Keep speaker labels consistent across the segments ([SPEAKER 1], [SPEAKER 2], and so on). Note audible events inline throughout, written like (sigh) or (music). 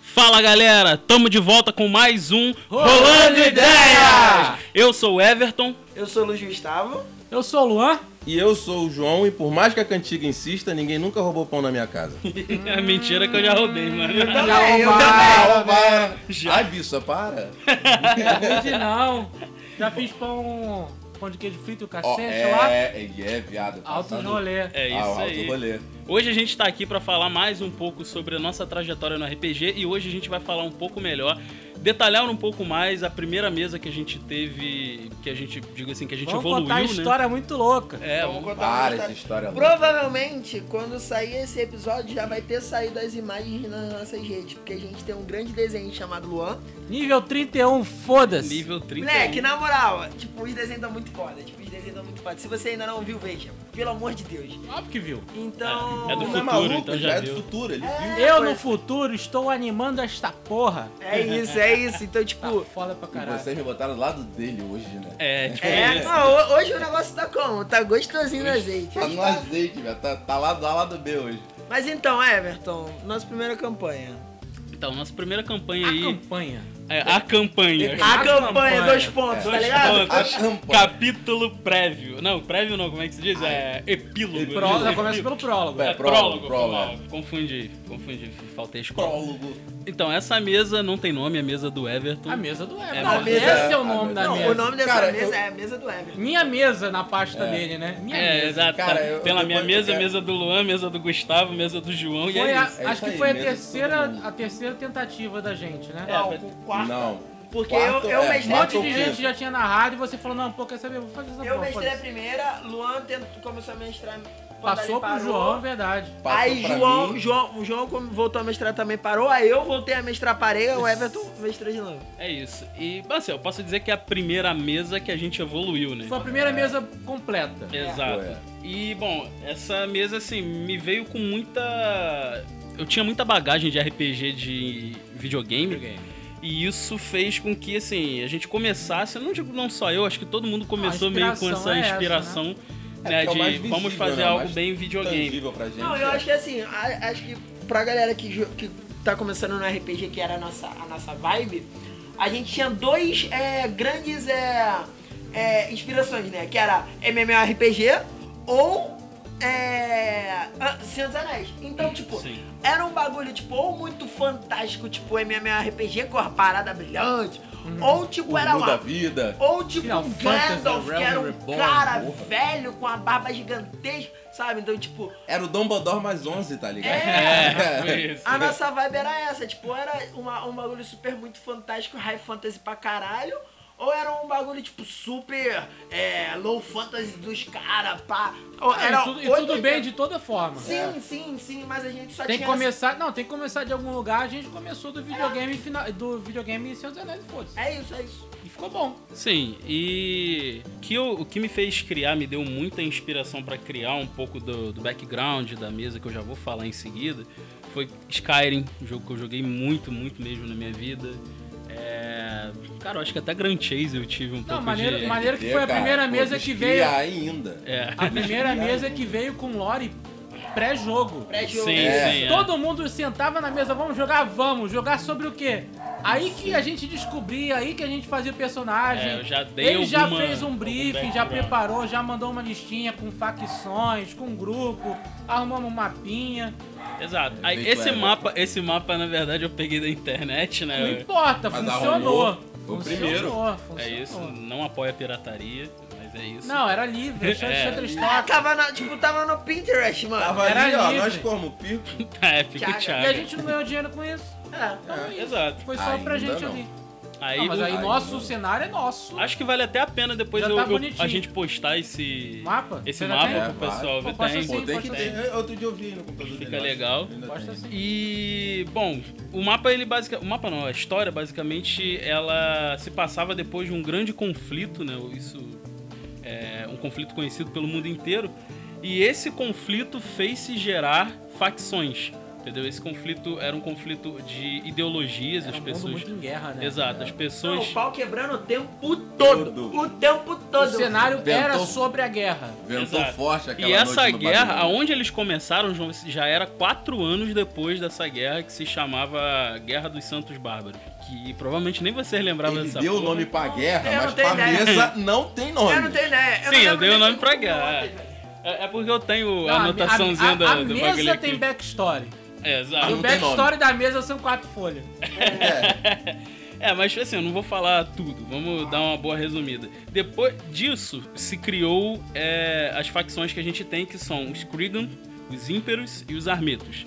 [SPEAKER 1] Fala galera, tamo de volta com mais um
[SPEAKER 2] Rolando Ideias!
[SPEAKER 1] Eu sou o Everton. (laughs)
[SPEAKER 3] Eu sou o Luiz Gustavo.
[SPEAKER 2] Eu sou o Luan.
[SPEAKER 4] E eu sou o João, e por mais que a cantiga insista, ninguém nunca roubou pão na minha
[SPEAKER 1] (laughs)
[SPEAKER 4] casa.
[SPEAKER 1] É mentira que eu já roubei, mano.
[SPEAKER 2] Já
[SPEAKER 4] Ah, para! Ai, bicha, para!
[SPEAKER 2] Hoje não. Já fiz pão, pão de queijo frito,
[SPEAKER 4] Ó,
[SPEAKER 2] cacete lá.
[SPEAKER 4] é, é, é, viado.
[SPEAKER 2] Alto
[SPEAKER 4] passado.
[SPEAKER 2] rolê.
[SPEAKER 1] É
[SPEAKER 4] Ah,
[SPEAKER 1] isso
[SPEAKER 4] alto
[SPEAKER 1] aí.
[SPEAKER 4] rolê.
[SPEAKER 1] Hoje a gente tá aqui pra falar mais um pouco sobre a nossa trajetória no RPG e hoje a gente vai falar um pouco melhor, detalhar um pouco mais a primeira mesa que a gente teve, que a gente, digo assim, que a gente
[SPEAKER 2] Vamos
[SPEAKER 1] evoluiu,
[SPEAKER 2] contar uma
[SPEAKER 1] né?
[SPEAKER 2] história muito louca.
[SPEAKER 1] É,
[SPEAKER 3] Vamos contar uma
[SPEAKER 4] Para essa
[SPEAKER 3] história.
[SPEAKER 4] história louca.
[SPEAKER 3] Provavelmente, quando sair esse episódio, já vai ter saído as imagens nas nossas redes, porque a gente tem um grande desenho chamado Luan.
[SPEAKER 2] Nível 31, foda-se.
[SPEAKER 1] nível um. 30.
[SPEAKER 3] Moleque, na moral, tipo, os desenhos estão muito foda, tipo, os desenhos estão muito foda. Se você ainda não viu, veja, pelo amor de Deus.
[SPEAKER 2] Óbvio que viu.
[SPEAKER 3] Então...
[SPEAKER 1] É do
[SPEAKER 4] Não
[SPEAKER 1] futuro, então já
[SPEAKER 4] é
[SPEAKER 1] viu.
[SPEAKER 4] do futuro, ele viu.
[SPEAKER 2] Eu no futuro estou animando esta porra.
[SPEAKER 3] É isso, é isso. Então,
[SPEAKER 2] Tá
[SPEAKER 3] tipo...
[SPEAKER 2] foda pra
[SPEAKER 4] E
[SPEAKER 2] caralho.
[SPEAKER 4] vocês me botaram do lado dele hoje, né?
[SPEAKER 1] É, tipo,
[SPEAKER 3] É,
[SPEAKER 1] isso.
[SPEAKER 3] não, ho- hoje o negócio tá como? Tá gostosinho no
[SPEAKER 1] É.
[SPEAKER 3] azeite.
[SPEAKER 4] Tá no azeite, velho. Tá, tá lá do lado B hoje.
[SPEAKER 3] Mas então, Everton, nossa primeira campanha.
[SPEAKER 1] Então, nossa primeira campanha
[SPEAKER 2] A
[SPEAKER 1] aí,
[SPEAKER 2] campanha.
[SPEAKER 1] é, a campanha.
[SPEAKER 3] A,
[SPEAKER 2] A
[SPEAKER 3] campanha,
[SPEAKER 2] campanha.
[SPEAKER 3] dois pontos, tá
[SPEAKER 1] tá Dois
[SPEAKER 3] ligado?
[SPEAKER 1] pontos.
[SPEAKER 4] A campanha.
[SPEAKER 1] Capítulo prévio. Não, prévio não, como é que se diz? É epílogo.
[SPEAKER 4] Epílogo.
[SPEAKER 2] Pró- já
[SPEAKER 1] Epílogo.
[SPEAKER 2] começa pelo prólogo.
[SPEAKER 4] É.
[SPEAKER 1] É, prólogo,
[SPEAKER 4] prólogo,
[SPEAKER 1] prólogo. Confundi, confundi, faltei a escola.
[SPEAKER 4] Prólogo.
[SPEAKER 1] Então, essa mesa não tem nome, é a mesa do Everton.
[SPEAKER 2] A mesa do Everton.
[SPEAKER 1] É,
[SPEAKER 2] Não,
[SPEAKER 1] a
[SPEAKER 4] mesa-
[SPEAKER 2] Esse é o
[SPEAKER 4] a
[SPEAKER 2] nome
[SPEAKER 4] mesa-
[SPEAKER 2] da
[SPEAKER 3] Não,
[SPEAKER 2] mesa.
[SPEAKER 3] o nome dessa
[SPEAKER 4] Cara,
[SPEAKER 3] mesa
[SPEAKER 4] eu-
[SPEAKER 3] é a mesa do Everton.
[SPEAKER 2] Minha mesa na pasta dele, né? Minha
[SPEAKER 1] É,
[SPEAKER 2] mesa.
[SPEAKER 1] exato.
[SPEAKER 4] Cara,
[SPEAKER 1] tá.
[SPEAKER 4] eu-
[SPEAKER 1] Pela
[SPEAKER 4] eu-
[SPEAKER 1] minha
[SPEAKER 4] eu-
[SPEAKER 1] mesa,
[SPEAKER 4] eu-
[SPEAKER 1] mesa do Luan, mesa do Gustavo, mesa do João e
[SPEAKER 2] Foi
[SPEAKER 1] é
[SPEAKER 2] a-
[SPEAKER 1] isso.
[SPEAKER 4] É
[SPEAKER 2] acho
[SPEAKER 4] isso
[SPEAKER 2] que
[SPEAKER 4] aí,
[SPEAKER 2] foi a
[SPEAKER 4] mesa de todo
[SPEAKER 2] terceira,
[SPEAKER 4] mundo.
[SPEAKER 2] a terceira tentativa da gente, né?
[SPEAKER 1] É,
[SPEAKER 3] Não,
[SPEAKER 1] mas-
[SPEAKER 3] com quarto.
[SPEAKER 4] Não.
[SPEAKER 3] Porque
[SPEAKER 4] Quarto,
[SPEAKER 3] eu, eu
[SPEAKER 4] é,
[SPEAKER 2] Um
[SPEAKER 3] mestrei,
[SPEAKER 2] monte
[SPEAKER 4] quarto
[SPEAKER 2] de
[SPEAKER 4] ou
[SPEAKER 2] gente
[SPEAKER 4] quinto?
[SPEAKER 2] já tinha narrado e você falou, não, pô, quer saber, vou fazer essa
[SPEAKER 3] eu
[SPEAKER 2] porra,
[SPEAKER 3] mestrei a
[SPEAKER 2] foda-se.
[SPEAKER 3] primeira, Luan tent- começou a mestrar. quando
[SPEAKER 2] Passou
[SPEAKER 3] ele
[SPEAKER 2] pro
[SPEAKER 3] parou.
[SPEAKER 2] João, né? verdade.
[SPEAKER 4] Passou
[SPEAKER 3] Aí
[SPEAKER 4] pra
[SPEAKER 3] João,
[SPEAKER 4] mim. É
[SPEAKER 3] João, o João como voltou a mestrar também, parou. Aí eu voltei a mestrar, parei. O Everton mestrou de novo.
[SPEAKER 1] É isso. E, assim, eu posso dizer que é a primeira mesa que a gente evoluiu, né?
[SPEAKER 2] Foi a é. primeira mesa completa.
[SPEAKER 1] Exato. E, bom, essa mesa, assim, me veio com muita. Eu tinha muita bagagem de RPG de videogame. E isso fez com que, assim, a gente começasse. eu Não digo não só eu, acho que todo mundo começou meio com
[SPEAKER 2] inspiração
[SPEAKER 1] essa
[SPEAKER 2] é essa,
[SPEAKER 1] inspiração.
[SPEAKER 4] É,
[SPEAKER 1] né,
[SPEAKER 4] porque é o
[SPEAKER 1] de
[SPEAKER 4] mais visível,
[SPEAKER 1] vamos fazer
[SPEAKER 4] né? O
[SPEAKER 1] algo
[SPEAKER 4] mais
[SPEAKER 1] bem videogame.
[SPEAKER 4] Tangível pra gente.
[SPEAKER 3] Não, eu
[SPEAKER 4] é.
[SPEAKER 3] acho que assim, a- acho que pra galera que, jo- que tá começando no RPG, que era a nossa, a nossa vibe, a gente tinha dois é, grandes é, é, inspirações, né? Que era MMORPG ou é, ah, Senhor dos Anéis. Então, tipo,
[SPEAKER 1] Sim.
[SPEAKER 3] era um bagulho, tipo, ou muito fantástico, tipo MMORPG com a parada brilhante, ou tipo,
[SPEAKER 4] Uhum. O
[SPEAKER 3] era
[SPEAKER 4] mundo da
[SPEAKER 3] uma
[SPEAKER 4] vida.
[SPEAKER 3] ou tipo
[SPEAKER 2] Final
[SPEAKER 3] um
[SPEAKER 2] Fantasy,
[SPEAKER 3] Gandalf, que
[SPEAKER 2] Realm
[SPEAKER 3] era um
[SPEAKER 2] Reborn,
[SPEAKER 3] cara
[SPEAKER 4] porra.
[SPEAKER 3] velho com a barba gigantesca, sabe? Então, tipo,
[SPEAKER 4] Era o Dumbledore mais 11, tá ligado?
[SPEAKER 1] É, foi isso.
[SPEAKER 3] a nossa vibe era essa, tipo, era uma- um bagulho super muito fantástico, high fantasy pra caralho, ou era um bagulho, tipo, super é, low fantasy dos caras, pá. Ou
[SPEAKER 2] Ah,
[SPEAKER 3] era
[SPEAKER 2] e tudo, e
[SPEAKER 3] oito-
[SPEAKER 2] tudo bem de toda forma. É.
[SPEAKER 3] Sim, sim, sim, mas a gente só
[SPEAKER 2] Tem que
[SPEAKER 3] tinha...
[SPEAKER 2] começar, não, tem que começar de algum lugar. A gente começou do videogame final, do videogame Senhor dos Anéis, foda-se.
[SPEAKER 3] É isso, é isso.
[SPEAKER 2] E ficou bom.
[SPEAKER 1] Sim, e que eu- o que me fez criar, me deu muita inspiração pra criar um pouco do, do background da mesa, que eu já vou falar em seguida, foi Skyrim, um jogo que eu joguei muito, muito mesmo na minha vida. É, Cara, eu acho que até Grand Chase eu tive um
[SPEAKER 2] Não,
[SPEAKER 1] pouco
[SPEAKER 2] maneiro,
[SPEAKER 1] de...
[SPEAKER 2] maneiro que foi a
[SPEAKER 4] Cara,
[SPEAKER 2] primeira
[SPEAKER 4] pô,
[SPEAKER 2] mesa
[SPEAKER 4] dos
[SPEAKER 2] que veio.
[SPEAKER 4] cria ainda.
[SPEAKER 1] É,
[SPEAKER 2] A primeira mesa que veio com lore pré-jogo.
[SPEAKER 1] (laughs)
[SPEAKER 3] Prédio-
[SPEAKER 1] sim,
[SPEAKER 4] É.
[SPEAKER 1] sim. é.
[SPEAKER 2] Todo mundo sentava na mesa, vamos jogar? Vamos. Jogar sobre o quê? Aí que a gente descobria, aí que a gente fazia o personagem.
[SPEAKER 1] É, eu já dei
[SPEAKER 2] Ele já
[SPEAKER 1] alguma-
[SPEAKER 2] fez um
[SPEAKER 1] algum
[SPEAKER 2] briefing, já
[SPEAKER 1] background.
[SPEAKER 2] preparou, já mandou uma listinha com facções, com grupo, arrumamos um mapinha.
[SPEAKER 1] Exato. Aí,
[SPEAKER 4] Bem
[SPEAKER 1] esse
[SPEAKER 4] claro.
[SPEAKER 1] mapa, esse mapa, na verdade, eu peguei da internet,
[SPEAKER 2] Não
[SPEAKER 1] né?
[SPEAKER 2] importa,
[SPEAKER 4] Mas
[SPEAKER 2] funcionou.
[SPEAKER 4] arrumou. Foi o
[SPEAKER 2] Funcionou,
[SPEAKER 4] primeiro.
[SPEAKER 2] funcionou.
[SPEAKER 1] É isso, não apoia a pirataria, mas é isso.
[SPEAKER 2] Não, era livre,
[SPEAKER 1] É.
[SPEAKER 3] Ah,
[SPEAKER 2] Shutterstock.
[SPEAKER 3] tava na, tipo, tava no Pinterest, mano.
[SPEAKER 4] Tava
[SPEAKER 2] Era
[SPEAKER 4] ali, ó,
[SPEAKER 2] livre.
[SPEAKER 4] nós como pico.
[SPEAKER 1] (laughs) É, fica o
[SPEAKER 3] Thiago.
[SPEAKER 2] E
[SPEAKER 1] Thiago.
[SPEAKER 2] a gente não ganhou dinheiro com isso.
[SPEAKER 3] É.
[SPEAKER 2] Então é isso.
[SPEAKER 1] Exato.
[SPEAKER 2] Foi só pra
[SPEAKER 4] Ainda
[SPEAKER 2] gente
[SPEAKER 4] não.
[SPEAKER 2] ali.
[SPEAKER 1] Aí,
[SPEAKER 2] Não, mas aí
[SPEAKER 4] Ainda
[SPEAKER 2] nosso
[SPEAKER 4] não.
[SPEAKER 2] cenário é nosso.
[SPEAKER 1] acho que vale até a pena depois
[SPEAKER 2] Já
[SPEAKER 1] eu-
[SPEAKER 2] tá
[SPEAKER 1] eu-
[SPEAKER 2] bonitinho.
[SPEAKER 1] a gente postar esse
[SPEAKER 2] Mapa?
[SPEAKER 1] esse
[SPEAKER 2] Você já
[SPEAKER 1] mapa
[SPEAKER 2] tem? um
[SPEAKER 1] pro
[SPEAKER 4] É,
[SPEAKER 1] pessoal
[SPEAKER 2] vale. assim,
[SPEAKER 1] ver.
[SPEAKER 2] Pô,
[SPEAKER 1] Tem.
[SPEAKER 2] posso
[SPEAKER 4] Pô, tem
[SPEAKER 2] Pode
[SPEAKER 4] que
[SPEAKER 2] ser.
[SPEAKER 4] ter. Outro dia eu vi no computador
[SPEAKER 1] Fica
[SPEAKER 4] dele, eu
[SPEAKER 1] legal.
[SPEAKER 4] acho. Ainda
[SPEAKER 2] Posta
[SPEAKER 4] tem.
[SPEAKER 2] assim.
[SPEAKER 1] E bom, o mapa ele basica, o mapa não, a história basicamente ela se passava depois de um grande conflito, né? Isso é um conflito conhecido pelo mundo inteiro. E esse conflito fez se gerar facções. Entendeu? Esse conflito era um conflito de ideologias,
[SPEAKER 2] Era
[SPEAKER 1] as
[SPEAKER 2] um mundo
[SPEAKER 1] pessoas.
[SPEAKER 2] muito em guerra, né?
[SPEAKER 1] Exato, as
[SPEAKER 3] Não,
[SPEAKER 1] pessoas.
[SPEAKER 3] o pau quebrando o tempo todo.
[SPEAKER 4] Todo.
[SPEAKER 3] O tempo
[SPEAKER 2] O
[SPEAKER 3] todo.
[SPEAKER 2] cenário era
[SPEAKER 4] Ventou.
[SPEAKER 2] sobre a guerra.
[SPEAKER 4] Ventou
[SPEAKER 1] Exato.
[SPEAKER 4] forte é aquela
[SPEAKER 1] E essa
[SPEAKER 4] noite no
[SPEAKER 1] guerra,
[SPEAKER 4] Babilônia.
[SPEAKER 1] aonde eles começaram, João, já era quatro anos depois dessa guerra que se chamava Guerra dos Santos Bárbaros. Que provavelmente nem vocês lembravam
[SPEAKER 4] Ele
[SPEAKER 1] dessa
[SPEAKER 4] deu o
[SPEAKER 1] porra.
[SPEAKER 4] nome pra guerra,
[SPEAKER 3] Eu não
[SPEAKER 4] mas
[SPEAKER 3] tenho
[SPEAKER 4] pra
[SPEAKER 3] ideia.
[SPEAKER 4] mesa não tem nome.
[SPEAKER 3] Eu não tenho ideia.
[SPEAKER 1] Sim,
[SPEAKER 3] não
[SPEAKER 1] eu dei o
[SPEAKER 3] lembro
[SPEAKER 1] nome
[SPEAKER 3] nem
[SPEAKER 1] pra
[SPEAKER 3] como
[SPEAKER 1] guerra. É, é porque eu tenho
[SPEAKER 2] Não,
[SPEAKER 1] a
[SPEAKER 2] a-
[SPEAKER 1] anotaçãozinha
[SPEAKER 2] a, a,
[SPEAKER 1] do,
[SPEAKER 2] a,
[SPEAKER 1] do bagulho
[SPEAKER 2] mesa
[SPEAKER 1] aqui.
[SPEAKER 2] tem backstory.
[SPEAKER 1] É,
[SPEAKER 4] Ah,
[SPEAKER 1] exato. (laughs)
[SPEAKER 2] o
[SPEAKER 4] não tem
[SPEAKER 2] backstory da mesa são quatro folhas.
[SPEAKER 4] É,
[SPEAKER 1] É, mas assim, eu não vou falar tudo. Vamos dar uma boa resumida. Depois disso, se criou é, as facções que a gente tem, que são os Krigan, os Ímperos e os Armetos.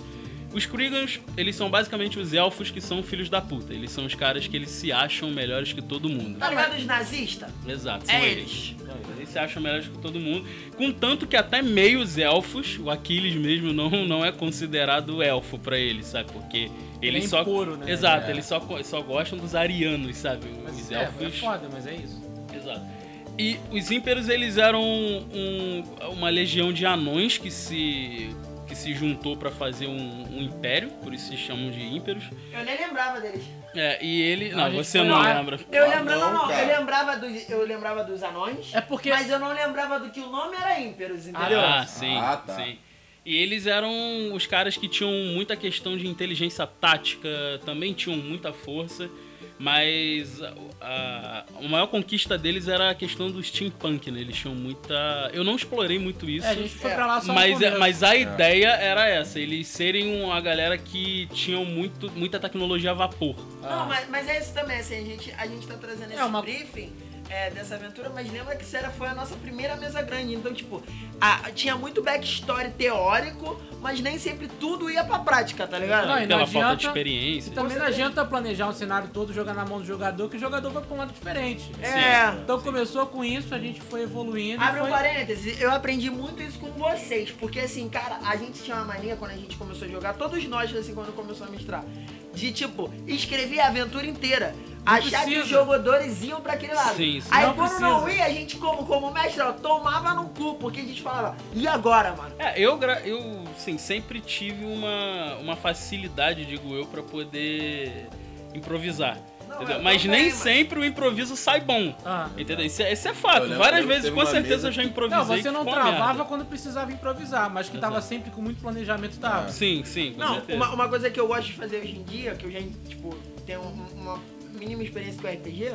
[SPEAKER 1] Os Krigans, eles são basicamente os elfos que são filhos da puta. Eles são os caras que eles se acham melhores que todo mundo.
[SPEAKER 3] Tá ligado os nazistas?
[SPEAKER 1] Exato, são
[SPEAKER 3] É
[SPEAKER 1] eles.
[SPEAKER 3] eles.
[SPEAKER 1] Eles se acham melhores que todo mundo. Contanto que até meios elfos, o Aquiles mesmo não, não é considerado elfo pra eles, sabe? Porque
[SPEAKER 2] Ele
[SPEAKER 1] eles
[SPEAKER 2] é
[SPEAKER 1] só.
[SPEAKER 2] impuro, né?
[SPEAKER 1] Exato,
[SPEAKER 4] É.
[SPEAKER 1] eles só, co- só gostam dos arianos, sabe?
[SPEAKER 2] Mas
[SPEAKER 1] Os
[SPEAKER 2] é, é
[SPEAKER 1] elfos.
[SPEAKER 2] foda, mas é isso.
[SPEAKER 1] Exato. E os ímperos, eles eram um- uma legião de anões que se, que se juntou pra fazer um, um império, por isso se chamam de ímperos.
[SPEAKER 3] Eu nem lembrava deles.
[SPEAKER 1] É, e ele.
[SPEAKER 2] Não, a
[SPEAKER 1] Não,
[SPEAKER 2] gente
[SPEAKER 1] você
[SPEAKER 2] foi
[SPEAKER 1] não
[SPEAKER 2] lá.
[SPEAKER 1] lembra.
[SPEAKER 3] Eu
[SPEAKER 4] Ah,
[SPEAKER 3] lembrava,
[SPEAKER 4] não,
[SPEAKER 3] não, eu
[SPEAKER 4] cara.
[SPEAKER 3] lembrava dos. Eu lembrava dos anões.
[SPEAKER 2] É porque.
[SPEAKER 3] Mas eu não lembrava do que o nome era ímperos, entendeu?
[SPEAKER 1] Ah, sim,
[SPEAKER 4] Ah, tá.
[SPEAKER 1] sim. E eles eram os caras que tinham muita questão de inteligência tática, também tinham muita força, mas a, a- a maior conquista deles era a questão do steampunk, né? Eles tinham muita... Eu não explorei muito isso,
[SPEAKER 2] É, a gente foi
[SPEAKER 3] É,
[SPEAKER 2] pra lá só no
[SPEAKER 1] mas,
[SPEAKER 2] começo.
[SPEAKER 1] mas
[SPEAKER 4] É.
[SPEAKER 1] a ideia era essa, eles serem uma galera que tinham muito, muita tecnologia a vapor.
[SPEAKER 2] Ah.
[SPEAKER 3] Não, mas, mas é isso também, assim, a gente, a gente tá trazendo esse
[SPEAKER 2] uma-
[SPEAKER 3] briefing é, dessa aventura, mas lembra que isso era, foi a nossa primeira mesa grande, então, tipo, a- tinha muito backstory teórico, mas nem sempre tudo ia pra prática, tá ligado?
[SPEAKER 2] Ah, Não, e
[SPEAKER 1] pela falta
[SPEAKER 2] adianta-
[SPEAKER 1] de experiência.
[SPEAKER 2] E também
[SPEAKER 3] Com
[SPEAKER 2] não
[SPEAKER 3] certeza.
[SPEAKER 2] adianta planejar um cenário todo, jogar na mão do jogador, que o jogador vai pra um lado diferente.
[SPEAKER 3] é.
[SPEAKER 2] Então começou com isso, a gente foi evoluindo.
[SPEAKER 3] Abre um
[SPEAKER 2] foi...
[SPEAKER 3] parênteses, eu aprendi muito isso com vocês, porque assim, cara, a gente tinha uma mania quando a gente começou a jogar, todos nós, assim, quando começou a mestrar, de tipo, escrever a aventura inteira. achar que os
[SPEAKER 2] precisa.
[SPEAKER 3] jogadores iam pra aquele lado.
[SPEAKER 1] Sim, sim.
[SPEAKER 3] Aí
[SPEAKER 2] Não
[SPEAKER 3] quando não
[SPEAKER 2] precisa.
[SPEAKER 3] ia, a gente, como, como mestre, ó, tomava no cu, porque a gente falava, e agora, mano?
[SPEAKER 1] É, eu, gra- eu sim, sempre tive uma, uma facilidade, digo eu, pra poder improvisar.
[SPEAKER 3] Não,
[SPEAKER 1] entendeu?
[SPEAKER 3] eu
[SPEAKER 1] Mas
[SPEAKER 3] também,
[SPEAKER 1] nem
[SPEAKER 3] mas-
[SPEAKER 1] sempre o improviso sai bom.
[SPEAKER 2] Ah.
[SPEAKER 1] Entendeu? Isso é, isso é
[SPEAKER 4] Eu
[SPEAKER 1] fato.
[SPEAKER 4] lembro
[SPEAKER 1] Várias
[SPEAKER 4] que
[SPEAKER 1] vezes,
[SPEAKER 4] teve
[SPEAKER 1] com
[SPEAKER 4] uma
[SPEAKER 1] certeza,
[SPEAKER 4] mesa
[SPEAKER 1] eu já
[SPEAKER 4] que-
[SPEAKER 1] improvisei.
[SPEAKER 2] Não, você
[SPEAKER 1] que
[SPEAKER 2] não
[SPEAKER 1] ficou uma
[SPEAKER 2] travava
[SPEAKER 1] merda.
[SPEAKER 2] quando precisava improvisar, mas que tava sempre com muito planejamento tava.
[SPEAKER 1] Sim, sim, com
[SPEAKER 3] Não,
[SPEAKER 1] certeza.
[SPEAKER 3] uma, uma coisa que eu gosto de fazer hoje em dia, que eu já, tipo, tenho um- uma mínima experiência com RPG,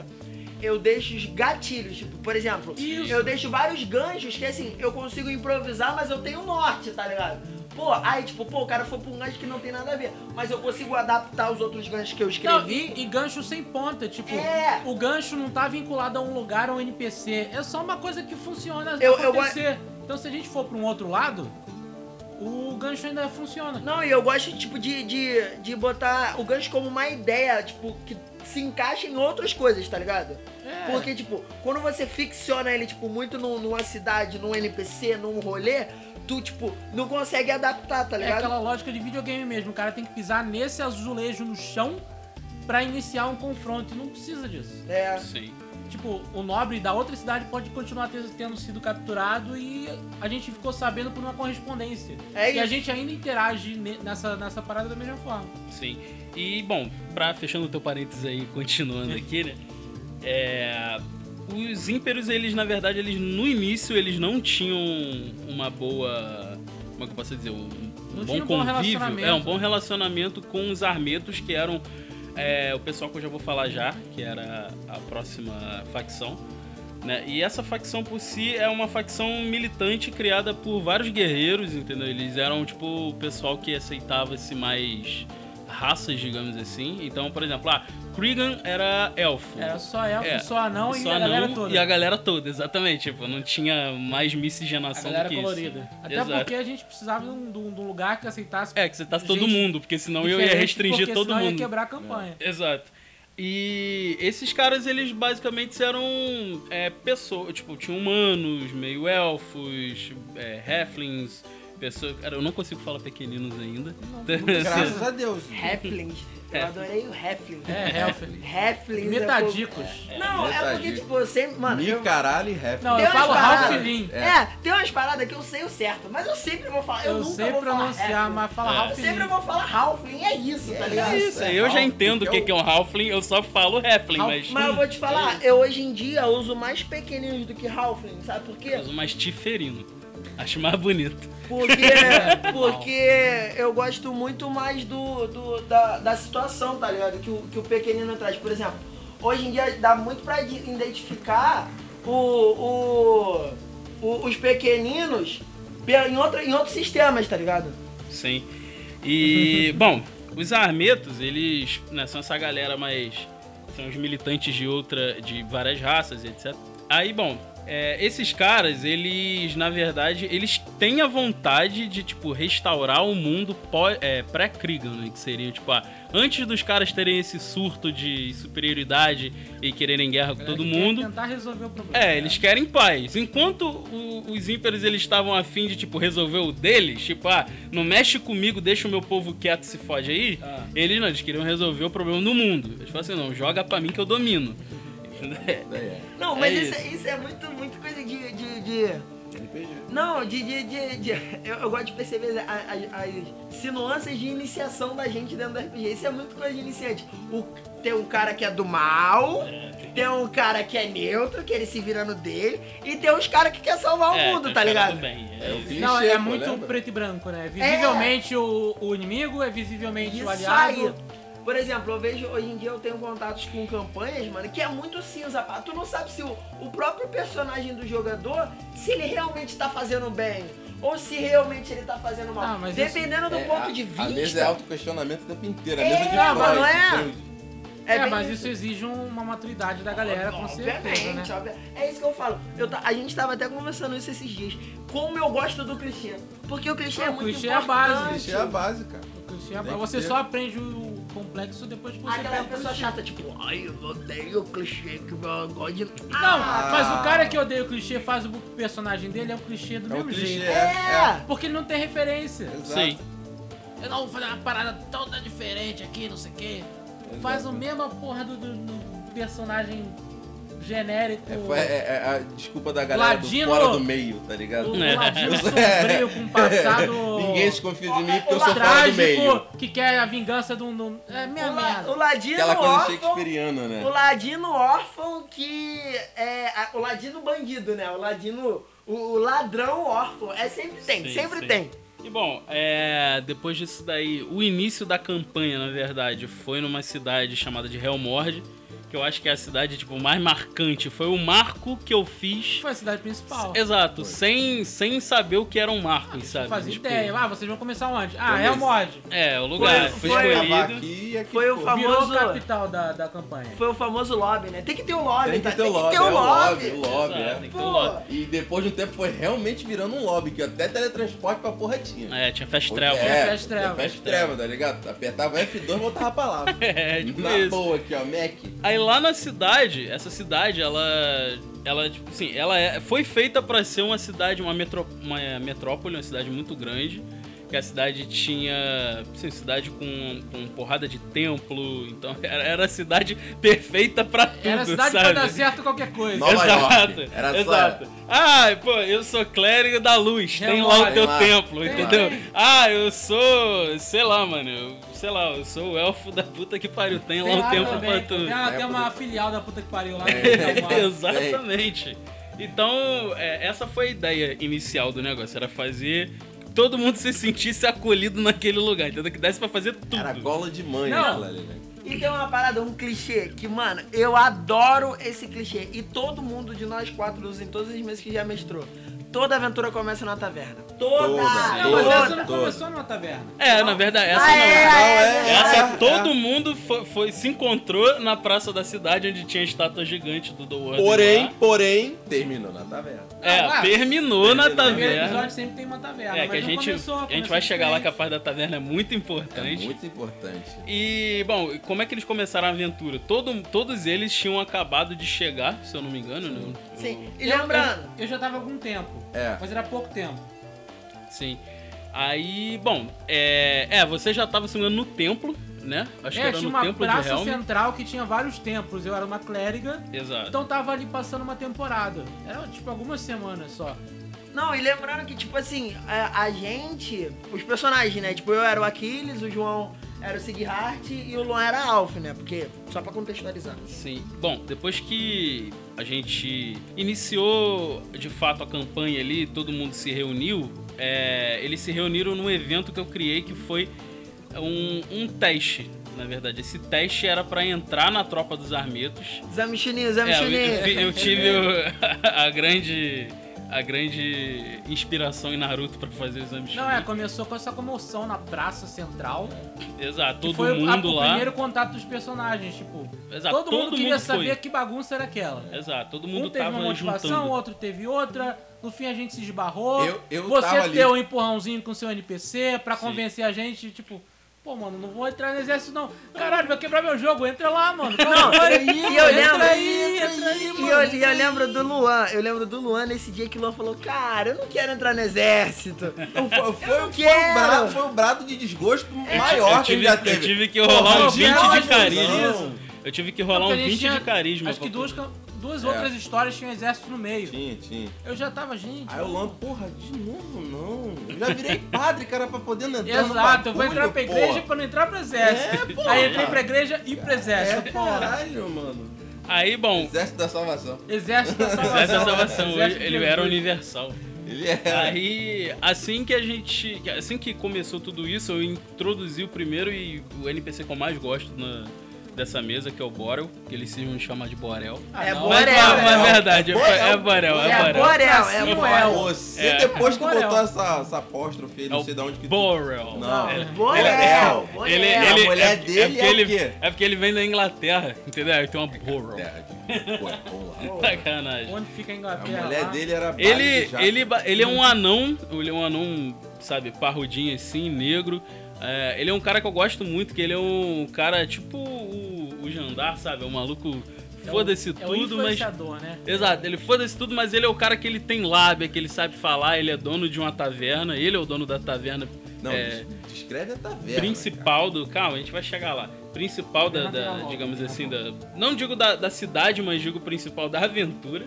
[SPEAKER 3] eu deixo os gatilhos, tipo, por exemplo,
[SPEAKER 2] Isso.
[SPEAKER 3] eu deixo vários ganchos que assim, eu consigo improvisar, mas eu tenho norte, tá ligado? Pô, aí tipo, pô, o cara foi pra um gancho que não tem nada a ver, mas eu consigo adaptar os outros ganchos que eu
[SPEAKER 2] Não,
[SPEAKER 3] escrevi.
[SPEAKER 2] e, e gancho sem ponta, tipo,
[SPEAKER 3] É.
[SPEAKER 2] o gancho não tá vinculado a um lugar ou um NPC. É só uma coisa que funciona
[SPEAKER 3] Eu- eu
[SPEAKER 2] acontecer. Então se a gente for pra um outro lado, o gancho ainda funciona.
[SPEAKER 3] Não, e eu gosto, tipo, de, de, de botar o gancho como uma ideia, tipo, que se encaixa em outras coisas, tá ligado?
[SPEAKER 2] É.
[SPEAKER 3] Porque, tipo, quando você ficciona ele, tipo, muito num- numa cidade, num NPC, num rolê, tu, tipo, não consegue adaptar, tá
[SPEAKER 2] É
[SPEAKER 3] ligado?
[SPEAKER 2] aquela lógica de videogame mesmo. O cara tem que pisar nesse azulejo no chão pra iniciar um confronto. E não precisa disso.
[SPEAKER 3] É.
[SPEAKER 1] Sim.
[SPEAKER 2] Tipo, o nobre da outra cidade pode continuar ter- tendo sido capturado e a gente ficou sabendo por uma correspondência.
[SPEAKER 3] É
[SPEAKER 2] e a
[SPEAKER 3] isso.
[SPEAKER 2] gente ainda interage ne- nessa, nessa parada da mesma forma.
[SPEAKER 1] Sim. E, bom, pra, fechando o teu parênteses aí, (laughs) continuando aqui, né? É, os ímperos, eles, na verdade, eles no início, eles não tinham uma boa... Como é que eu posso dizer? Um, um
[SPEAKER 2] Não
[SPEAKER 1] bom
[SPEAKER 2] tinha um bom
[SPEAKER 1] convívio.
[SPEAKER 2] relacionamento.
[SPEAKER 1] é, um bom relacionamento com os armetos, que eram é, o pessoal que eu já vou falar já, que era a próxima facção. Né? E essa facção por si é uma facção militante criada por vários guerreiros, entendeu? Eles eram tipo o pessoal que aceitava-se mais raças, digamos assim. Então, por exemplo, ah, Krigan era elfo.
[SPEAKER 2] Era só elfo,
[SPEAKER 1] É.
[SPEAKER 2] só anão e
[SPEAKER 1] Só
[SPEAKER 2] a galera
[SPEAKER 1] não-
[SPEAKER 2] toda.
[SPEAKER 1] E a galera toda, exatamente. Tipo, não tinha mais
[SPEAKER 2] A
[SPEAKER 1] miscigenação do
[SPEAKER 2] galera
[SPEAKER 1] que isso.
[SPEAKER 2] colorida. Até
[SPEAKER 1] Exato.
[SPEAKER 2] porque a gente precisava de um, de um- de um lugar que aceitasse.
[SPEAKER 1] É, que você tá todo
[SPEAKER 2] gente
[SPEAKER 1] mundo, porque senão eu ia
[SPEAKER 2] diferente,
[SPEAKER 1] restringir
[SPEAKER 2] porque
[SPEAKER 1] todo
[SPEAKER 2] senão
[SPEAKER 1] mundo.
[SPEAKER 2] ia quebrar a campanha.
[SPEAKER 1] Exato. E esses caras, eles basicamente eram é, pessoas, tipo, tinham humanos, meio elfos, é, halflings, Pessoa, cara, eu não consigo falar pequeninos ainda. (laughs) Assim,
[SPEAKER 4] Graças a Deus.
[SPEAKER 3] Halflings. Eu adorei o Halflings. (laughs)
[SPEAKER 2] É, Halfling.
[SPEAKER 3] Halflings. é
[SPEAKER 2] Metadicos.
[SPEAKER 3] fogo. Não, é porque,
[SPEAKER 4] Metadicos.
[SPEAKER 3] tipo, eu sempre. Mano,
[SPEAKER 4] Me
[SPEAKER 3] eu-
[SPEAKER 4] caralho e rap.
[SPEAKER 2] Não,
[SPEAKER 3] Tem
[SPEAKER 2] eu
[SPEAKER 3] umas
[SPEAKER 2] falo
[SPEAKER 3] paradas-
[SPEAKER 2] Halfling.
[SPEAKER 3] É. tem umas paradas que eu sei o certo, mas eu sempre vou falar. Eu,
[SPEAKER 2] Eu
[SPEAKER 3] nunca
[SPEAKER 2] sei
[SPEAKER 3] vou falar
[SPEAKER 2] pronunciar,
[SPEAKER 3] Halfling.
[SPEAKER 2] mas fala
[SPEAKER 1] É.
[SPEAKER 3] Eu
[SPEAKER 2] Halfling.
[SPEAKER 3] sempre vou falar Halfling, é isso, tá ligado?
[SPEAKER 1] É isso, eu já entendo o que, que é um Halfling, eu só falo Halfling, mas.
[SPEAKER 3] Mas eu vou te falar, eu hoje em dia uso mais pequeninos do que Halfling, sabe por quê?
[SPEAKER 1] Mas um mais tiferino. Acho mais bonito. (laughs)
[SPEAKER 3] Porque, porque eu gosto muito mais do, do- da, da situação, tá ligado? Que o, que o pequenino traz. Por exemplo, hoje em dia dá muito pra de- identificar o, o- o- os pequeninos pe- em, outra, em outros sistemas, tá ligado?
[SPEAKER 1] Sim. E, bom, os armetos, eles né, são essa galera mais. São os militantes de outra. de várias raças, etc. Aí, bom, é, esses caras, eles, na verdade, eles têm a vontade de, tipo, restaurar o mundo pó- é, pré-Krigan, né? Que seria, tipo, ah, antes dos caras terem esse surto de superioridade e quererem guerra com todo
[SPEAKER 2] Ele quer
[SPEAKER 1] mundo.
[SPEAKER 2] Tentar resolver o problema.
[SPEAKER 1] É, eles querem paz. Enquanto o- os ímperos eles estavam afim de tipo resolver o deles, tipo, ah, não mexe comigo, deixa o meu povo quieto se fode aí.
[SPEAKER 2] Ah.
[SPEAKER 1] Eles não, eles queriam resolver o problema do mundo. Eles falaram assim, não, joga pra mim que eu
[SPEAKER 3] (laughs)
[SPEAKER 1] domino.
[SPEAKER 3] É, Não, mas
[SPEAKER 1] É
[SPEAKER 3] isso. é- isso é muito, muito coisa de- de- de...
[SPEAKER 4] RPG.
[SPEAKER 3] Não, de. de, de, de- eu, eu gosto de perceber a- a- as sinuances de iniciação da gente dentro do RPG. Isso é muito coisa de iniciante. O- tem um cara que é do mal, tem um cara que é neutro, que ele se vira no dele, e tem uns caras que quer salvar o
[SPEAKER 1] É,
[SPEAKER 3] mundo,
[SPEAKER 1] eu
[SPEAKER 3] tá
[SPEAKER 1] quero
[SPEAKER 3] ligado?
[SPEAKER 1] também, é.
[SPEAKER 4] É o clichê,
[SPEAKER 2] Não, é
[SPEAKER 4] pô,
[SPEAKER 2] muito
[SPEAKER 4] lembra?
[SPEAKER 2] preto e branco, né? Visivelmente o, o inimigo, é visivelmente
[SPEAKER 3] Isso
[SPEAKER 2] o aliado.
[SPEAKER 3] aí. Por exemplo, eu vejo, hoje em dia eu tenho contatos com campanhas, mano, que é muito cinza, pá. Tu não sabe se o, o próprio personagem do jogador, se ele realmente tá fazendo bem, ou se realmente ele tá fazendo mal.
[SPEAKER 2] Ah, mas isso-
[SPEAKER 3] Dependendo do
[SPEAKER 4] É,
[SPEAKER 3] ponto
[SPEAKER 4] a-
[SPEAKER 3] de vista.
[SPEAKER 4] A mesa é autoquestionamento o tempo inteiro. A mesa de
[SPEAKER 3] não,
[SPEAKER 4] Freud,
[SPEAKER 3] não é?
[SPEAKER 4] entende?
[SPEAKER 2] É,
[SPEAKER 3] bem
[SPEAKER 2] mas isso exige um, uma maturidade da galera, com certeza, né?
[SPEAKER 3] Obviamente, obvia- É isso que eu falo. Eu ta- a gente tava até conversando isso esses dias. Como eu gosto do clichê. Porque o clichê
[SPEAKER 2] Ah,
[SPEAKER 3] é
[SPEAKER 2] o
[SPEAKER 3] muito
[SPEAKER 2] clichê é a
[SPEAKER 3] importante.
[SPEAKER 2] base, o
[SPEAKER 4] Clichê é a base, cara.
[SPEAKER 2] Você-
[SPEAKER 4] Tem que
[SPEAKER 2] Você
[SPEAKER 4] ter.
[SPEAKER 2] só aprende o complexo depois que você
[SPEAKER 3] Aquela
[SPEAKER 2] pega o
[SPEAKER 3] pessoa
[SPEAKER 2] clichê.
[SPEAKER 3] chata, tipo, ai, eu odeio o clichê que eu gosto de...
[SPEAKER 2] Não,
[SPEAKER 3] Ah,
[SPEAKER 2] mas o cara que odeia o clichê faz o personagem dele é o clichê do
[SPEAKER 4] É um
[SPEAKER 2] mesmo
[SPEAKER 4] clichê.
[SPEAKER 2] jeito.
[SPEAKER 4] É, é.
[SPEAKER 2] Porque ele não tem referência.
[SPEAKER 4] Exato.
[SPEAKER 1] Sim.
[SPEAKER 2] Eu não vou fazer uma parada toda diferente aqui, não sei o quê. Faz o mesmo porra do, do- do personagem genérico.
[SPEAKER 4] É, foi- é- é a desculpa da galera
[SPEAKER 2] Ladino-
[SPEAKER 4] do fora do meio, tá ligado?
[SPEAKER 2] O
[SPEAKER 1] É.
[SPEAKER 2] ladino
[SPEAKER 4] É.
[SPEAKER 2] sombrio com um passado.
[SPEAKER 4] (laughs) Ninguém se confia de mim porque eu sou fora do meio.
[SPEAKER 2] trágico que quer a vingança de um. de um- É minha
[SPEAKER 3] o, la,
[SPEAKER 2] merda.
[SPEAKER 3] o ladino
[SPEAKER 4] Aquela coisa
[SPEAKER 3] órfão...
[SPEAKER 4] shakespeariana, né?
[SPEAKER 3] O ladino órfão que... É, a- o ladino bandido, né? O ladino... O, o ladrão órfão. É sempre tem,
[SPEAKER 1] Sim,
[SPEAKER 3] sempre
[SPEAKER 1] sim.
[SPEAKER 3] tem.
[SPEAKER 1] E bom, é, depois disso daí, o início da campanha, na verdade, foi numa cidade chamada de Helmord, que eu acho que é a cidade tipo mais marcante. Foi o marco que eu fiz.
[SPEAKER 2] Foi a cidade principal.
[SPEAKER 1] Exato, sem, sem saber o que era um marco, sabe?
[SPEAKER 2] Não fazia
[SPEAKER 1] Tipo,
[SPEAKER 2] ideia. Ah, vocês vão começar onde? Ah,
[SPEAKER 4] Vamos
[SPEAKER 2] é o mod.
[SPEAKER 1] É, o lugar foi,
[SPEAKER 3] Foi- foi-
[SPEAKER 4] Gravar
[SPEAKER 1] escolhido.
[SPEAKER 4] aqui e aqui
[SPEAKER 3] Foi o
[SPEAKER 4] ficou.
[SPEAKER 3] famoso-
[SPEAKER 2] Virou a capital da, da campanha.
[SPEAKER 3] Foi o famoso lobby, né? Tem que ter o lobby,
[SPEAKER 4] Tem que
[SPEAKER 3] tá?
[SPEAKER 4] ter o lobby,
[SPEAKER 3] o
[SPEAKER 4] é o lobby,
[SPEAKER 3] lobby.
[SPEAKER 4] o lobby,
[SPEAKER 1] Exato,
[SPEAKER 4] é.
[SPEAKER 1] tem que ter um lobby.
[SPEAKER 3] Pô,
[SPEAKER 4] E depois de um tempo foi realmente virando um lobby, que até teletransporte pra porra tinha.
[SPEAKER 1] É, tinha fast travel.
[SPEAKER 4] É,
[SPEAKER 2] Fast travel.
[SPEAKER 4] Fast travel, tá ligado? Apertava F2 e voltava a palavra.
[SPEAKER 1] (laughs) É, tipo
[SPEAKER 4] Na
[SPEAKER 1] isso.
[SPEAKER 4] boa aqui, ó, Mac.
[SPEAKER 1] Aí lá na cidade, essa cidade, ela. Ela, tipo assim, ela é- foi feita pra ser uma cidade, uma, metró- uma metrópole, uma cidade muito grande. Que a cidade tinha. Assim, cidade com, com porrada de templo. Então (laughs) era, era a cidade perfeita pra tudo.
[SPEAKER 2] Era a cidade
[SPEAKER 1] sabe?
[SPEAKER 2] pra dar certo qualquer coisa.
[SPEAKER 4] Nova
[SPEAKER 1] exato,
[SPEAKER 4] York. Era só-
[SPEAKER 1] exato. Ah, pô, eu sou clérigo da luz, tem lá
[SPEAKER 2] Relógio.
[SPEAKER 1] o teu
[SPEAKER 4] Tem lá.
[SPEAKER 1] templo,
[SPEAKER 2] Tem
[SPEAKER 1] entendeu?
[SPEAKER 2] lá.
[SPEAKER 1] Ah, eu sou, sei lá, mano, eu- sei lá, eu sou o elfo da puta que pariu, tem, lá o templo
[SPEAKER 2] também,
[SPEAKER 1] pra tu. (laughs)
[SPEAKER 2] Tem, uma- tem uma filial da puta que pariu lá.
[SPEAKER 1] É, Exatamente. Então, é, essa foi a ideia inicial do negócio, era fazer que todo mundo se sentisse acolhido naquele lugar, entendeu? Que desse pra fazer tudo.
[SPEAKER 4] Era gola de mãe,
[SPEAKER 2] Não.
[SPEAKER 4] né, aquela ali, né?
[SPEAKER 3] E tem uma parada, um clichê, que, mano, eu adoro esse clichê. E todo mundo de nós quatro usa em todos os meses que já mestrou. Toda aventura começa na taverna. Toda! é
[SPEAKER 4] Toda.
[SPEAKER 2] Não, mas essa
[SPEAKER 3] assim.
[SPEAKER 4] Toda,
[SPEAKER 2] não
[SPEAKER 4] toda.
[SPEAKER 2] começou numa taverna.
[SPEAKER 1] É, na verdade, essa
[SPEAKER 3] Ah,
[SPEAKER 1] não.
[SPEAKER 3] é, é, é,
[SPEAKER 1] Essa
[SPEAKER 4] é,
[SPEAKER 1] todo mundo foi, foi- se encontrou na praça da cidade onde tinha a estátua gigante do The World.
[SPEAKER 4] Porém,
[SPEAKER 1] lá.
[SPEAKER 4] porém, terminou na taverna.
[SPEAKER 1] É,
[SPEAKER 2] Ah,
[SPEAKER 1] terminou na
[SPEAKER 4] terminou.
[SPEAKER 2] No primeiro
[SPEAKER 1] taverna.
[SPEAKER 2] episódio sempre tem uma taverna.
[SPEAKER 1] É,
[SPEAKER 2] mas
[SPEAKER 1] que a
[SPEAKER 2] não
[SPEAKER 1] gente,
[SPEAKER 2] começou,
[SPEAKER 1] a gente
[SPEAKER 2] começou
[SPEAKER 1] vai chegar lá que a
[SPEAKER 2] diferente.
[SPEAKER 1] parte da taverna é muito
[SPEAKER 4] É
[SPEAKER 1] importante.
[SPEAKER 4] muito importante.
[SPEAKER 1] E, bom, como é que eles começaram a aventura? Todo, todos eles tinham acabado de chegar, se eu não me engano, né?
[SPEAKER 3] Sim. E
[SPEAKER 2] Eu-
[SPEAKER 3] lembrando,
[SPEAKER 2] Eu, eu já tava há algum tempo.
[SPEAKER 4] É.
[SPEAKER 2] Mas era pouco tempo.
[SPEAKER 1] Sim. Aí, bom, é, é, você já tava se não me engano, no templo, né? Acho que
[SPEAKER 2] É,
[SPEAKER 1] era
[SPEAKER 2] tinha
[SPEAKER 1] no
[SPEAKER 2] uma
[SPEAKER 1] templo de
[SPEAKER 2] praça
[SPEAKER 1] Helm.
[SPEAKER 2] central que tinha vários templos. Eu era uma clériga,
[SPEAKER 1] Exato.
[SPEAKER 2] então tava ali passando uma temporada. Era tipo algumas semanas só.
[SPEAKER 3] Não, e lembrando que, tipo assim, a, a gente, os personagens, né? Tipo, eu era o Aquiles, o João era o Sighart e o Luan era Alf, né? Porque, só pra contextualizar.
[SPEAKER 1] Sim. Bom, depois que a gente iniciou de fato a campanha ali, todo mundo se reuniu, é, eles se reuniram num evento que eu criei que foi um, um teste. Na verdade, esse teste era pra entrar na tropa dos armetos.
[SPEAKER 3] Zé Michininho, Zé
[SPEAKER 1] É, eu, eu fi-
[SPEAKER 3] Michininho. (laughs)
[SPEAKER 1] eu tive o- (laughs) a grande a grande inspiração em Naruto pra fazer o exame de
[SPEAKER 2] Não, é,
[SPEAKER 1] Chunin.
[SPEAKER 2] começou com essa comoção na praça central.
[SPEAKER 1] Exato,
[SPEAKER 2] que
[SPEAKER 1] todo
[SPEAKER 2] foi a-
[SPEAKER 1] mundo
[SPEAKER 2] o
[SPEAKER 1] lá.
[SPEAKER 2] primeiro contato dos personagens, tipo.
[SPEAKER 1] Exato,
[SPEAKER 2] todo mundo
[SPEAKER 1] todo
[SPEAKER 2] queria
[SPEAKER 1] mundo foi.
[SPEAKER 2] saber que bagunça era aquela.
[SPEAKER 1] Exato, todo mundo
[SPEAKER 2] Um teve
[SPEAKER 1] tava
[SPEAKER 2] uma motivação,
[SPEAKER 1] juntando.
[SPEAKER 2] outro teve outra. No fim a gente se esbarrou.
[SPEAKER 5] Eu- eu
[SPEAKER 2] você
[SPEAKER 5] tava ali.
[SPEAKER 2] deu um empurrãozinho com seu NPC pra
[SPEAKER 1] Sim.
[SPEAKER 2] convencer a gente, tipo, pô, mano, não vou entrar no exército não. Caralho, vai quebrar meu jogo, entra lá,
[SPEAKER 1] (laughs)
[SPEAKER 2] mano.
[SPEAKER 3] Não, e eu lembro.
[SPEAKER 2] Entra aí, entra aí,
[SPEAKER 3] e
[SPEAKER 2] mano.
[SPEAKER 3] eu, e eu lembro do Luan, eu lembro do Luan nesse dia que o Luan falou, cara, eu não quero entrar no exército.
[SPEAKER 5] Foi, foi- foi
[SPEAKER 3] quero.
[SPEAKER 5] um brado, foi um brado de desgosto maior
[SPEAKER 1] eu
[SPEAKER 5] que ele
[SPEAKER 1] tive,
[SPEAKER 5] já
[SPEAKER 1] eu
[SPEAKER 5] teve.
[SPEAKER 1] tive que rolar um
[SPEAKER 2] Porra,
[SPEAKER 1] 20
[SPEAKER 2] não,
[SPEAKER 1] de
[SPEAKER 2] não,
[SPEAKER 1] carisma.
[SPEAKER 2] não.
[SPEAKER 1] Eu tive que
[SPEAKER 2] Não,
[SPEAKER 1] rolar um
[SPEAKER 2] porque a gente
[SPEAKER 1] 20 de
[SPEAKER 2] tinha-
[SPEAKER 1] carisma.
[SPEAKER 2] Acho que
[SPEAKER 1] pra- É.
[SPEAKER 2] duas, ca- duas outras histórias tinham exército no meio.
[SPEAKER 4] Tinha, tinha.
[SPEAKER 2] Eu já tava, gente.
[SPEAKER 5] Aí o Luan, porra, de novo não. Eu já virei padre, cara, pra poder não entrar no
[SPEAKER 2] Exato, eu vou
[SPEAKER 5] bagulho,
[SPEAKER 2] entrar pra
[SPEAKER 5] porra.
[SPEAKER 2] igreja pra não entrar pro exército.
[SPEAKER 5] É, porra.
[SPEAKER 2] Aí entrei pra igreja e pro exército.
[SPEAKER 5] É,
[SPEAKER 2] porra.
[SPEAKER 5] caralho, mano.
[SPEAKER 1] Aí, bom,
[SPEAKER 5] Exército da salvação.
[SPEAKER 2] Exército da salvação.
[SPEAKER 1] essa salvação,
[SPEAKER 2] Exército de
[SPEAKER 1] ele era
[SPEAKER 2] Jesus.
[SPEAKER 1] universal.
[SPEAKER 5] Ele é...
[SPEAKER 1] Aí, assim que a gente. Assim que começou tudo isso, eu introduzi o primeiro e o NPC que eu mais gosto na- dessa mesa, que é o Borel, que eles se chamam de Borel.
[SPEAKER 2] Ah,
[SPEAKER 3] É
[SPEAKER 2] não.
[SPEAKER 1] Mas,
[SPEAKER 3] Borel,
[SPEAKER 1] mas, mas
[SPEAKER 5] é.
[SPEAKER 1] é verdade, é Borel, é Borel.
[SPEAKER 3] É
[SPEAKER 1] É Borel.
[SPEAKER 3] Borel,
[SPEAKER 2] Pra
[SPEAKER 3] é
[SPEAKER 2] cima,
[SPEAKER 3] Borel.
[SPEAKER 5] Você,
[SPEAKER 1] É.
[SPEAKER 5] depois que
[SPEAKER 2] Borel.
[SPEAKER 5] botou essa, essa apóstrofe, não sei de onde que...
[SPEAKER 1] Borel.
[SPEAKER 5] Não.
[SPEAKER 1] É-
[SPEAKER 3] Borel, Borel.
[SPEAKER 1] Ele,
[SPEAKER 5] a
[SPEAKER 1] ele,
[SPEAKER 5] mulher
[SPEAKER 1] é,
[SPEAKER 5] dele
[SPEAKER 1] é porque
[SPEAKER 5] é o
[SPEAKER 1] ele,
[SPEAKER 5] quê?
[SPEAKER 1] é porque ele vem da Inglaterra, entendeu? Ele tem uma Borel.
[SPEAKER 5] É, tipo, pô, é bom lá.
[SPEAKER 1] (laughs) Sacanagem.
[SPEAKER 2] Onde fica a
[SPEAKER 5] A
[SPEAKER 2] Inglaterra?
[SPEAKER 5] mulher
[SPEAKER 2] É lá?
[SPEAKER 5] dele era
[SPEAKER 1] Ele,
[SPEAKER 5] barba de
[SPEAKER 1] ele,
[SPEAKER 5] jaca.
[SPEAKER 1] ba- ele é um anão, ele é um anão, sabe, parrudinho assim, negro. É, ele é um cara que eu gosto muito, que ele é um cara tipo o, o Jandar, sabe? É um maluco,
[SPEAKER 2] É o-
[SPEAKER 1] foda-se
[SPEAKER 2] é o
[SPEAKER 1] tudo, mas.
[SPEAKER 2] influenciador, né?
[SPEAKER 1] Exato, ele foda-se tudo, mas ele é o cara que ele tem lábia, que ele sabe falar, ele é dono de uma taverna, ele é o dono da taverna
[SPEAKER 5] Não,
[SPEAKER 1] é,
[SPEAKER 5] des- descreve a taverna.
[SPEAKER 1] principal do. Calma, a gente vai chegar lá. Principal da,
[SPEAKER 2] Não, não,
[SPEAKER 1] da-
[SPEAKER 2] não, não.
[SPEAKER 1] digamos assim, da. Não digo da, da cidade, mas digo principal da aventura.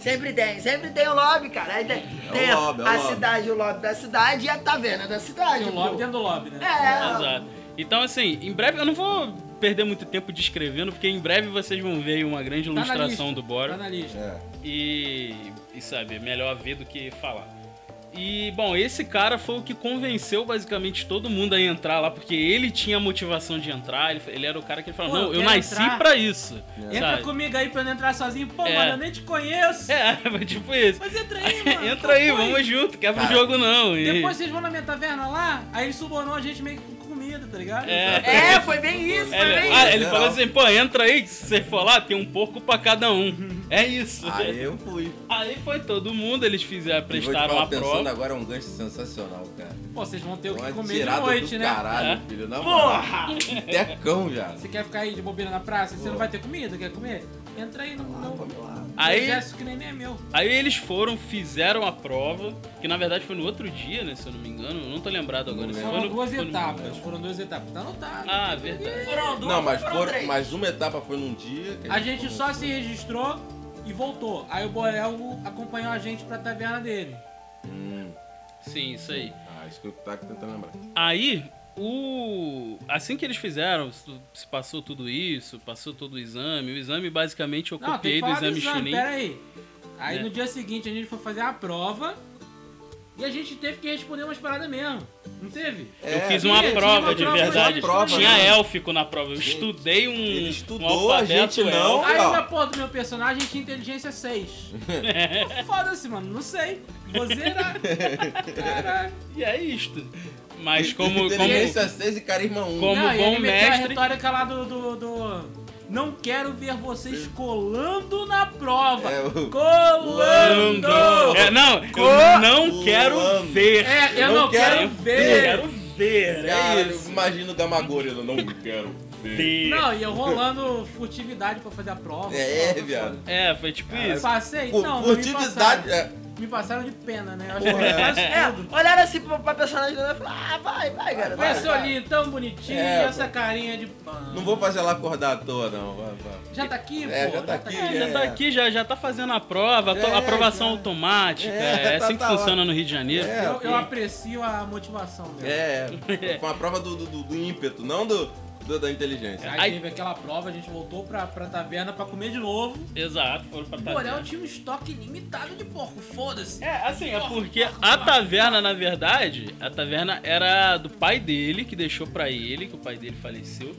[SPEAKER 3] Sempre tem, sempre tem o lobby, cara. Aí tem
[SPEAKER 5] o
[SPEAKER 3] tem a-
[SPEAKER 5] lobby, é o
[SPEAKER 3] a
[SPEAKER 5] lobby.
[SPEAKER 3] cidade, o lobby da cidade e a taverna da cidade.
[SPEAKER 2] Tem
[SPEAKER 1] um
[SPEAKER 2] o
[SPEAKER 3] pô.
[SPEAKER 2] lobby dentro do lobby, né?
[SPEAKER 3] É,
[SPEAKER 1] Exato. Então, assim, em breve, eu não vou perder muito tempo descrevendo, porque em breve vocês vão ver aí uma grande
[SPEAKER 2] Tá na
[SPEAKER 1] ilustração
[SPEAKER 2] lista,
[SPEAKER 1] do Boro.
[SPEAKER 2] Tá na lista.
[SPEAKER 5] É.
[SPEAKER 1] E, e sabe, é melhor ver do que falar. E, bom, esse cara foi o que convenceu basicamente todo mundo a entrar lá, porque ele tinha a motivação de entrar, ele, ele era o cara que ele falou,
[SPEAKER 2] Pô, eu
[SPEAKER 1] não, eu
[SPEAKER 2] quero
[SPEAKER 1] nasci
[SPEAKER 2] entrar."
[SPEAKER 1] pra isso. (laughs)
[SPEAKER 2] Entra
[SPEAKER 1] sabe?
[SPEAKER 2] comigo aí pra eu não entrar sozinho. Pô,
[SPEAKER 1] É.
[SPEAKER 2] mano, eu nem te conheço.
[SPEAKER 1] É, tipo isso.
[SPEAKER 2] Mas entra
[SPEAKER 1] (laughs)
[SPEAKER 2] aí, mano.
[SPEAKER 1] Entra aí,
[SPEAKER 2] Pô,
[SPEAKER 1] vamos junto, quebra o
[SPEAKER 5] Cara,
[SPEAKER 1] jogo não. E...
[SPEAKER 2] Depois vocês vão na minha taverna lá, aí ele subornou a gente meio que com comida, tá ligado?
[SPEAKER 1] É.
[SPEAKER 3] é, foi bem isso, foi
[SPEAKER 1] Ele,
[SPEAKER 3] bem
[SPEAKER 1] ah,
[SPEAKER 2] né?
[SPEAKER 3] isso.
[SPEAKER 1] ele falou assim, pô, entra aí, se você for lá, tem um porco pra cada um. É isso.
[SPEAKER 5] Uhum. Aí Ah, eu fui.
[SPEAKER 1] Aí foi todo mundo, eles fizeram,
[SPEAKER 5] Eu vou te
[SPEAKER 1] prestaram
[SPEAKER 5] falar,
[SPEAKER 1] a
[SPEAKER 5] pensando
[SPEAKER 1] prova.
[SPEAKER 5] agora é um gancho sensacional, cara.
[SPEAKER 2] Pô, vocês vão ter o
[SPEAKER 5] Uma
[SPEAKER 2] que comer de
[SPEAKER 5] tirada
[SPEAKER 2] noite,
[SPEAKER 5] do
[SPEAKER 2] né?
[SPEAKER 5] caralho,
[SPEAKER 1] É?
[SPEAKER 5] filho. Na moral.
[SPEAKER 3] Porra!
[SPEAKER 5] Tecão, viado.
[SPEAKER 2] Você quer ficar aí de bobeira na praça? Você não vai ter comida? Quer comer? Entra aí no,
[SPEAKER 5] Ah,
[SPEAKER 2] no,
[SPEAKER 5] come lá.
[SPEAKER 1] Aí,
[SPEAKER 2] exército que nem nem é meu.
[SPEAKER 1] aí eles foram, fizeram a prova, que na verdade foi no outro dia, né? Se eu não me engano, eu não tô lembrado agora.
[SPEAKER 5] Não
[SPEAKER 1] se
[SPEAKER 5] lembro.
[SPEAKER 1] foi
[SPEAKER 2] Foram
[SPEAKER 1] no-
[SPEAKER 2] duas
[SPEAKER 1] foi no-
[SPEAKER 2] etapas, foram duas etapas. Tá anotado.
[SPEAKER 1] Ah, verdade.
[SPEAKER 3] Foram duas,
[SPEAKER 5] Não, mas,
[SPEAKER 3] foram
[SPEAKER 5] foram,
[SPEAKER 3] três.
[SPEAKER 5] mas uma etapa foi num dia. que
[SPEAKER 2] A gente
[SPEAKER 5] falou.
[SPEAKER 2] só se registrou e voltou. Aí o Borel acompanhou a gente pra taverna dele.
[SPEAKER 5] Hum,
[SPEAKER 1] Sim, isso aí.
[SPEAKER 5] ah, isso que eu tava tentando lembrar.
[SPEAKER 1] Aí, o. Assim que eles fizeram, se passou tudo isso, passou todo o exame. O exame basicamente eu
[SPEAKER 2] Não, tem que
[SPEAKER 1] copiei do
[SPEAKER 2] falar
[SPEAKER 1] exame Chunin.
[SPEAKER 2] Pera aí. Aí
[SPEAKER 1] É.
[SPEAKER 2] no dia seguinte a gente foi fazer a prova e a gente teve que responder umas paradas mesmo. Não teve?
[SPEAKER 1] Eu
[SPEAKER 5] É,
[SPEAKER 1] fiz
[SPEAKER 2] tinha-
[SPEAKER 1] uma
[SPEAKER 2] tinha
[SPEAKER 1] prova
[SPEAKER 2] uma
[SPEAKER 1] de
[SPEAKER 2] prova,
[SPEAKER 1] verdade.
[SPEAKER 2] tinha uma prova,
[SPEAKER 1] tinha
[SPEAKER 5] né?
[SPEAKER 1] élfico na prova. Eu estudei um.
[SPEAKER 5] ele estudou, a
[SPEAKER 1] um alfabeto
[SPEAKER 5] gente não.
[SPEAKER 2] Aí
[SPEAKER 5] Ó.
[SPEAKER 2] na porra do meu personagem tinha
[SPEAKER 5] (laughs)
[SPEAKER 2] inteligência 6. Foda-se, mano, não sei.
[SPEAKER 5] (laughs)
[SPEAKER 2] Vou zerar. Caralho.
[SPEAKER 1] E é isto. Mas como. como
[SPEAKER 5] Inteligência 6 e carisma né, 1.
[SPEAKER 1] Como
[SPEAKER 2] não, e
[SPEAKER 1] bom
[SPEAKER 2] ele meteu a
[SPEAKER 1] mestre-
[SPEAKER 2] retórica lá do, do, do- Não quero ver vocês colando na prova.
[SPEAKER 5] É, o-
[SPEAKER 2] Colando!
[SPEAKER 1] É, não, eu não quero
[SPEAKER 5] Colando.
[SPEAKER 1] ver.
[SPEAKER 2] É, eu não, quero, ver.
[SPEAKER 1] Eu não quero ver. É
[SPEAKER 5] Caralho,
[SPEAKER 1] isso.
[SPEAKER 5] imagina o Gamagori, eu não quero ver.
[SPEAKER 1] Ver.
[SPEAKER 2] Não, e eu rolando furtividade pra fazer a prova.
[SPEAKER 5] É,
[SPEAKER 2] Foda,
[SPEAKER 5] viado.
[SPEAKER 2] foda.
[SPEAKER 1] É, foi tipo isso.
[SPEAKER 2] Passei?
[SPEAKER 5] Cu-
[SPEAKER 2] Não, não me
[SPEAKER 5] Furtividade.
[SPEAKER 2] passaram.
[SPEAKER 5] é,
[SPEAKER 2] me passaram de pena, né? Eu acho
[SPEAKER 5] Porra,
[SPEAKER 2] que
[SPEAKER 5] é.
[SPEAKER 2] quase
[SPEAKER 3] É,
[SPEAKER 2] tudo.
[SPEAKER 3] olharam assim pra, pra personagem dela e falaram, ah, vai, vai, garoto.
[SPEAKER 2] Foi
[SPEAKER 3] vai,
[SPEAKER 2] esse
[SPEAKER 3] vai.
[SPEAKER 2] olhinho tão bonitinho,
[SPEAKER 5] É,
[SPEAKER 2] essa carinha de pano.
[SPEAKER 5] Não vou fazer ela acordar à toa, não. Vai, vai.
[SPEAKER 2] Já tá aqui,
[SPEAKER 5] É,
[SPEAKER 2] pô.
[SPEAKER 5] já tá aqui.
[SPEAKER 1] É, já tá aqui, já, já tá fazendo a prova, to-
[SPEAKER 5] É,
[SPEAKER 1] aprovação
[SPEAKER 5] já.
[SPEAKER 1] automática. É,
[SPEAKER 5] É, tá-
[SPEAKER 1] assim que
[SPEAKER 5] tá lá.
[SPEAKER 1] funciona no Rio de Janeiro.
[SPEAKER 5] É.
[SPEAKER 2] Eu, eu aprecio a motivação dela.
[SPEAKER 5] É, é. com a prova do, do- do- do ímpeto, não do, do- da inteligência.
[SPEAKER 2] Aí,
[SPEAKER 1] Aí-
[SPEAKER 2] teve aquela prova, a gente voltou pra, pra taverna pra comer de novo.
[SPEAKER 1] Exato, foram pra
[SPEAKER 2] Porém, eu
[SPEAKER 1] taverna.
[SPEAKER 2] tinha um estoque limitado de porco, foda-se.
[SPEAKER 1] É, assim, é
[SPEAKER 2] Porco,
[SPEAKER 1] porque
[SPEAKER 2] porco,
[SPEAKER 1] a
[SPEAKER 2] porco.
[SPEAKER 1] taverna, na verdade, a taverna era do pai dele, que deixou pra ele, que o pai dele faleceu.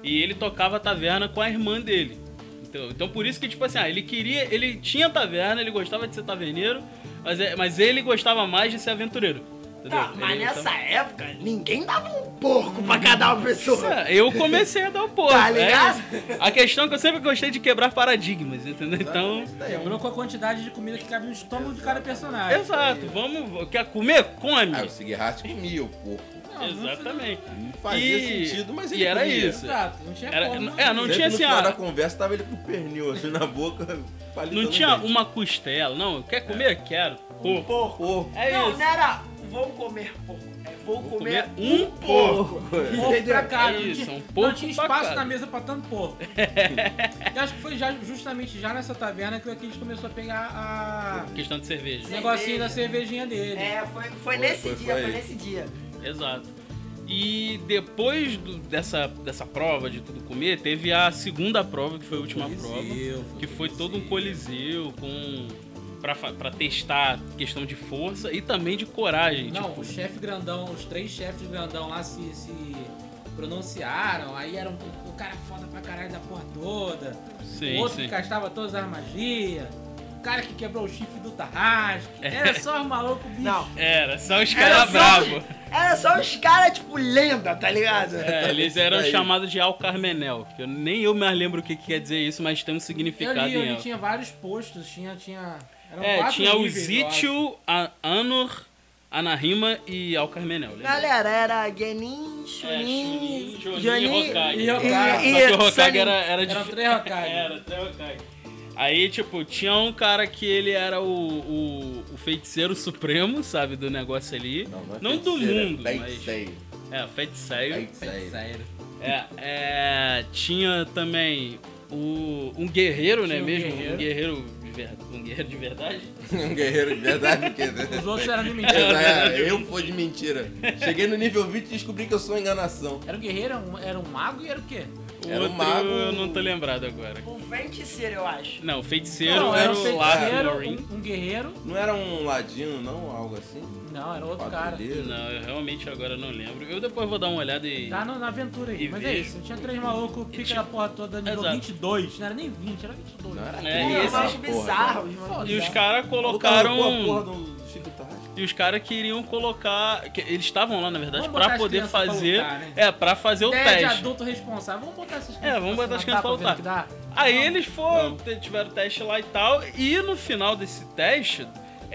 [SPEAKER 1] E ele tocava a taverna com a irmã dele. Então, então por isso que, tipo assim, ah, ele queria. Ele tinha taverna, ele gostava de ser taverneiro, mas, é- mas ele gostava mais de ser aventureiro. Entendeu?
[SPEAKER 3] Tá, mas
[SPEAKER 1] Ele-
[SPEAKER 3] nessa época, ninguém dava um porco pra cada uma pessoa.
[SPEAKER 1] É, Eu comecei a dar o porco.
[SPEAKER 3] Tá ligado?
[SPEAKER 1] é. a questão é que eu sempre gostei de quebrar paradigmas, entendeu? Então.
[SPEAKER 2] Lembrou com a quantidade de comida que cabe no estômago de cada personagem.
[SPEAKER 1] Exato, vamos. Quer comer? Come!
[SPEAKER 5] Ah, o Cigarrat comia o porco.
[SPEAKER 2] Não, não fazia-
[SPEAKER 1] Exatamente.
[SPEAKER 5] Não fazia
[SPEAKER 1] E-
[SPEAKER 5] sentido, mas
[SPEAKER 1] e
[SPEAKER 5] ele
[SPEAKER 1] era
[SPEAKER 5] comia.
[SPEAKER 1] isso.
[SPEAKER 2] Exato, não tinha
[SPEAKER 1] Era-
[SPEAKER 2] como.
[SPEAKER 1] é, não
[SPEAKER 5] Sempre
[SPEAKER 1] tinha
[SPEAKER 5] no
[SPEAKER 1] assim,
[SPEAKER 5] final
[SPEAKER 1] ah,
[SPEAKER 5] da conversa, tava ele com o pernil assim na boca, (laughs) palitando
[SPEAKER 1] Não tinha
[SPEAKER 5] o dente.
[SPEAKER 1] uma costela, não. Quer comer? Quero. Pô,
[SPEAKER 5] porco. porco.
[SPEAKER 1] é
[SPEAKER 3] não,
[SPEAKER 1] isso.
[SPEAKER 3] não era vou comer porco, é vou,
[SPEAKER 1] Vou
[SPEAKER 3] comer,
[SPEAKER 1] comer
[SPEAKER 3] um
[SPEAKER 1] um
[SPEAKER 3] porco.
[SPEAKER 2] Um pouco pra cá,
[SPEAKER 1] É
[SPEAKER 2] não
[SPEAKER 1] isso,
[SPEAKER 2] tinha-
[SPEAKER 1] um pouco
[SPEAKER 2] Não tinha
[SPEAKER 1] pra
[SPEAKER 2] espaço
[SPEAKER 1] cada.
[SPEAKER 2] na mesa pra tanto
[SPEAKER 1] (laughs)
[SPEAKER 2] porco. Eu acho que foi já- justamente já nessa taverna que a gente começou a pegar a...
[SPEAKER 1] Questão de cerveja. né?
[SPEAKER 2] o negocinho da cervejinha dele.
[SPEAKER 1] um
[SPEAKER 3] É, foi, foi,
[SPEAKER 5] Foi,
[SPEAKER 3] nesse
[SPEAKER 5] foi,
[SPEAKER 3] dia, foi,
[SPEAKER 5] foi.
[SPEAKER 3] nesse dia.
[SPEAKER 1] Exato. E depois do- dessa, dessa prova de tudo comer, teve a segunda prova, que foi a última
[SPEAKER 2] Coliseu,
[SPEAKER 1] prova.
[SPEAKER 2] foi
[SPEAKER 1] Que foi todo um coliseu com. Pra, fa- pra testar questão de força e também de coragem.
[SPEAKER 2] Não,
[SPEAKER 1] tipo,
[SPEAKER 2] o chefe grandão, os três chefes grandão lá se, se pronunciaram, aí era um, um cara foda pra caralho da porra toda,
[SPEAKER 1] tipo, sim,
[SPEAKER 2] o outro
[SPEAKER 1] sim.
[SPEAKER 2] que gastava todas as magias, o cara que quebrou o chifre do
[SPEAKER 1] É.
[SPEAKER 2] Tarrasque, era só um maluco bicho.
[SPEAKER 3] Não.
[SPEAKER 1] Era, só os
[SPEAKER 3] Era
[SPEAKER 1] caras
[SPEAKER 3] só- (laughs)
[SPEAKER 1] bravos.
[SPEAKER 3] Era só os caras, tipo, lenda, tá ligado?
[SPEAKER 1] É, eles eram
[SPEAKER 5] Daí.
[SPEAKER 1] chamados de Alcarmenel. Que eu, nem eu mais lembro o que, que quer dizer isso, mas tem um
[SPEAKER 2] eu
[SPEAKER 1] significado
[SPEAKER 2] li, eu
[SPEAKER 1] em
[SPEAKER 2] li,
[SPEAKER 1] El.
[SPEAKER 2] tinha vários postos, tinha, tinha, eram
[SPEAKER 1] É,
[SPEAKER 2] quatro
[SPEAKER 1] tinha o
[SPEAKER 2] níveis, um eu acho.
[SPEAKER 1] Zítio, a- Anor, Anahima e Alcarmenel. lembra?
[SPEAKER 3] Galera, era Genin, Chunin,
[SPEAKER 1] É, Chunin, Jonin e Hokage. Ah,
[SPEAKER 3] Jonin
[SPEAKER 2] E Hokage.
[SPEAKER 1] Só que o Hokage
[SPEAKER 3] Sunny.
[SPEAKER 1] era, era
[SPEAKER 2] Eram
[SPEAKER 1] dif-
[SPEAKER 2] três Hokage.
[SPEAKER 1] Era, até o Hokage. Aí, tipo, tinha um cara que ele era o, o, o feiticeiro supremo, sabe, do negócio ali. Não,
[SPEAKER 4] é
[SPEAKER 1] é do mundo, mas... É, feiticeiro.
[SPEAKER 2] Sério.
[SPEAKER 1] É, é, tinha também o, um guerreiro, né
[SPEAKER 2] Tinha um
[SPEAKER 1] mesmo? Um
[SPEAKER 2] guerreiro.
[SPEAKER 1] guerreiro de verdade. Um guerreiro de verdade.
[SPEAKER 5] Um guerreiro de verdade, que (laughs)
[SPEAKER 2] Os outros eram de mentira.
[SPEAKER 5] É, eu fui de mentira. Cheguei no nível 20 e descobri que eu sou enganação.
[SPEAKER 2] Era o guerreiro, era um, era um mago e era o quê?
[SPEAKER 1] O
[SPEAKER 5] Era um
[SPEAKER 1] outro
[SPEAKER 5] mago-
[SPEAKER 1] eu não tô lembrado agora.
[SPEAKER 3] Um feiticeiro, eu acho.
[SPEAKER 1] Não, o feiticeiro
[SPEAKER 2] não,
[SPEAKER 1] era
[SPEAKER 2] era
[SPEAKER 1] o
[SPEAKER 2] um
[SPEAKER 1] feiticeiro, Laughing
[SPEAKER 2] feiticeiro, um, um guerreiro.
[SPEAKER 5] Não era um ladino, não? Algo assim?
[SPEAKER 2] Não, era outro cara.
[SPEAKER 5] Patrulheiro?
[SPEAKER 1] Não, eu realmente agora não lembro. Eu depois vou dar uma olhada e.
[SPEAKER 2] Tá no- na aventura aí,
[SPEAKER 1] E
[SPEAKER 2] mas é
[SPEAKER 1] vejo.
[SPEAKER 2] isso. Tinha três malucos, pica da porra toda, nível
[SPEAKER 1] Exato.
[SPEAKER 2] 22. Não era nem 20, era 22.
[SPEAKER 5] Não era
[SPEAKER 1] É,
[SPEAKER 3] Pô,
[SPEAKER 1] e
[SPEAKER 5] aquele
[SPEAKER 1] esse-
[SPEAKER 5] cara,
[SPEAKER 3] mais
[SPEAKER 5] porra,
[SPEAKER 3] bizarros, mano.
[SPEAKER 1] E os
[SPEAKER 2] tá.
[SPEAKER 1] caras
[SPEAKER 5] cara. O cara arrancou a porra
[SPEAKER 1] colocaram. um
[SPEAKER 5] do Chico Tarrasque.
[SPEAKER 1] E os caras queriam colocar. que- Eles estavam lá, na verdade,
[SPEAKER 2] Vamos
[SPEAKER 1] pra
[SPEAKER 2] botar as
[SPEAKER 1] poder
[SPEAKER 2] crianças pra
[SPEAKER 1] fazer.
[SPEAKER 2] lutar, né?
[SPEAKER 1] É, pra fazer o
[SPEAKER 2] Ideia de
[SPEAKER 1] teste.
[SPEAKER 2] adulto responsável. Vamos botar essas
[SPEAKER 1] É, vamos botar as crianças pra lutar.
[SPEAKER 2] matar, pra ver o que dá.
[SPEAKER 1] Aí
[SPEAKER 2] Não.
[SPEAKER 1] eles foram, te- tiveram teste lá e tal. E no final desse teste.
[SPEAKER 2] A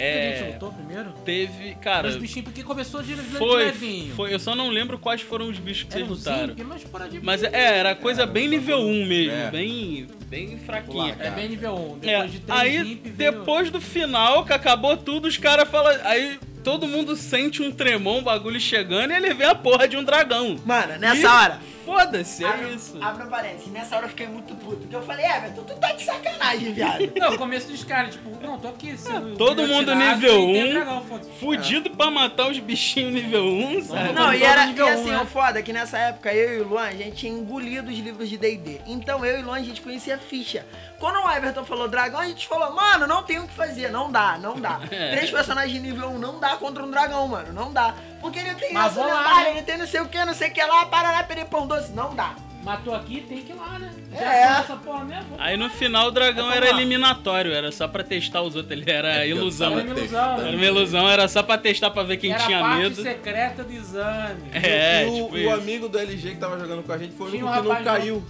[SPEAKER 1] É,
[SPEAKER 2] gente lutou primeiro?
[SPEAKER 1] teve. Cara.
[SPEAKER 2] Os bichinhos, porque começou de, de
[SPEAKER 1] Foi,
[SPEAKER 2] levinho.
[SPEAKER 1] foi, eu só não lembro quais foram os bichos que
[SPEAKER 2] Era
[SPEAKER 1] vocês
[SPEAKER 2] um
[SPEAKER 1] lutaram.
[SPEAKER 2] zíper, um mas fora de...
[SPEAKER 1] Mas é, era coisa bem nível 1 mesmo,
[SPEAKER 5] É.
[SPEAKER 1] bem, bem fraquinha.
[SPEAKER 5] Pular,
[SPEAKER 2] É bem nível 1.
[SPEAKER 1] É,
[SPEAKER 2] Depois de três
[SPEAKER 1] aí,
[SPEAKER 2] zip, veio-
[SPEAKER 1] depois do final, que acabou tudo, os caras falam. Aí todo mundo sente um tremão, um bagulho chegando, e ele vê a porra de um dragão.
[SPEAKER 3] Mano, nessa
[SPEAKER 1] Ih,
[SPEAKER 3] hora.
[SPEAKER 1] Foda-se, é
[SPEAKER 3] Abre,
[SPEAKER 1] isso.
[SPEAKER 3] abre um parênteses, nessa hora eu fiquei muito puto. Porque eu falei, Everton, tu tá de (laughs) sacanagem, viado.
[SPEAKER 2] Não, o começo dos caras, tipo, não, tô aqui. sendo
[SPEAKER 1] É, todo mundo
[SPEAKER 2] tirado,
[SPEAKER 1] nível
[SPEAKER 2] e tem
[SPEAKER 1] um.
[SPEAKER 2] dragão, foda-se.
[SPEAKER 1] Fudido pra matar os bichinhos nível 1, sabe?
[SPEAKER 3] Não, e, era, e
[SPEAKER 2] nível
[SPEAKER 3] assim,
[SPEAKER 2] um, né?
[SPEAKER 3] o foda é que nessa época eu e o Luan, a gente tinha engolido os livros de D&D. Então eu e o Luan, a gente conhecia a ficha. Quando o Everton falou dragão, a gente falou, mano, não tem o que fazer, não dá, não (laughs) dá.
[SPEAKER 1] É.
[SPEAKER 3] Três personagens de nível 1 não dá contra um dragão, mano, não dá. Porque ele tem
[SPEAKER 2] Mas
[SPEAKER 3] essa
[SPEAKER 2] vou lá,
[SPEAKER 3] lendária,
[SPEAKER 2] né?
[SPEAKER 3] ele tem não sei o que, não sei o que lá, parará, perê, pão doce, não dá.
[SPEAKER 2] Matou aqui, tem que ir lá, né? Já
[SPEAKER 3] É.
[SPEAKER 2] é. essa porra mesmo? vamos
[SPEAKER 1] Aí
[SPEAKER 2] lá.
[SPEAKER 1] no final o dragão
[SPEAKER 2] Vamos
[SPEAKER 1] era
[SPEAKER 2] lá. É,
[SPEAKER 1] eliminatório, era só pra testar os outros, ele era
[SPEAKER 5] Eu
[SPEAKER 1] ilusão.
[SPEAKER 5] tava
[SPEAKER 2] Era uma ilusão. né?
[SPEAKER 1] Era uma ilusão, era só pra testar pra ver quem
[SPEAKER 2] Era a
[SPEAKER 1] tinha
[SPEAKER 2] parte
[SPEAKER 1] medo.
[SPEAKER 2] secreta do exame.
[SPEAKER 1] É,
[SPEAKER 5] e o,
[SPEAKER 1] tipo
[SPEAKER 5] o
[SPEAKER 1] isso.
[SPEAKER 5] amigo do LG que tava jogando com a gente foi o
[SPEAKER 2] Tinha
[SPEAKER 5] único
[SPEAKER 2] um
[SPEAKER 5] que não
[SPEAKER 2] rapaz
[SPEAKER 5] caiu.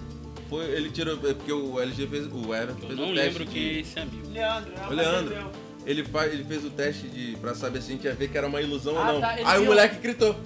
[SPEAKER 5] Foi, ele tirou. é Porque o LG fez. O Everton
[SPEAKER 1] Eu
[SPEAKER 5] fez
[SPEAKER 1] não
[SPEAKER 5] o teste.
[SPEAKER 1] lembro
[SPEAKER 5] de-
[SPEAKER 1] quem é esse amigo.
[SPEAKER 3] Leandro,
[SPEAKER 5] O Leandro. Ele, faz, ele fez o teste de, pra saber se a gente ia ver que era uma ilusão
[SPEAKER 2] Ah,
[SPEAKER 5] ou não.
[SPEAKER 2] tá, ele
[SPEAKER 5] Aí o
[SPEAKER 2] viu.
[SPEAKER 5] moleque gritou: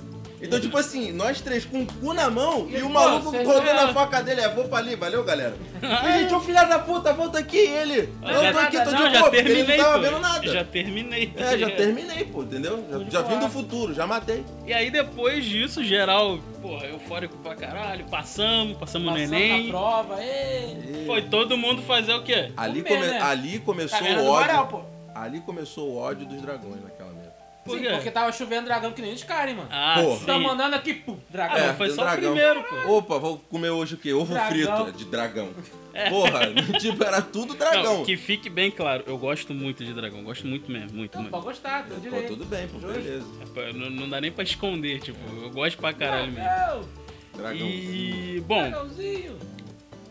[SPEAKER 4] Então, tipo assim, nós três com o cu na mão e,
[SPEAKER 2] E,
[SPEAKER 4] o
[SPEAKER 2] pô,
[SPEAKER 4] maluco
[SPEAKER 2] vocês
[SPEAKER 4] rodando
[SPEAKER 2] ganharam.
[SPEAKER 4] a faca dele. É, vou pra ali,
[SPEAKER 2] (laughs)
[SPEAKER 4] valeu, galera. E, gente, ô filha da puta, volta aqui. E ele,
[SPEAKER 1] Ah,
[SPEAKER 4] não,
[SPEAKER 1] já-
[SPEAKER 4] tô aqui,
[SPEAKER 5] tá,
[SPEAKER 4] tô
[SPEAKER 1] não,
[SPEAKER 4] de
[SPEAKER 1] já
[SPEAKER 4] boa, porque ele não
[SPEAKER 1] terminei,
[SPEAKER 4] tava
[SPEAKER 1] pô.
[SPEAKER 4] vendo nada.
[SPEAKER 1] Já terminei.
[SPEAKER 5] (laughs)
[SPEAKER 4] É, já terminei, pô, entendeu? Já, já vim do futuro, já matei.
[SPEAKER 1] E aí depois disso, geral, porra, eufórico pra caralho, passamos, passamos o
[SPEAKER 2] Passando
[SPEAKER 1] neném.
[SPEAKER 2] na prova, ê.
[SPEAKER 1] Foi todo mundo fazer o quê?
[SPEAKER 4] Ali,
[SPEAKER 2] Comer,
[SPEAKER 4] come-
[SPEAKER 2] né?
[SPEAKER 4] ali começou
[SPEAKER 3] Galera
[SPEAKER 4] o
[SPEAKER 3] do Varal,
[SPEAKER 4] ódio.
[SPEAKER 3] pô.
[SPEAKER 4] Ali começou o ódio dos dragões naquela mesa.
[SPEAKER 1] Por
[SPEAKER 2] Sim,
[SPEAKER 1] quê?
[SPEAKER 2] porque tava chovendo dragão que nem os caras, hein, mano.
[SPEAKER 1] Ah,
[SPEAKER 4] Porra.
[SPEAKER 1] sim.
[SPEAKER 2] Tá mandando aqui, pum, dragão.
[SPEAKER 1] Ah, mas foi
[SPEAKER 4] tem
[SPEAKER 1] só o primeiro, pô.
[SPEAKER 4] É, Opa, vou comer hoje o quê? Ovo
[SPEAKER 2] Dragão.
[SPEAKER 4] frito é de dragão. Porra, (laughs) tipo, era tudo dragão.
[SPEAKER 1] Não, que fique bem claro, eu gosto muito de dragão, gosto muito mesmo, muito, muito.
[SPEAKER 2] Não, Então, pode gostar, tudo
[SPEAKER 4] Pô,
[SPEAKER 2] direito.
[SPEAKER 4] tudo bem, pô, beleza.
[SPEAKER 1] É, pô, Não, não dá nem pra esconder, tipo, eu gosto pra caralho mesmo.
[SPEAKER 2] Dragão,
[SPEAKER 4] Dragão.
[SPEAKER 1] E, bom,
[SPEAKER 2] dragãozinho.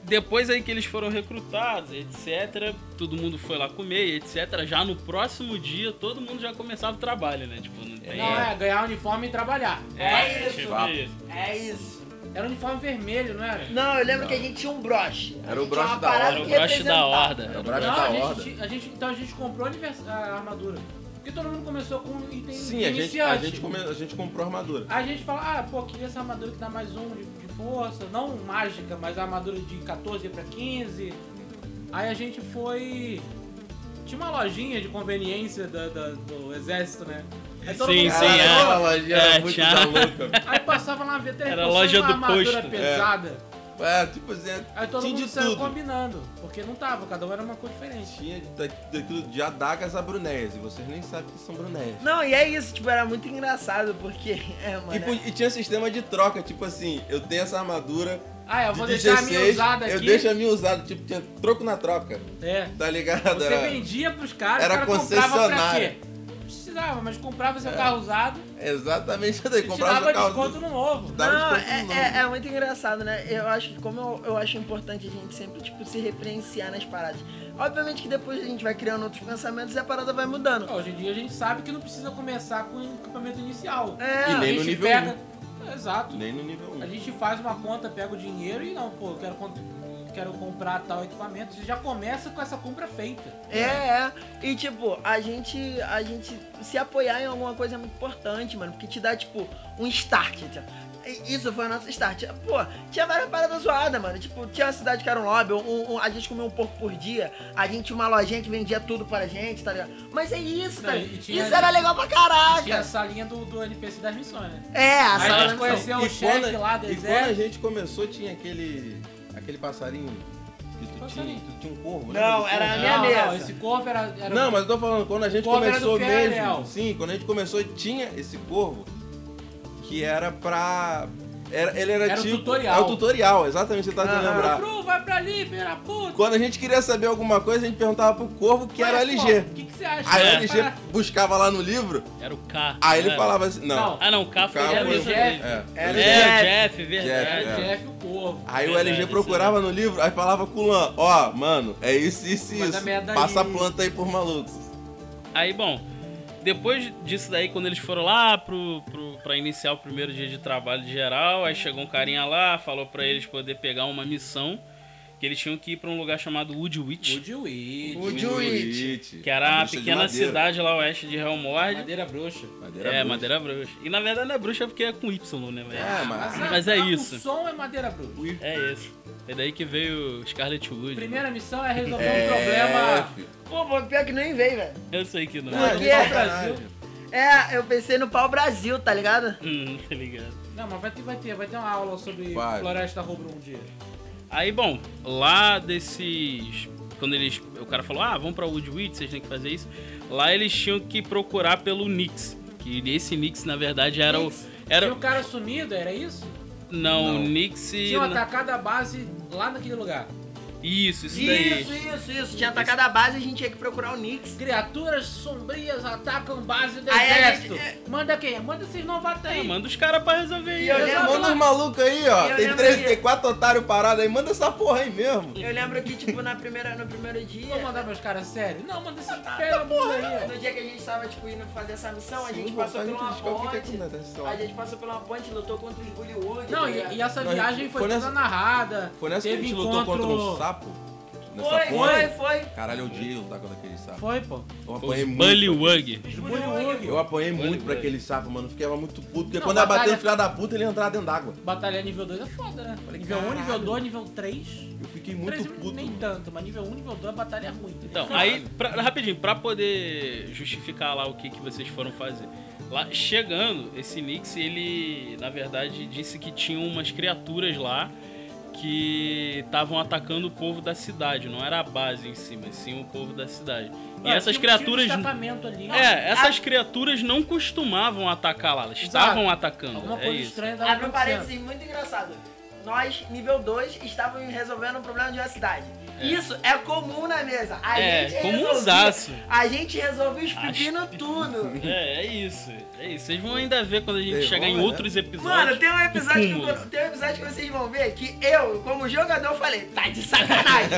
[SPEAKER 1] depois aí que eles foram recrutados, etc, todo mundo foi lá comer, etc, já no próximo dia todo mundo já começava o trabalho, né? Tipo, não tem...
[SPEAKER 2] Não, é ganhar uniforme e trabalhar.
[SPEAKER 3] É isso.
[SPEAKER 1] tipo
[SPEAKER 4] Papo.
[SPEAKER 1] isso.
[SPEAKER 3] É isso.
[SPEAKER 2] Era um uniforme vermelho, não
[SPEAKER 1] É.
[SPEAKER 2] era?
[SPEAKER 3] Não, eu lembro que a gente tinha um broche. A
[SPEAKER 4] Era
[SPEAKER 3] gente
[SPEAKER 4] o broche
[SPEAKER 3] tinha uma
[SPEAKER 4] da
[SPEAKER 3] parada
[SPEAKER 1] Era o
[SPEAKER 3] que
[SPEAKER 1] broche da
[SPEAKER 3] representava.
[SPEAKER 1] horda.
[SPEAKER 4] É
[SPEAKER 1] era
[SPEAKER 4] o
[SPEAKER 1] o
[SPEAKER 4] braço
[SPEAKER 2] não,
[SPEAKER 4] da
[SPEAKER 2] a
[SPEAKER 4] horda.
[SPEAKER 2] gente, a gente- Então a gente comprou a univers- a armadura. Porque todo mundo começou com um item
[SPEAKER 4] Sim, a gente,
[SPEAKER 2] iniciante.
[SPEAKER 4] a, gente come- a gente comprou armadura.
[SPEAKER 2] A gente fala, ah, pô, queria essa armadura que dá mais um de, de força, não mágica, mas a armadura de 14 pra 15. Aí a gente foi. Tinha uma lojinha de conveniência da- da- do exército, né? Aí todo
[SPEAKER 1] Sim,
[SPEAKER 2] mundo-
[SPEAKER 1] sim,
[SPEAKER 4] Caralho,
[SPEAKER 1] é.
[SPEAKER 4] aquela lojinha era
[SPEAKER 1] É,
[SPEAKER 4] muito
[SPEAKER 1] tinha-
[SPEAKER 4] da louca.
[SPEAKER 2] Aí passava lá ver até
[SPEAKER 1] Era a
[SPEAKER 2] pô,
[SPEAKER 1] loja
[SPEAKER 2] uma
[SPEAKER 1] do
[SPEAKER 2] armadura
[SPEAKER 1] posto. né?
[SPEAKER 2] pesada.
[SPEAKER 4] É, tipo assim,
[SPEAKER 2] Aí todo
[SPEAKER 4] tinha
[SPEAKER 2] mundo
[SPEAKER 4] de
[SPEAKER 2] saiu
[SPEAKER 4] tudo.
[SPEAKER 2] combinando, porque não tava, cada um era uma cor diferente.
[SPEAKER 4] Tinha de- da- daquilo de adagas a brunéias, e vocês nem sabem o que são brunéias.
[SPEAKER 3] Não, e é isso, tipo, era muito engraçado, porque. (laughs) É, mano.
[SPEAKER 4] E, po- Tipo, e tinha sistema de troca, tipo assim, eu tenho essa armadura
[SPEAKER 2] Ah, eu
[SPEAKER 4] de
[SPEAKER 2] vou
[SPEAKER 4] 16,
[SPEAKER 2] deixar a minha usada aqui.
[SPEAKER 4] eu deixo a minha usada, tipo, tinha troco na troca,
[SPEAKER 2] É.
[SPEAKER 4] tá ligado?
[SPEAKER 2] Você
[SPEAKER 4] Era-
[SPEAKER 2] vendia pros caras,
[SPEAKER 4] era
[SPEAKER 2] o cara comprava pra
[SPEAKER 4] concessionária. É.
[SPEAKER 2] quê? Não precisava, mas comprava seu carro usado
[SPEAKER 4] Exatamente isso daí,
[SPEAKER 2] e
[SPEAKER 4] comprava
[SPEAKER 2] tirava
[SPEAKER 4] seu carro.
[SPEAKER 2] desconto no novo.
[SPEAKER 4] Dava
[SPEAKER 3] Não,
[SPEAKER 2] tipo,
[SPEAKER 4] desconto
[SPEAKER 3] é,
[SPEAKER 2] assim,
[SPEAKER 4] no
[SPEAKER 3] é- é muito engraçado, né? Eu acho que como eu, eu acho importante a gente sempre, tipo, se referenciar nas paradas. Obviamente que depois a gente vai criando outros pensamentos e a parada vai mudando.
[SPEAKER 2] Hoje em dia a gente sabe que não precisa começar com o equipamento inicial.
[SPEAKER 3] É,
[SPEAKER 4] E nem
[SPEAKER 2] a
[SPEAKER 4] no
[SPEAKER 2] gente
[SPEAKER 4] nível um.
[SPEAKER 2] pega. Exato.
[SPEAKER 4] Nem no nível 1.
[SPEAKER 2] A gente faz uma conta, pega o dinheiro e não, pô, eu quero, con- quero comprar tal equipamento. Você já começa com essa compra feita.
[SPEAKER 3] é, é. E tipo, a gente, a gente se apoiar em alguma coisa é muito importante, mano. Porque te dá, tipo, um start, tá? E Isso foi o nosso start. Pô, tinha várias paradas zoadas, mano. Tipo, tinha uma cidade que era um lobby, um- um- a gente comia um pouco por dia, a gente tinha uma lojinha que vendia tudo pra gente, tá ligado? Mas é isso, tá
[SPEAKER 2] Não,
[SPEAKER 3] ligado?
[SPEAKER 2] e tinha-
[SPEAKER 3] Isso era legal pra
[SPEAKER 4] Tá
[SPEAKER 3] caraca.
[SPEAKER 2] Tinha a salinha do, do NPC das missões, né?
[SPEAKER 3] É, a
[SPEAKER 2] Aí nós
[SPEAKER 3] sala da
[SPEAKER 4] assim.
[SPEAKER 3] missão.
[SPEAKER 2] conhecemos o chefe lá do
[SPEAKER 4] e quando a
[SPEAKER 2] exército.
[SPEAKER 4] gente começou, tinha aquele. aquele passarinho que tu
[SPEAKER 2] Passarinho.
[SPEAKER 4] tinha. Tu tinha um corvo, lembra
[SPEAKER 3] Não,
[SPEAKER 4] do
[SPEAKER 3] era a
[SPEAKER 4] corvo?
[SPEAKER 3] minha
[SPEAKER 2] não,
[SPEAKER 3] mesa.
[SPEAKER 2] não, esse corpo era. era
[SPEAKER 4] Não, mas eu tô falando, quando a gente
[SPEAKER 2] Corvo era do
[SPEAKER 4] começou
[SPEAKER 2] Ferrari,
[SPEAKER 4] mesmo.
[SPEAKER 2] Léo.
[SPEAKER 4] Sim, quando a gente começou, tinha esse corvo que era pra. Era, ele era,
[SPEAKER 2] Era o
[SPEAKER 4] tipo.
[SPEAKER 2] tutorial.
[SPEAKER 4] É o tutorial, exatamente, você tá tentando
[SPEAKER 3] Ah.
[SPEAKER 4] lembrar.
[SPEAKER 2] Pro, vai pra ali, filha da puta.
[SPEAKER 4] Quando a gente queria saber alguma coisa, a gente perguntava pro corvo que era o
[SPEAKER 2] Mas, pô,
[SPEAKER 4] LG.
[SPEAKER 2] O que, que você acha?
[SPEAKER 4] Aí
[SPEAKER 1] É.
[SPEAKER 4] o LG buscava lá no livro,
[SPEAKER 1] Era o K. né?
[SPEAKER 4] aí ele
[SPEAKER 1] era.
[SPEAKER 4] falava assim. Não.
[SPEAKER 2] Não,
[SPEAKER 1] Ah, não, o K
[SPEAKER 4] o
[SPEAKER 1] foi
[SPEAKER 4] cara
[SPEAKER 2] era o
[SPEAKER 1] o
[SPEAKER 4] foi-
[SPEAKER 1] Jeff.
[SPEAKER 2] Jeff.
[SPEAKER 4] é.
[SPEAKER 1] É,
[SPEAKER 3] Era
[SPEAKER 1] Jeff,
[SPEAKER 3] o
[SPEAKER 4] Jeff,
[SPEAKER 1] verdade.
[SPEAKER 4] é.
[SPEAKER 2] Era Jeff o corvo.
[SPEAKER 4] Aí o
[SPEAKER 1] Verdade,
[SPEAKER 4] LG
[SPEAKER 1] isso
[SPEAKER 4] procurava no livro, aí falava com o Lan, ó, mano, é isso, isso,
[SPEAKER 2] Manda
[SPEAKER 4] isso.
[SPEAKER 2] merda
[SPEAKER 4] Passa
[SPEAKER 2] aí.
[SPEAKER 4] a planta aí por maluco.
[SPEAKER 1] Aí, bom, depois disso daí, quando eles foram lá pro, pro, pra iniciar o primeiro dia de trabalho de geral, aí chegou um carinha lá, falou pra eles poder pegar uma missão, que eles tinham que ir pra um lugar chamado Woodwich,
[SPEAKER 2] Woody Witch.
[SPEAKER 3] O Druid.
[SPEAKER 1] que era uma
[SPEAKER 4] Bruxa de
[SPEAKER 1] pequena
[SPEAKER 4] madeira.
[SPEAKER 1] cidade lá oeste de Helmord.
[SPEAKER 2] Madeira bruxa.
[SPEAKER 4] Madeira
[SPEAKER 1] É,
[SPEAKER 4] bruxa.
[SPEAKER 1] madeira bruxa. E na verdade não é bruxa porque é com Y, né? velho?
[SPEAKER 4] É, mas...
[SPEAKER 1] Mas é isso.
[SPEAKER 2] O som é madeira bruxa.
[SPEAKER 1] É isso. É daí que veio Scarlet Wood. né?
[SPEAKER 2] Primeira missão é resolver
[SPEAKER 4] É,
[SPEAKER 2] um problema.
[SPEAKER 4] filho.
[SPEAKER 3] Pô, pô, pior que nem veio, velho.
[SPEAKER 1] Eu sei que não.
[SPEAKER 3] Não,
[SPEAKER 1] Não,
[SPEAKER 2] Aqui
[SPEAKER 3] é.
[SPEAKER 2] é Brasil.
[SPEAKER 3] É, eu pensei no pau Brasil, tá ligado?
[SPEAKER 1] hum, tá ligado.
[SPEAKER 2] Não, mas vai ter, vai ter, vai ter uma aula sobre
[SPEAKER 4] Vai.
[SPEAKER 2] Floresta Rubro um dia.
[SPEAKER 1] Aí, bom, lá desses. Quando eles. O cara falou, ah, vamos pra Woodwitch, vocês têm que fazer isso. Lá eles tinham que procurar pelo Nix. Que esse Nix, na verdade, era o.
[SPEAKER 2] Tinha
[SPEAKER 1] Era.
[SPEAKER 2] o cara sumido, era isso?
[SPEAKER 1] Não, o
[SPEAKER 4] Não.
[SPEAKER 1] Nix.
[SPEAKER 2] Tinha um atacado a base lá naquele lugar.
[SPEAKER 1] Isso, isso daí.
[SPEAKER 3] Isso, isso, isso. Tinha atacado a base e a gente tinha que procurar o Nix.
[SPEAKER 2] Criaturas sombrias atacam base do
[SPEAKER 3] Aí a
[SPEAKER 2] exército. Manda quem? Manda esses novatos
[SPEAKER 1] É,
[SPEAKER 2] aí.
[SPEAKER 1] manda os caras pra resolver né?
[SPEAKER 3] E eu
[SPEAKER 1] isso.
[SPEAKER 3] lembro-
[SPEAKER 4] Manda os malucos aí, ó.
[SPEAKER 3] Eu
[SPEAKER 4] Tem
[SPEAKER 3] lembro
[SPEAKER 4] três,
[SPEAKER 3] que-
[SPEAKER 4] tem quatro otários parados aí. Manda essa porra aí mesmo.
[SPEAKER 3] Eu lembro que, tipo, na primeira, no primeiro dia,
[SPEAKER 2] Vou mandar meus caras sério? Não, manda esses pega porra aí. ó.
[SPEAKER 3] no dia que a gente tava, tipo, indo fazer essa missão, a
[SPEAKER 4] Sim,
[SPEAKER 3] gente
[SPEAKER 4] pô, só
[SPEAKER 3] passou
[SPEAKER 4] a
[SPEAKER 3] por
[SPEAKER 4] gente
[SPEAKER 3] uma
[SPEAKER 4] descobre o que que
[SPEAKER 3] ponte.
[SPEAKER 4] acontece nessa
[SPEAKER 3] A
[SPEAKER 4] hora.
[SPEAKER 3] gente passou por uma ponte, lutou contra os tá Bullywood.
[SPEAKER 2] Não, e, e essa
[SPEAKER 4] Não,
[SPEAKER 2] viagem foi,
[SPEAKER 4] foi
[SPEAKER 2] toda
[SPEAKER 4] nessa-
[SPEAKER 2] narrada.
[SPEAKER 4] Foi nessa que a
[SPEAKER 2] teve
[SPEAKER 4] gente
[SPEAKER 2] encontro...
[SPEAKER 4] lutou contra um sapo? Nessa
[SPEAKER 3] Foi,
[SPEAKER 4] porra.
[SPEAKER 3] foi, foi.
[SPEAKER 4] Caralho, eu odiei lutar contra aquele sapo.
[SPEAKER 2] Foi, pô.
[SPEAKER 4] Eu apanhei
[SPEAKER 1] Os
[SPEAKER 4] muito.
[SPEAKER 1] Bullywug.
[SPEAKER 3] Os
[SPEAKER 2] Bullywug.
[SPEAKER 4] Eu apanhei
[SPEAKER 1] Bully,
[SPEAKER 4] muito pra
[SPEAKER 1] bully.
[SPEAKER 4] aquele sapo, mano. Ficava muito puto. Porque
[SPEAKER 2] Não,
[SPEAKER 4] quando eu bater
[SPEAKER 2] batalha-
[SPEAKER 4] no filho da puta, ele ia entrar dentro d'água.
[SPEAKER 2] Batalha nível 2 é foda, né?
[SPEAKER 4] Falei,
[SPEAKER 2] nível 1,
[SPEAKER 4] caralho.
[SPEAKER 2] nível 2, nível 3.
[SPEAKER 4] Eu fiquei
[SPEAKER 2] Três
[SPEAKER 4] muito
[SPEAKER 2] eu
[SPEAKER 4] puto.
[SPEAKER 2] Nem
[SPEAKER 4] mano.
[SPEAKER 2] tanto, mas nível 1, nível 2 a batalha é ruim.
[SPEAKER 1] Então, aí, pra- rapidinho, pra poder justificar lá o que, que vocês foram fazer. Lá, chegando, esse Nix, ele, na verdade, disse que tinham umas criaturas lá que estavam atacando o povo da cidade. Não era a base em si, mas sim o povo da cidade. E essas criaturas...
[SPEAKER 2] um escapamento ali.
[SPEAKER 1] É, essas criaturas não costumavam atacar lá, elas
[SPEAKER 2] Exato.
[SPEAKER 1] estavam atacando.
[SPEAKER 2] Alguma
[SPEAKER 1] É
[SPEAKER 2] coisa
[SPEAKER 1] isso.
[SPEAKER 2] estranha tava
[SPEAKER 3] Abre um
[SPEAKER 2] acontecendo.
[SPEAKER 3] parênteses muito engraçado. Nós, nível 2, estávamos resolvendo um problema de uma cidade. Isso é comum na mesa. A
[SPEAKER 1] É,
[SPEAKER 3] gente
[SPEAKER 1] comunzaço.
[SPEAKER 3] resolvia- A gente resolve os pepino tudo.
[SPEAKER 1] É, é isso. É isso. Vocês vão ainda ver quando a gente
[SPEAKER 4] Vocês
[SPEAKER 1] chegar
[SPEAKER 4] vão,
[SPEAKER 1] em
[SPEAKER 4] né?
[SPEAKER 1] outros episódios.
[SPEAKER 3] Mano, tem um, episódio que,
[SPEAKER 1] Cúmulo.
[SPEAKER 3] eu- tem um episódio que vocês vão ver que eu, como jogador, falei, tá de sacanagem,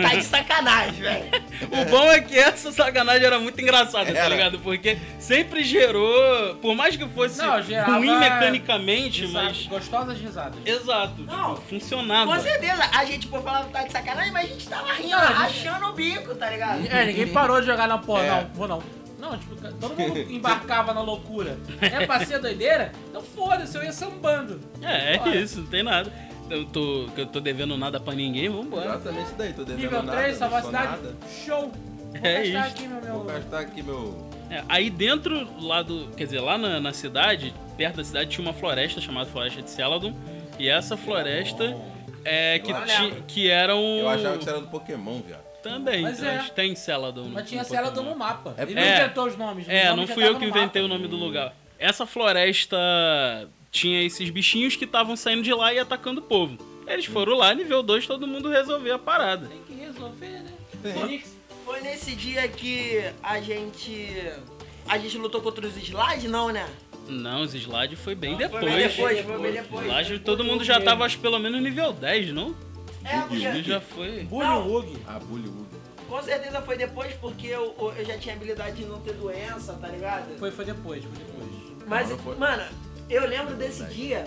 [SPEAKER 3] tá de sacanagem, velho.
[SPEAKER 1] (laughs) O bom é que essa sacanagem era muito engraçada, tá
[SPEAKER 4] Era.
[SPEAKER 1] ligado? Porque sempre gerou. Por mais que fosse
[SPEAKER 2] Não, gerava-
[SPEAKER 1] ruim mecanicamente,
[SPEAKER 2] Exato,
[SPEAKER 1] mas.
[SPEAKER 2] Gostosas risadas.
[SPEAKER 1] Exato.
[SPEAKER 3] Não.
[SPEAKER 1] tipo, funcionava.
[SPEAKER 3] Com certeza, a gente, pô, falava tá de sacanagem, mas a gente tava rindo,
[SPEAKER 2] Não, a
[SPEAKER 3] achando o bico, tá ligado?
[SPEAKER 2] É, ninguém parou de jogar na porra,
[SPEAKER 4] É.
[SPEAKER 2] não, vou não. Não, tipo, todo mundo (laughs) embarcava na loucura. É pra ser doideira? Então foda-se, eu ia sambando.
[SPEAKER 1] É, é
[SPEAKER 2] Bora.
[SPEAKER 1] isso, não tem nada. Eu tô, que eu tô devendo nada pra ninguém, vambora.
[SPEAKER 4] Exatamente isso daí. Tô devendo
[SPEAKER 2] Nível
[SPEAKER 4] nada,
[SPEAKER 2] 3, salvar a
[SPEAKER 4] não sou
[SPEAKER 2] cidade,
[SPEAKER 4] nada.
[SPEAKER 2] show. Vou
[SPEAKER 1] É
[SPEAKER 2] gastar
[SPEAKER 1] isso.
[SPEAKER 2] aqui meu, meu...
[SPEAKER 4] Vou gastar aqui meu...
[SPEAKER 1] É, aí dentro lá do. Quer dizer, lá na, na cidade, perto da cidade, tinha uma floresta chamada Floresta de Celadon. E essa floresta é que,
[SPEAKER 4] Eu
[SPEAKER 1] ti, que era um.
[SPEAKER 4] Eu achava que isso era do Pokémon, viado.
[SPEAKER 1] Também,
[SPEAKER 2] Mas é.
[SPEAKER 1] mas tem né? Celadon. no-
[SPEAKER 2] Mas tinha
[SPEAKER 1] no
[SPEAKER 2] cela
[SPEAKER 1] Pokémon.
[SPEAKER 2] no mapa.
[SPEAKER 4] É-
[SPEAKER 2] Ele não
[SPEAKER 1] é.
[SPEAKER 2] inventou os nomes. os
[SPEAKER 1] É,
[SPEAKER 2] nomes
[SPEAKER 1] não
[SPEAKER 2] já
[SPEAKER 1] fui eu
[SPEAKER 2] estavam
[SPEAKER 1] que
[SPEAKER 2] no mapa.
[SPEAKER 1] inventei o nome do lugar. Essa floresta tinha esses bichinhos que estavam saindo de lá e atacando o povo. Eles foram lá, nível 2, todo mundo resolveu a parada.
[SPEAKER 2] Tem que resolver, né?
[SPEAKER 4] Tem.
[SPEAKER 2] Phoenix.
[SPEAKER 3] Foi nesse dia que a gente. A gente lutou contra os slides, não, né?
[SPEAKER 1] Não, os Slade foi bem
[SPEAKER 2] Não, foi
[SPEAKER 1] depois.
[SPEAKER 3] Foi bem depois, foi bem
[SPEAKER 1] Os
[SPEAKER 3] depois.
[SPEAKER 1] Slade, todo mundo já tava, acho, pelo menos nível 10, não?
[SPEAKER 3] É,
[SPEAKER 1] Ele
[SPEAKER 3] porque,
[SPEAKER 1] já
[SPEAKER 2] (laughs)
[SPEAKER 1] foi.
[SPEAKER 2] Bully
[SPEAKER 3] Não.
[SPEAKER 2] Wug.
[SPEAKER 4] Ah, bully, bully.
[SPEAKER 3] com certeza foi depois porque eu, eu já tinha habilidade de não ter doença, tá ligado?
[SPEAKER 2] Foi, foi depois, foi depois.
[SPEAKER 3] Mas,
[SPEAKER 4] Não, foi.
[SPEAKER 3] mano, eu lembro desse dia.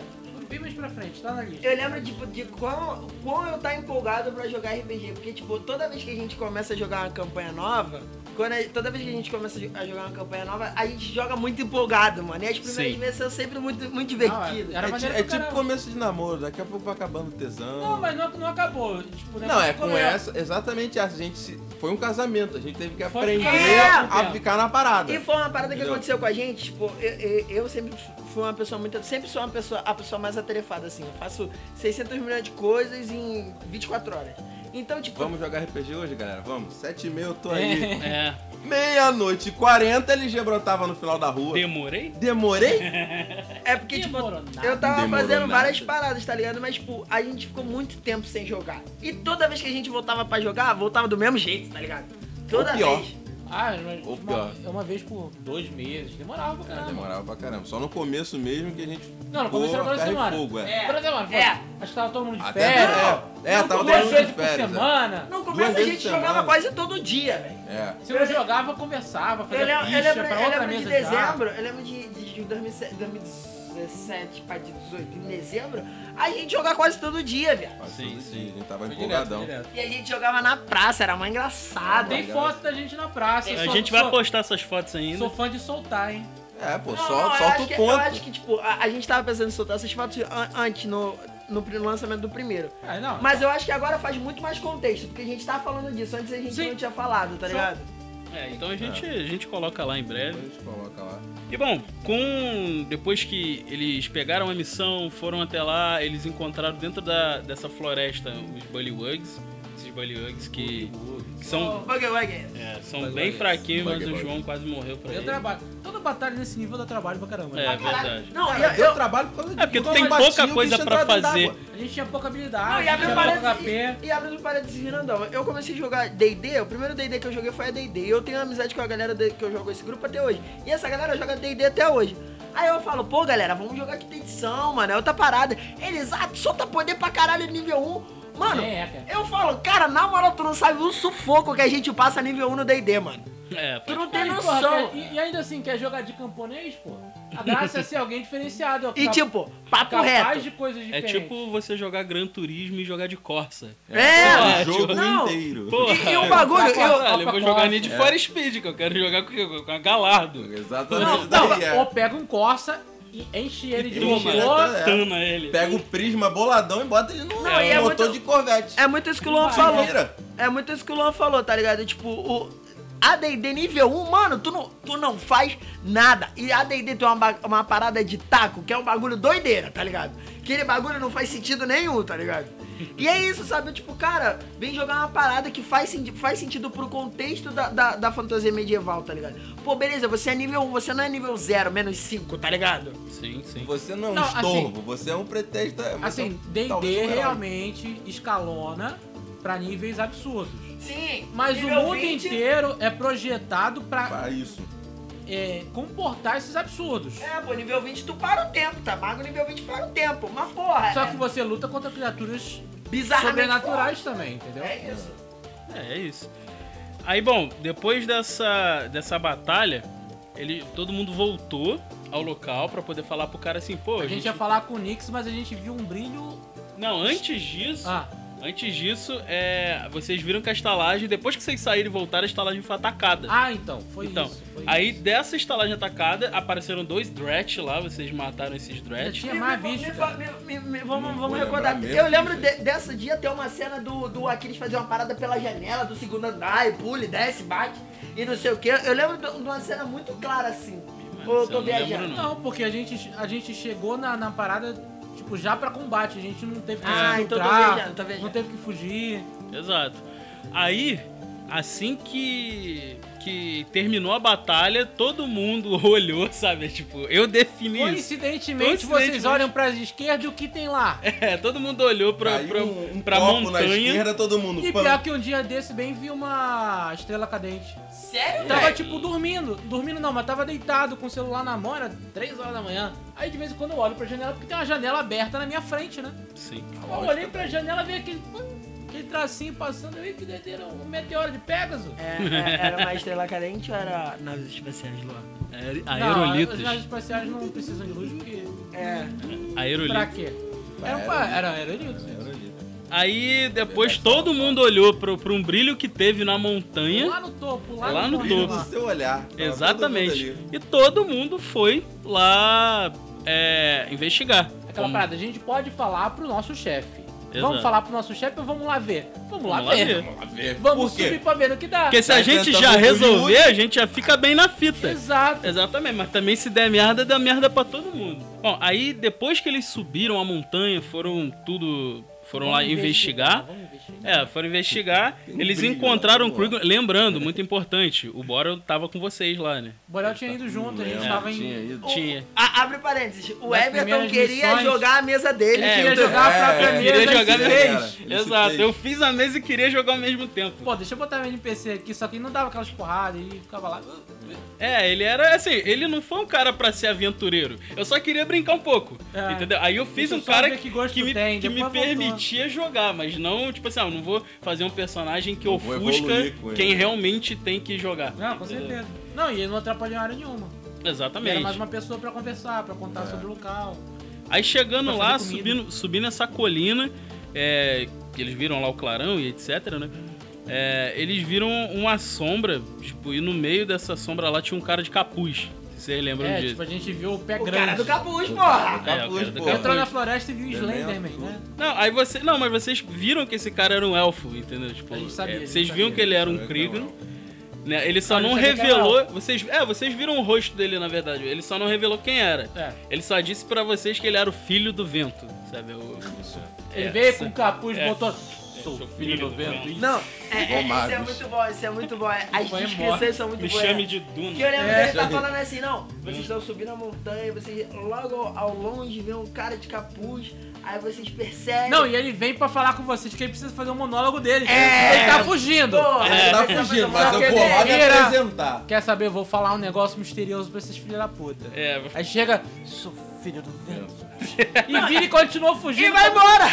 [SPEAKER 2] Bem mais pra frente, tá na lista.
[SPEAKER 3] Eu lembro tipo, de quão, quão eu tá empolgado pra jogar RPG. Porque, tipo, toda vez que a gente começa a jogar uma campanha nova. Quando a- toda vez que a gente começa a jo- a jogar uma campanha nova, a gente joga muito empolgado, mano. E as primeiras
[SPEAKER 1] Sim.
[SPEAKER 3] vezes são sempre muito, muito
[SPEAKER 2] Não,
[SPEAKER 3] divertidas.
[SPEAKER 2] Era
[SPEAKER 4] É, ti-
[SPEAKER 2] maneiro
[SPEAKER 4] é
[SPEAKER 2] pra
[SPEAKER 4] tipo
[SPEAKER 2] caramba.
[SPEAKER 4] começo de namoro. Daqui a pouco vai acabando o tesão.
[SPEAKER 2] Não, mas não, não acabou. Tipo, o
[SPEAKER 4] Não,
[SPEAKER 2] negócio
[SPEAKER 4] é com
[SPEAKER 2] comeu.
[SPEAKER 4] essa, exatamente essa. A gente se- foi um casamento, a gente teve que
[SPEAKER 2] Foi é,
[SPEAKER 4] aprender
[SPEAKER 3] ficar
[SPEAKER 2] com o tempo.
[SPEAKER 4] a ficar na parada.
[SPEAKER 3] E foi uma parada que
[SPEAKER 4] Entendeu?
[SPEAKER 3] aconteceu com a gente, tipo, eu, eu- eu sempre fui uma pessoa muito. Sempre sou uma pessoa, a pessoa mais atarefada, assim. Eu faço 600 milhões de coisas em 24 horas. Então, tipo,
[SPEAKER 4] Vamos jogar RPG hoje, galera? Vamos. Sete e meia eu
[SPEAKER 2] (laughs)
[SPEAKER 4] tô aí.
[SPEAKER 1] É.
[SPEAKER 4] Meia-noite e quarenta, LG brotava no final da rua.
[SPEAKER 1] Demorei? (laughs)
[SPEAKER 4] Demorei?
[SPEAKER 3] é porque, tipo,
[SPEAKER 2] Demorou nada.
[SPEAKER 3] eu tava
[SPEAKER 4] Demorou
[SPEAKER 3] fazendo
[SPEAKER 4] nada.
[SPEAKER 3] várias paradas, tá ligado? Mas, tipo, a gente ficou muito tempo sem jogar. E toda vez que a gente voltava pra jogar, voltava do mesmo jeito, tá ligado? Toda
[SPEAKER 4] Ou pior.
[SPEAKER 3] vez.
[SPEAKER 2] Ah, mas
[SPEAKER 4] Ou
[SPEAKER 2] uma,
[SPEAKER 4] pior.
[SPEAKER 2] uma vez por dois meses. Demorava, cara.
[SPEAKER 4] É, demorava pra caramba. Só no começo mesmo que a gente.
[SPEAKER 2] Não, no
[SPEAKER 4] ficou
[SPEAKER 2] começo era
[SPEAKER 4] a
[SPEAKER 2] toda
[SPEAKER 4] ferro e
[SPEAKER 2] semana.
[SPEAKER 4] fogo, é.
[SPEAKER 3] É.
[SPEAKER 2] Por exemplo, mano,
[SPEAKER 3] É.
[SPEAKER 2] acho que tava todo mundo de
[SPEAKER 4] Até
[SPEAKER 2] férias.
[SPEAKER 4] agora, é. É,
[SPEAKER 2] Não,
[SPEAKER 4] tava
[SPEAKER 2] duas
[SPEAKER 4] todo mundo
[SPEAKER 2] vezes
[SPEAKER 4] de
[SPEAKER 2] por
[SPEAKER 4] férias, é.
[SPEAKER 2] semana.
[SPEAKER 3] No
[SPEAKER 4] Duas
[SPEAKER 3] começo a
[SPEAKER 4] vezes
[SPEAKER 3] gente
[SPEAKER 4] por semana.
[SPEAKER 3] jogava quase todo dia, velho.
[SPEAKER 4] É.
[SPEAKER 2] Se não jogava, conversava, fazia
[SPEAKER 3] Eu lembro, eu
[SPEAKER 2] ficha pra
[SPEAKER 3] lembro, eu
[SPEAKER 2] outra
[SPEAKER 3] lembro é de
[SPEAKER 2] mesa
[SPEAKER 3] dezembro, eu lembro de, de, de 2007, 2017 pra 18, em dezembro, a gente jogava quase todo dia, viado.
[SPEAKER 4] Mas
[SPEAKER 1] Sim,
[SPEAKER 4] todo
[SPEAKER 1] sim.
[SPEAKER 4] dia, A gente tava
[SPEAKER 2] já. Foi direto, foi
[SPEAKER 4] empolgadão.
[SPEAKER 2] direto. Ah,
[SPEAKER 3] E a gente jogava na praça, era mó engraçado.
[SPEAKER 2] Tem foto da gente na praça. eu
[SPEAKER 1] A
[SPEAKER 2] sou-
[SPEAKER 1] gente vai
[SPEAKER 2] sou,
[SPEAKER 1] postar essas fotos ainda.
[SPEAKER 2] sou fã de soltar, hein?
[SPEAKER 4] É, pô,
[SPEAKER 3] Não,
[SPEAKER 4] sol-
[SPEAKER 3] não, eu
[SPEAKER 4] solta
[SPEAKER 3] acho
[SPEAKER 4] o
[SPEAKER 3] que- Eu acho
[SPEAKER 4] ponto.
[SPEAKER 3] que, tipo, a, a gente tava pensando em soltar essas fotos an- antes, no, no pri- lançamento do primeiro.
[SPEAKER 2] Ah, não.
[SPEAKER 3] Mas eu acho que agora faz muito mais contexto, porque a gente tava falando disso, antes a gente
[SPEAKER 2] Sim.
[SPEAKER 3] não tinha falado, tá
[SPEAKER 2] Sim.
[SPEAKER 3] ligado?
[SPEAKER 1] É, então a gente, a gente coloca lá em
[SPEAKER 4] A
[SPEAKER 1] breve.
[SPEAKER 4] gente coloca lá.
[SPEAKER 1] E bom, com depois que eles pegaram a missão, foram até lá, eles encontraram dentro da, dessa floresta os Bullywugs, esses Bullywugs que, que são,
[SPEAKER 3] Buggy Wuggy.
[SPEAKER 1] é, são bem fraquinhos, mas o João quase morreu pra
[SPEAKER 2] Eu
[SPEAKER 1] ele.
[SPEAKER 2] trabalho. Toda batalha nesse nível dá trabalho pra caramba. né?
[SPEAKER 1] É verdade.
[SPEAKER 3] Não, e
[SPEAKER 4] Cara,
[SPEAKER 3] eu,
[SPEAKER 4] eu trabalho por causa
[SPEAKER 1] É porque tu
[SPEAKER 4] eu
[SPEAKER 1] tem
[SPEAKER 4] bati,
[SPEAKER 1] pouca
[SPEAKER 4] o bicho
[SPEAKER 1] coisa pra
[SPEAKER 4] entrava dentro
[SPEAKER 1] fazer.
[SPEAKER 4] d'água.
[SPEAKER 2] A gente tinha pouca
[SPEAKER 3] Não,
[SPEAKER 2] habilidade,
[SPEAKER 3] e abre um
[SPEAKER 2] tinha pouco HP.
[SPEAKER 3] parênteses, e abre um parênteses grandão. Eu comecei a jogar D&D, o primeiro D&D que eu joguei foi a D&D. E eu tenho amizade com a galera de- que eu jogo esse grupo até hoje. E essa galera joga D&D até hoje. Aí eu falo, pô, galera, vamos jogar quinta edição, mano, é outra parada. Eles, ah, tu solta poder pra caralho nível 1. Mano,
[SPEAKER 2] É, cara.
[SPEAKER 3] eu falo, cara, na moral, tu não sabe o sufoco que a gente passa nível 1 no D&D, mano.
[SPEAKER 1] É,
[SPEAKER 3] Tu
[SPEAKER 1] pô,
[SPEAKER 3] não tem
[SPEAKER 2] Aí,
[SPEAKER 3] noção.
[SPEAKER 2] porra, quer- e, e ainda assim, quer jogar de camponês, pô? A graça é ser alguém diferenciado. ó,
[SPEAKER 3] E
[SPEAKER 2] cap-
[SPEAKER 3] tipo, papo
[SPEAKER 2] capaz
[SPEAKER 3] reto.
[SPEAKER 2] de coisas
[SPEAKER 1] É
[SPEAKER 2] diferentes.
[SPEAKER 1] tipo você jogar Gran Turismo e jogar de Corsa.
[SPEAKER 3] É!
[SPEAKER 4] o jogo
[SPEAKER 3] Não.
[SPEAKER 4] inteiro.
[SPEAKER 1] Porra.
[SPEAKER 3] E, e o bagulho, eu,
[SPEAKER 1] Caralho, eu vou jogar Need for Speed, que eu quero jogar com, com a Galardo.
[SPEAKER 4] Exatamente.
[SPEAKER 2] Não, não,
[SPEAKER 4] daí é.
[SPEAKER 2] ou pega um Corsa e enche ele de
[SPEAKER 4] Toma.
[SPEAKER 2] motor.
[SPEAKER 4] É.
[SPEAKER 1] Tana ele.
[SPEAKER 4] Pega o prisma boladão e bota ele no
[SPEAKER 3] Não, e é
[SPEAKER 4] motor
[SPEAKER 3] muito-
[SPEAKER 4] de Corvette.
[SPEAKER 3] É muito isso que o Luan
[SPEAKER 2] Vai,
[SPEAKER 3] falou.
[SPEAKER 4] vira.
[SPEAKER 3] É muito isso que o Luan falou, tá ligado? Tipo, o ADD nível 1, mano, tu não, tu não faz nada. E ADD tem uma, ba- uma parada de taco, que é um bagulho doideira, tá ligado? Aquele bagulho não faz sentido nenhum, tá ligado? E é isso, sabe? Tipo, cara, vem jogar uma parada que faz, sen- faz sentido pro contexto da, da, da fantasia medieval, tá ligado? Pô, beleza, você é nível 1, você não é nível 0, menos 5, tá ligado?
[SPEAKER 1] Sim, sim.
[SPEAKER 4] Você não é um
[SPEAKER 2] Não, assim-
[SPEAKER 4] estorvo, você é um pretexto. é, você
[SPEAKER 2] Assim,
[SPEAKER 4] é um- talvez um
[SPEAKER 2] D&D
[SPEAKER 4] herói.
[SPEAKER 2] realmente escalona pra níveis absurdos.
[SPEAKER 3] Sim.
[SPEAKER 2] Mas o
[SPEAKER 3] nível
[SPEAKER 2] mundo
[SPEAKER 3] 20,
[SPEAKER 2] inteiro é projetado pra
[SPEAKER 4] Ah, isso.
[SPEAKER 2] é, comportar esses absurdos.
[SPEAKER 3] É, pô, nível 20 tu para o tempo, tá? Mago nível 20 para o tempo. Mas porra,
[SPEAKER 2] Só
[SPEAKER 3] é-
[SPEAKER 2] que você luta contra criaturas
[SPEAKER 3] bizarramente
[SPEAKER 2] sobrenaturais também, entendeu?
[SPEAKER 3] É isso.
[SPEAKER 1] É, é isso. Aí, bom, depois dessa, dessa batalha, ele, todo mundo voltou ao local pra poder falar pro cara assim, pô,
[SPEAKER 2] A gente ia falar com o Nix, mas a gente viu um brilho.
[SPEAKER 1] Não, antes disso,
[SPEAKER 2] Ah,
[SPEAKER 1] antes disso, é, vocês viram que a estalagem, depois que vocês saíram e voltaram, a estalagem foi atacada.
[SPEAKER 2] ah então, foi
[SPEAKER 1] Então,
[SPEAKER 2] isso. Foi
[SPEAKER 1] Aí,
[SPEAKER 2] isso.
[SPEAKER 1] dessa estalagem atacada, apareceram dois Dretch lá, vocês mataram esses
[SPEAKER 2] Já
[SPEAKER 1] Dretch.
[SPEAKER 2] tinha mais
[SPEAKER 3] Me- me-
[SPEAKER 2] visto.
[SPEAKER 3] me-
[SPEAKER 2] cara.
[SPEAKER 3] me- me- vamos
[SPEAKER 4] Não
[SPEAKER 3] vamos
[SPEAKER 4] vou
[SPEAKER 3] recordar.
[SPEAKER 4] lembrar
[SPEAKER 3] Eu
[SPEAKER 4] mesmo
[SPEAKER 3] lembro de, dessa dia ter uma cena do, do Aquiles fazer uma parada pela janela do segundo andar e pule, desce, bate e não sei o que. Eu lembro de, de uma cena muito clara assim. Ou
[SPEAKER 1] Isso
[SPEAKER 3] eu
[SPEAKER 1] eu
[SPEAKER 3] tô
[SPEAKER 1] não lembro,
[SPEAKER 3] viajando.
[SPEAKER 1] não.
[SPEAKER 2] Não, porque a gente, a gente chegou na, na parada, tipo, já pra combate. A gente não teve que
[SPEAKER 3] Ah,
[SPEAKER 2] se
[SPEAKER 3] então tô
[SPEAKER 2] infiltrar,
[SPEAKER 3] viajando, tô viajando.
[SPEAKER 2] não teve que fugir.
[SPEAKER 1] Exato. Aí, assim que que terminou a batalha, todo mundo (laughs) olhou, sabe? Tipo, eu defini isso.
[SPEAKER 2] Coincidentemente, vocês
[SPEAKER 1] Coincidentemente.
[SPEAKER 2] olham pra esquerda e o que tem lá?
[SPEAKER 1] É, todo mundo olhou pra,
[SPEAKER 4] Caiu
[SPEAKER 1] pra,
[SPEAKER 4] um, um
[SPEAKER 1] pra
[SPEAKER 4] copo na
[SPEAKER 1] montanha.
[SPEAKER 4] esquerda, todo mundo.
[SPEAKER 2] E
[SPEAKER 4] pam.
[SPEAKER 2] pior que um dia desse bem vi uma estrela cadente.
[SPEAKER 3] Sério?
[SPEAKER 2] Tava
[SPEAKER 1] Ué.
[SPEAKER 2] tipo dormindo, dormindo não, mas tava deitado com o celular na mão, era 3 horas da manhã. Aí de vez em quando eu olho pra janela porque tem uma janela aberta na minha frente, né?
[SPEAKER 1] Sim.
[SPEAKER 2] eu olhei pra janela, vi aquele, pum, aquele tracinho passando, eu vi que doideira, um meteoro de Pégaso.
[SPEAKER 3] É, é, era (laughs) uma estrela cadente ou era naves espaciais, Luan?
[SPEAKER 1] É,
[SPEAKER 2] Não,
[SPEAKER 1] Aerolitos.
[SPEAKER 2] as naves espaciais não precisam de luz porque.
[SPEAKER 3] É.
[SPEAKER 2] Pra
[SPEAKER 1] Aerolitos.
[SPEAKER 2] quê? Era, um pa- era aerolitos.
[SPEAKER 1] Aí depois todo mundo olhou pro, pro um brilho que teve na montanha.
[SPEAKER 2] Lá no topo, lá,
[SPEAKER 1] Lá no
[SPEAKER 2] topo.
[SPEAKER 4] Brilho
[SPEAKER 1] topo.
[SPEAKER 4] do seu olhar. Tava todo
[SPEAKER 1] Exatamente.
[SPEAKER 4] mundo ali.
[SPEAKER 1] E todo mundo foi lá é, investigar.
[SPEAKER 2] Aquela
[SPEAKER 1] Como-
[SPEAKER 2] parada, a gente pode falar pro nosso chefe. Vamos
[SPEAKER 1] Exato.
[SPEAKER 2] falar pro nosso chefe ou vamos lá ver? Vamos lá
[SPEAKER 1] Vamos lá
[SPEAKER 2] ver.
[SPEAKER 1] ver.
[SPEAKER 4] Vamos lá ver.
[SPEAKER 2] Vamos
[SPEAKER 4] Por quê?
[SPEAKER 2] subir pra ver no que dá.
[SPEAKER 1] Porque se a
[SPEAKER 4] Tá
[SPEAKER 1] gente
[SPEAKER 4] enfrentando
[SPEAKER 1] já
[SPEAKER 4] o
[SPEAKER 1] resolver,
[SPEAKER 4] Hollywood.
[SPEAKER 1] a gente já fica bem na fita.
[SPEAKER 2] Exato.
[SPEAKER 1] Exatamente, mas também se der merda, dá merda pra todo mundo. Bom, aí depois que eles subiram a montanha, foram tudo. foram lá investigar.
[SPEAKER 2] Vamos investigar.
[SPEAKER 1] É, foram investigar.
[SPEAKER 4] Tem um
[SPEAKER 1] eles
[SPEAKER 4] brilho
[SPEAKER 1] encontraram
[SPEAKER 4] lá,
[SPEAKER 1] o Kruger. Lembrando, muito importante, o Borel tava com vocês lá, né?
[SPEAKER 2] O Borel tinha ido junto, a gente
[SPEAKER 1] É.
[SPEAKER 4] Não
[SPEAKER 2] tava
[SPEAKER 4] tinha
[SPEAKER 2] em.
[SPEAKER 4] ido.
[SPEAKER 1] Tinha.
[SPEAKER 3] A- abre parênteses, o
[SPEAKER 2] Nas
[SPEAKER 3] Everton
[SPEAKER 2] primeiras
[SPEAKER 3] queria
[SPEAKER 2] missões-
[SPEAKER 3] jogar a mesa dele.
[SPEAKER 1] É,
[SPEAKER 2] Queria
[SPEAKER 1] então-
[SPEAKER 2] jogar a
[SPEAKER 4] É,
[SPEAKER 2] própria
[SPEAKER 4] é,
[SPEAKER 2] mesa
[SPEAKER 1] Queria jogar
[SPEAKER 2] e
[SPEAKER 1] a
[SPEAKER 4] fez.
[SPEAKER 1] mesa.
[SPEAKER 2] fez.
[SPEAKER 4] Ele se
[SPEAKER 1] Exato,
[SPEAKER 4] fez.
[SPEAKER 1] eu fiz a mesa e queria jogar ao mesmo tempo.
[SPEAKER 2] Pô, deixa eu botar meu NPC aqui, só que ele não dava aquelas porradas e ficava lá.
[SPEAKER 1] É, ele era assim, ele não foi um cara pra ser aventureiro. Eu só queria brincar um pouco.
[SPEAKER 2] É.
[SPEAKER 1] Entendeu? Aí eu fiz
[SPEAKER 2] Deixa eu
[SPEAKER 1] um
[SPEAKER 2] só
[SPEAKER 1] cara
[SPEAKER 2] ver que
[SPEAKER 1] que,
[SPEAKER 2] gosto
[SPEAKER 1] que me,
[SPEAKER 2] tem,
[SPEAKER 1] que me
[SPEAKER 2] depois voltou.
[SPEAKER 1] permitia jogar, mas não, tipo assim, ah, eu não vou fazer um personagem que
[SPEAKER 4] Não vou
[SPEAKER 1] ofusca
[SPEAKER 4] evoluir com ele.
[SPEAKER 1] quem realmente tem que jogar.
[SPEAKER 2] Não, com
[SPEAKER 1] Entendeu?
[SPEAKER 2] certeza. Não, e ele não atrapalhou em área nenhuma. E
[SPEAKER 1] Exatamente.
[SPEAKER 2] Era mais uma pessoa pra conversar, pra
[SPEAKER 1] É.
[SPEAKER 2] contar sobre o local.
[SPEAKER 1] Aí chegando
[SPEAKER 2] Pra
[SPEAKER 1] lá,
[SPEAKER 2] fazer comida.
[SPEAKER 1] subindo, subindo essa colina, é, que eles viram lá o clarão e etc, né? É, eles viram uma sombra, tipo, e no meio dessa sombra lá tinha um cara de capuz. Se vocês lembram
[SPEAKER 2] É,
[SPEAKER 1] disso.
[SPEAKER 2] tipo, a gente viu o pé
[SPEAKER 3] O cara
[SPEAKER 2] grande.
[SPEAKER 3] do capuz, porra!
[SPEAKER 1] É, o
[SPEAKER 4] Capuz,
[SPEAKER 1] cara do
[SPEAKER 4] pô.
[SPEAKER 1] capuz. É
[SPEAKER 2] Entrou na floresta e viu o Slenderman,
[SPEAKER 4] Elemento.
[SPEAKER 2] né?
[SPEAKER 1] Não, aí você. Não, mas vocês viram que esse cara era um elfo, entendeu? Tipo,
[SPEAKER 2] A gente sabia,
[SPEAKER 1] é,
[SPEAKER 2] a gente
[SPEAKER 1] vocês
[SPEAKER 2] sabia.
[SPEAKER 1] viram que ele era um
[SPEAKER 4] Não,
[SPEAKER 1] Krigan,
[SPEAKER 4] não.
[SPEAKER 1] né? Ele só
[SPEAKER 2] Ah, a gente
[SPEAKER 1] não
[SPEAKER 2] sabia que era
[SPEAKER 1] revelou. Vocês, é, vocês viram o rosto dele, na verdade. Ele só não revelou quem era.
[SPEAKER 2] É.
[SPEAKER 1] Ele só disse pra vocês que ele era o filho do vento, sabe? O,
[SPEAKER 2] Ele
[SPEAKER 1] É,
[SPEAKER 2] veio com
[SPEAKER 1] sabe?
[SPEAKER 2] o capuz,
[SPEAKER 1] É.
[SPEAKER 2] botou.
[SPEAKER 1] Sou
[SPEAKER 2] Sou
[SPEAKER 1] filho
[SPEAKER 2] filho do
[SPEAKER 1] do
[SPEAKER 2] vento. Ih,
[SPEAKER 3] Não, é, é, isso é
[SPEAKER 4] Magos.
[SPEAKER 3] muito bom, isso é muito bom. As
[SPEAKER 2] Vai
[SPEAKER 3] descrições são muito
[SPEAKER 1] Me
[SPEAKER 3] boas.
[SPEAKER 1] chame de
[SPEAKER 3] Que eu
[SPEAKER 1] Duna.
[SPEAKER 3] lembro
[SPEAKER 2] É.
[SPEAKER 3] dele tá falando assim, não, vocês estão subindo a montanha, vocês logo ao, ao longe vê um cara de capuz, aí vocês percebem.
[SPEAKER 2] Não, e ele vem pra falar com vocês que ele precisa fazer um monólogo dele.
[SPEAKER 3] É.
[SPEAKER 2] Ele tá fugindo.
[SPEAKER 3] Porra,
[SPEAKER 4] Ele tá
[SPEAKER 3] vocês estão
[SPEAKER 4] fugindo,
[SPEAKER 3] fazendo
[SPEAKER 4] mas
[SPEAKER 2] só
[SPEAKER 3] uma
[SPEAKER 4] eu
[SPEAKER 2] que
[SPEAKER 4] vou lá
[SPEAKER 2] ele
[SPEAKER 4] me
[SPEAKER 2] era-
[SPEAKER 4] apresentar.
[SPEAKER 2] Quer saber? Eu vou falar um negócio misterioso pra esses filhos da puta.
[SPEAKER 1] É,
[SPEAKER 2] Aí chega, sou filho do vento. E vira e continua fugindo.
[SPEAKER 3] E vai embora!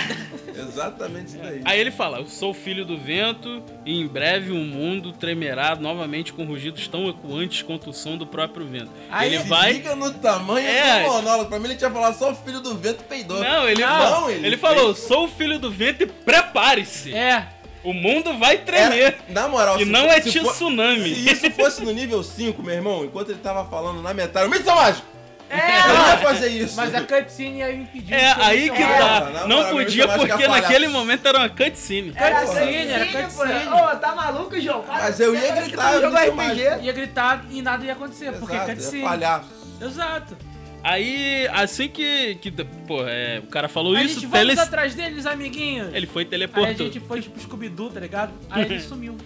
[SPEAKER 4] Exatamente isso daí.
[SPEAKER 1] Aí ele fala: Eu sou filho do vento e em breve o mundo tremerá novamente com rugidos tão ecoantes quanto o som do próprio vento.
[SPEAKER 2] Aí
[SPEAKER 1] ele
[SPEAKER 4] Se
[SPEAKER 1] vai.
[SPEAKER 4] liga no tamanho
[SPEAKER 1] É.
[SPEAKER 4] do monólogo. Pra mim ele tinha falado só o filho do vento peidou.
[SPEAKER 1] Não, ele,
[SPEAKER 4] Não,
[SPEAKER 1] falou, ele,
[SPEAKER 4] ele
[SPEAKER 1] falou: Sou filho do vento e prepare-se.
[SPEAKER 2] É.
[SPEAKER 1] O mundo vai
[SPEAKER 4] Era-
[SPEAKER 1] tremer.
[SPEAKER 4] na moral,
[SPEAKER 1] E
[SPEAKER 4] se
[SPEAKER 1] não
[SPEAKER 4] fo-
[SPEAKER 1] é
[SPEAKER 4] se fo-
[SPEAKER 1] tsunami.
[SPEAKER 4] Se isso fosse no nível 5, meu irmão, enquanto ele tava falando na metade, o Missão Mágico!
[SPEAKER 3] É,
[SPEAKER 4] Eu não ia fazer isso.
[SPEAKER 2] Mas é a cutscene ia impedir.
[SPEAKER 1] É,
[SPEAKER 2] isso,
[SPEAKER 1] aí
[SPEAKER 2] isso
[SPEAKER 1] que
[SPEAKER 2] é uma-
[SPEAKER 4] Cara,
[SPEAKER 1] tá.
[SPEAKER 4] na
[SPEAKER 1] Não
[SPEAKER 4] moral,
[SPEAKER 1] podia
[SPEAKER 4] eu acho que é
[SPEAKER 1] porque
[SPEAKER 4] palhaço.
[SPEAKER 1] naquele momento era uma cutscene.
[SPEAKER 3] era
[SPEAKER 2] Porra.
[SPEAKER 3] cutscene, era
[SPEAKER 2] É Cutscene,
[SPEAKER 3] cutscene.
[SPEAKER 2] porra.
[SPEAKER 3] Ô, tá maluco, João? Para
[SPEAKER 4] Mas
[SPEAKER 3] de
[SPEAKER 4] eu ia
[SPEAKER 3] ser parecido
[SPEAKER 4] gritar,
[SPEAKER 3] com
[SPEAKER 4] eu
[SPEAKER 3] jogo
[SPEAKER 4] não sou
[SPEAKER 3] RPG.
[SPEAKER 4] mais.
[SPEAKER 2] Ia gritar e nada ia acontecer, porque é
[SPEAKER 4] Exato, é
[SPEAKER 2] cutscene.
[SPEAKER 4] palhaço.
[SPEAKER 2] Exato.
[SPEAKER 1] Aí, assim que. que pô, é, o cara falou
[SPEAKER 2] a
[SPEAKER 1] isso,
[SPEAKER 2] gente
[SPEAKER 1] tele...
[SPEAKER 2] vamos atrás deles, amiguinhos.
[SPEAKER 1] ele foi e
[SPEAKER 2] Aí
[SPEAKER 1] teleportou.
[SPEAKER 2] a gente foi tipo Scooby-Doo, tá ligado? Aí
[SPEAKER 1] (laughs)
[SPEAKER 2] ele sumiu.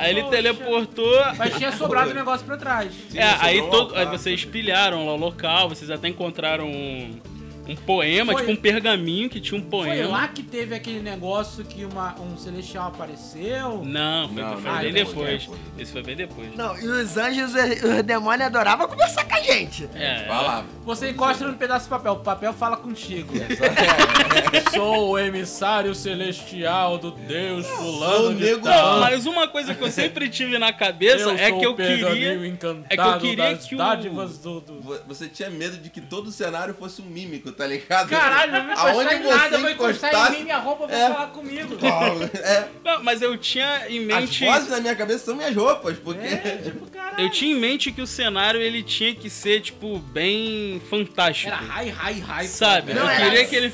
[SPEAKER 1] Aí ele
[SPEAKER 2] Poxa.
[SPEAKER 1] teleportou.
[SPEAKER 2] Mas tinha sobrado o negócio pra trás.
[SPEAKER 4] Sim,
[SPEAKER 1] É, aí,
[SPEAKER 4] sobrou um
[SPEAKER 1] todo, aí
[SPEAKER 4] altar.
[SPEAKER 1] vocês pilharam lá o local, vocês até encontraram um, um poema,
[SPEAKER 2] Foi-
[SPEAKER 1] tipo um pergaminho que tinha um
[SPEAKER 2] Foi
[SPEAKER 1] poema.
[SPEAKER 2] lá que teve aquele negócio que uma, um celestial apareceu.
[SPEAKER 1] Não, foi,
[SPEAKER 4] Não,
[SPEAKER 1] foi
[SPEAKER 4] não,
[SPEAKER 1] bem
[SPEAKER 4] depois,
[SPEAKER 1] depois.
[SPEAKER 4] depois.
[SPEAKER 1] Esse foi bem depois.
[SPEAKER 3] Não, e os anjos e os demônios adoravam conversar com a gente.
[SPEAKER 1] É,
[SPEAKER 4] Vai lá.
[SPEAKER 2] Você encosta num pedaço de papel, o papel fala
[SPEAKER 4] (laughs)
[SPEAKER 2] contigo. Sou o emissário celestial do Deus
[SPEAKER 4] sou o
[SPEAKER 2] fulano de
[SPEAKER 4] nego
[SPEAKER 1] Não,
[SPEAKER 2] tal.
[SPEAKER 1] mas uma coisa que eu sempre tive na cabeça é
[SPEAKER 2] sou
[SPEAKER 1] que
[SPEAKER 2] o
[SPEAKER 1] eu
[SPEAKER 2] pergaminho
[SPEAKER 1] queria.
[SPEAKER 2] encantado
[SPEAKER 1] é que eu queria
[SPEAKER 2] das
[SPEAKER 1] que o-
[SPEAKER 2] dádivas do, do-
[SPEAKER 4] Vo- Você tinha medo de que todo o cenário fosse um mímico, tá ligado?
[SPEAKER 2] Caralho, não vou encostar em
[SPEAKER 4] Aonde você
[SPEAKER 2] nada, eu vou encostar
[SPEAKER 4] encostasse-
[SPEAKER 2] em mim, minha roupa vai
[SPEAKER 4] É.
[SPEAKER 2] falar comigo. (laughs)
[SPEAKER 4] É,
[SPEAKER 1] Não, mas eu tinha em
[SPEAKER 4] as
[SPEAKER 1] mente.
[SPEAKER 4] vozes na minha cabeça são minhas roupas, porque...
[SPEAKER 2] É, tipo, caralho.
[SPEAKER 1] Eu tinha em mente que o cenário ele tinha que ser, tipo, bem fantástico.
[SPEAKER 2] Era high, high, high.
[SPEAKER 1] Sabe?
[SPEAKER 3] Não,
[SPEAKER 1] eu
[SPEAKER 3] era-
[SPEAKER 1] queria que ele.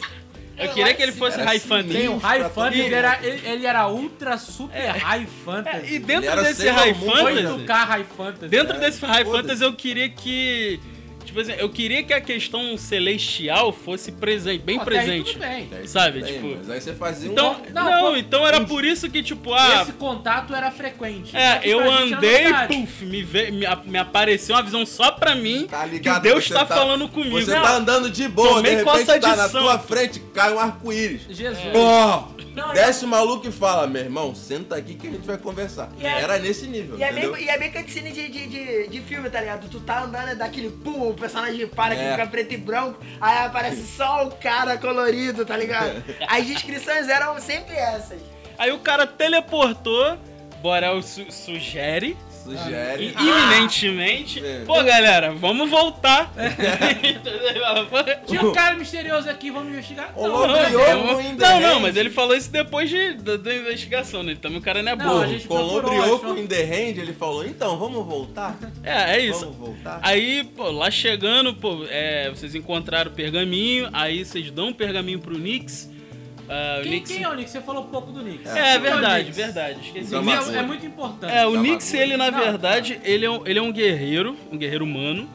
[SPEAKER 1] Eu queria que ele fosse
[SPEAKER 4] era
[SPEAKER 1] high
[SPEAKER 4] assim
[SPEAKER 2] Tem o
[SPEAKER 1] fantasy.
[SPEAKER 4] mesmo.
[SPEAKER 2] High
[SPEAKER 4] pra
[SPEAKER 2] Fantasy,
[SPEAKER 1] todo
[SPEAKER 2] ele era, ele, ele era ultra super high
[SPEAKER 1] É,
[SPEAKER 2] fantasy.
[SPEAKER 1] e dentro
[SPEAKER 4] Ele era
[SPEAKER 1] desse
[SPEAKER 4] Sailor
[SPEAKER 1] high
[SPEAKER 4] Moon,
[SPEAKER 1] É, fantasy.
[SPEAKER 2] 8K high fantasy.
[SPEAKER 1] Dentro desse high
[SPEAKER 4] foda-se.
[SPEAKER 1] fantasy eu queria que. Tipo assim, eu queria que a questão celestial fosse presente, bem
[SPEAKER 2] Pô, até aí
[SPEAKER 1] presente.
[SPEAKER 2] tudo bem.
[SPEAKER 4] Daí
[SPEAKER 1] Sabe,
[SPEAKER 4] tem,
[SPEAKER 1] tipo-
[SPEAKER 4] Mas É aí você fazia
[SPEAKER 1] Então,
[SPEAKER 4] um...
[SPEAKER 1] não,
[SPEAKER 2] Não, pô,
[SPEAKER 1] então era por isso que, tipo, ah,
[SPEAKER 2] Esse contato era frequente. Só
[SPEAKER 1] é,
[SPEAKER 2] que
[SPEAKER 1] eu
[SPEAKER 2] pra gente era
[SPEAKER 1] andei,
[SPEAKER 2] novidade.
[SPEAKER 1] puf, me, ve- me, a- me apareceu uma visão só pra mim
[SPEAKER 4] Tá
[SPEAKER 1] que
[SPEAKER 4] ligado?
[SPEAKER 1] o Deus
[SPEAKER 4] Você
[SPEAKER 1] tá, falando comigo.
[SPEAKER 4] Você
[SPEAKER 1] Não,
[SPEAKER 4] tá andando de boa,
[SPEAKER 1] Tomei
[SPEAKER 4] de repente
[SPEAKER 1] coça de
[SPEAKER 4] tá na
[SPEAKER 1] santo.
[SPEAKER 4] tua frente, cai um arco-íris.
[SPEAKER 2] Jesus.
[SPEAKER 4] Pô,
[SPEAKER 3] Não,
[SPEAKER 4] desce o maluco e fala, meu irmão, senta aqui que a gente vai conversar.
[SPEAKER 3] E é-
[SPEAKER 4] Era nesse nível,
[SPEAKER 3] E é,
[SPEAKER 4] entendeu?
[SPEAKER 3] bem, e é bem cutscene de, de, de, de filme, tá ligado? Tu tá andando, dá aquele pulo, o personagem para, que
[SPEAKER 4] É.
[SPEAKER 3] fica preto e branco, aí aparece só o cara colorido, tá ligado?
[SPEAKER 4] (laughs)
[SPEAKER 3] As descrições eram sempre essas.
[SPEAKER 1] Aí o cara teleportou, Borel su- sugere,
[SPEAKER 4] Sugere.
[SPEAKER 1] e iminentemente,
[SPEAKER 4] É.
[SPEAKER 1] pô galera, vamos voltar. (laughs) Ele fala, "Pô,
[SPEAKER 4] (laughs)
[SPEAKER 2] Tinha um cara misterioso aqui, vamos investigar.
[SPEAKER 4] Ô,
[SPEAKER 2] Não,
[SPEAKER 4] louco, né?
[SPEAKER 2] não,
[SPEAKER 4] Diogo,
[SPEAKER 1] não,
[SPEAKER 4] in the
[SPEAKER 2] é
[SPEAKER 1] não, não,
[SPEAKER 4] hand.
[SPEAKER 1] mas ele falou isso depois de, da, da investigação, né? Também o cara não é
[SPEAKER 2] Não,
[SPEAKER 1] burro.
[SPEAKER 2] a gente
[SPEAKER 4] Com
[SPEAKER 2] procurou,
[SPEAKER 4] lombrioco
[SPEAKER 2] achou.
[SPEAKER 4] em The Hand, ele falou, então, vamos voltar?
[SPEAKER 1] É, é (laughs) isso.
[SPEAKER 4] Vamos voltar?
[SPEAKER 1] Aí, pô, lá chegando, pô, é, vocês encontraram o pergaminho, aí vocês dão o pergaminho pro Nix. ah, o
[SPEAKER 2] Quem,
[SPEAKER 1] Nix-
[SPEAKER 2] quem é o Nick? Você falou pouco do Nick. Quem
[SPEAKER 1] É,
[SPEAKER 2] o
[SPEAKER 1] verdade,
[SPEAKER 2] Nick?
[SPEAKER 1] verdade. Esqueci.
[SPEAKER 4] Dá uma-
[SPEAKER 2] Ele É, é muito importante.
[SPEAKER 1] É, o
[SPEAKER 4] Dá
[SPEAKER 1] Nix,
[SPEAKER 4] bagulho.
[SPEAKER 1] ele, na
[SPEAKER 2] Não.
[SPEAKER 1] verdade, ele é, um, ele é um guerreiro, um guerreiro humano.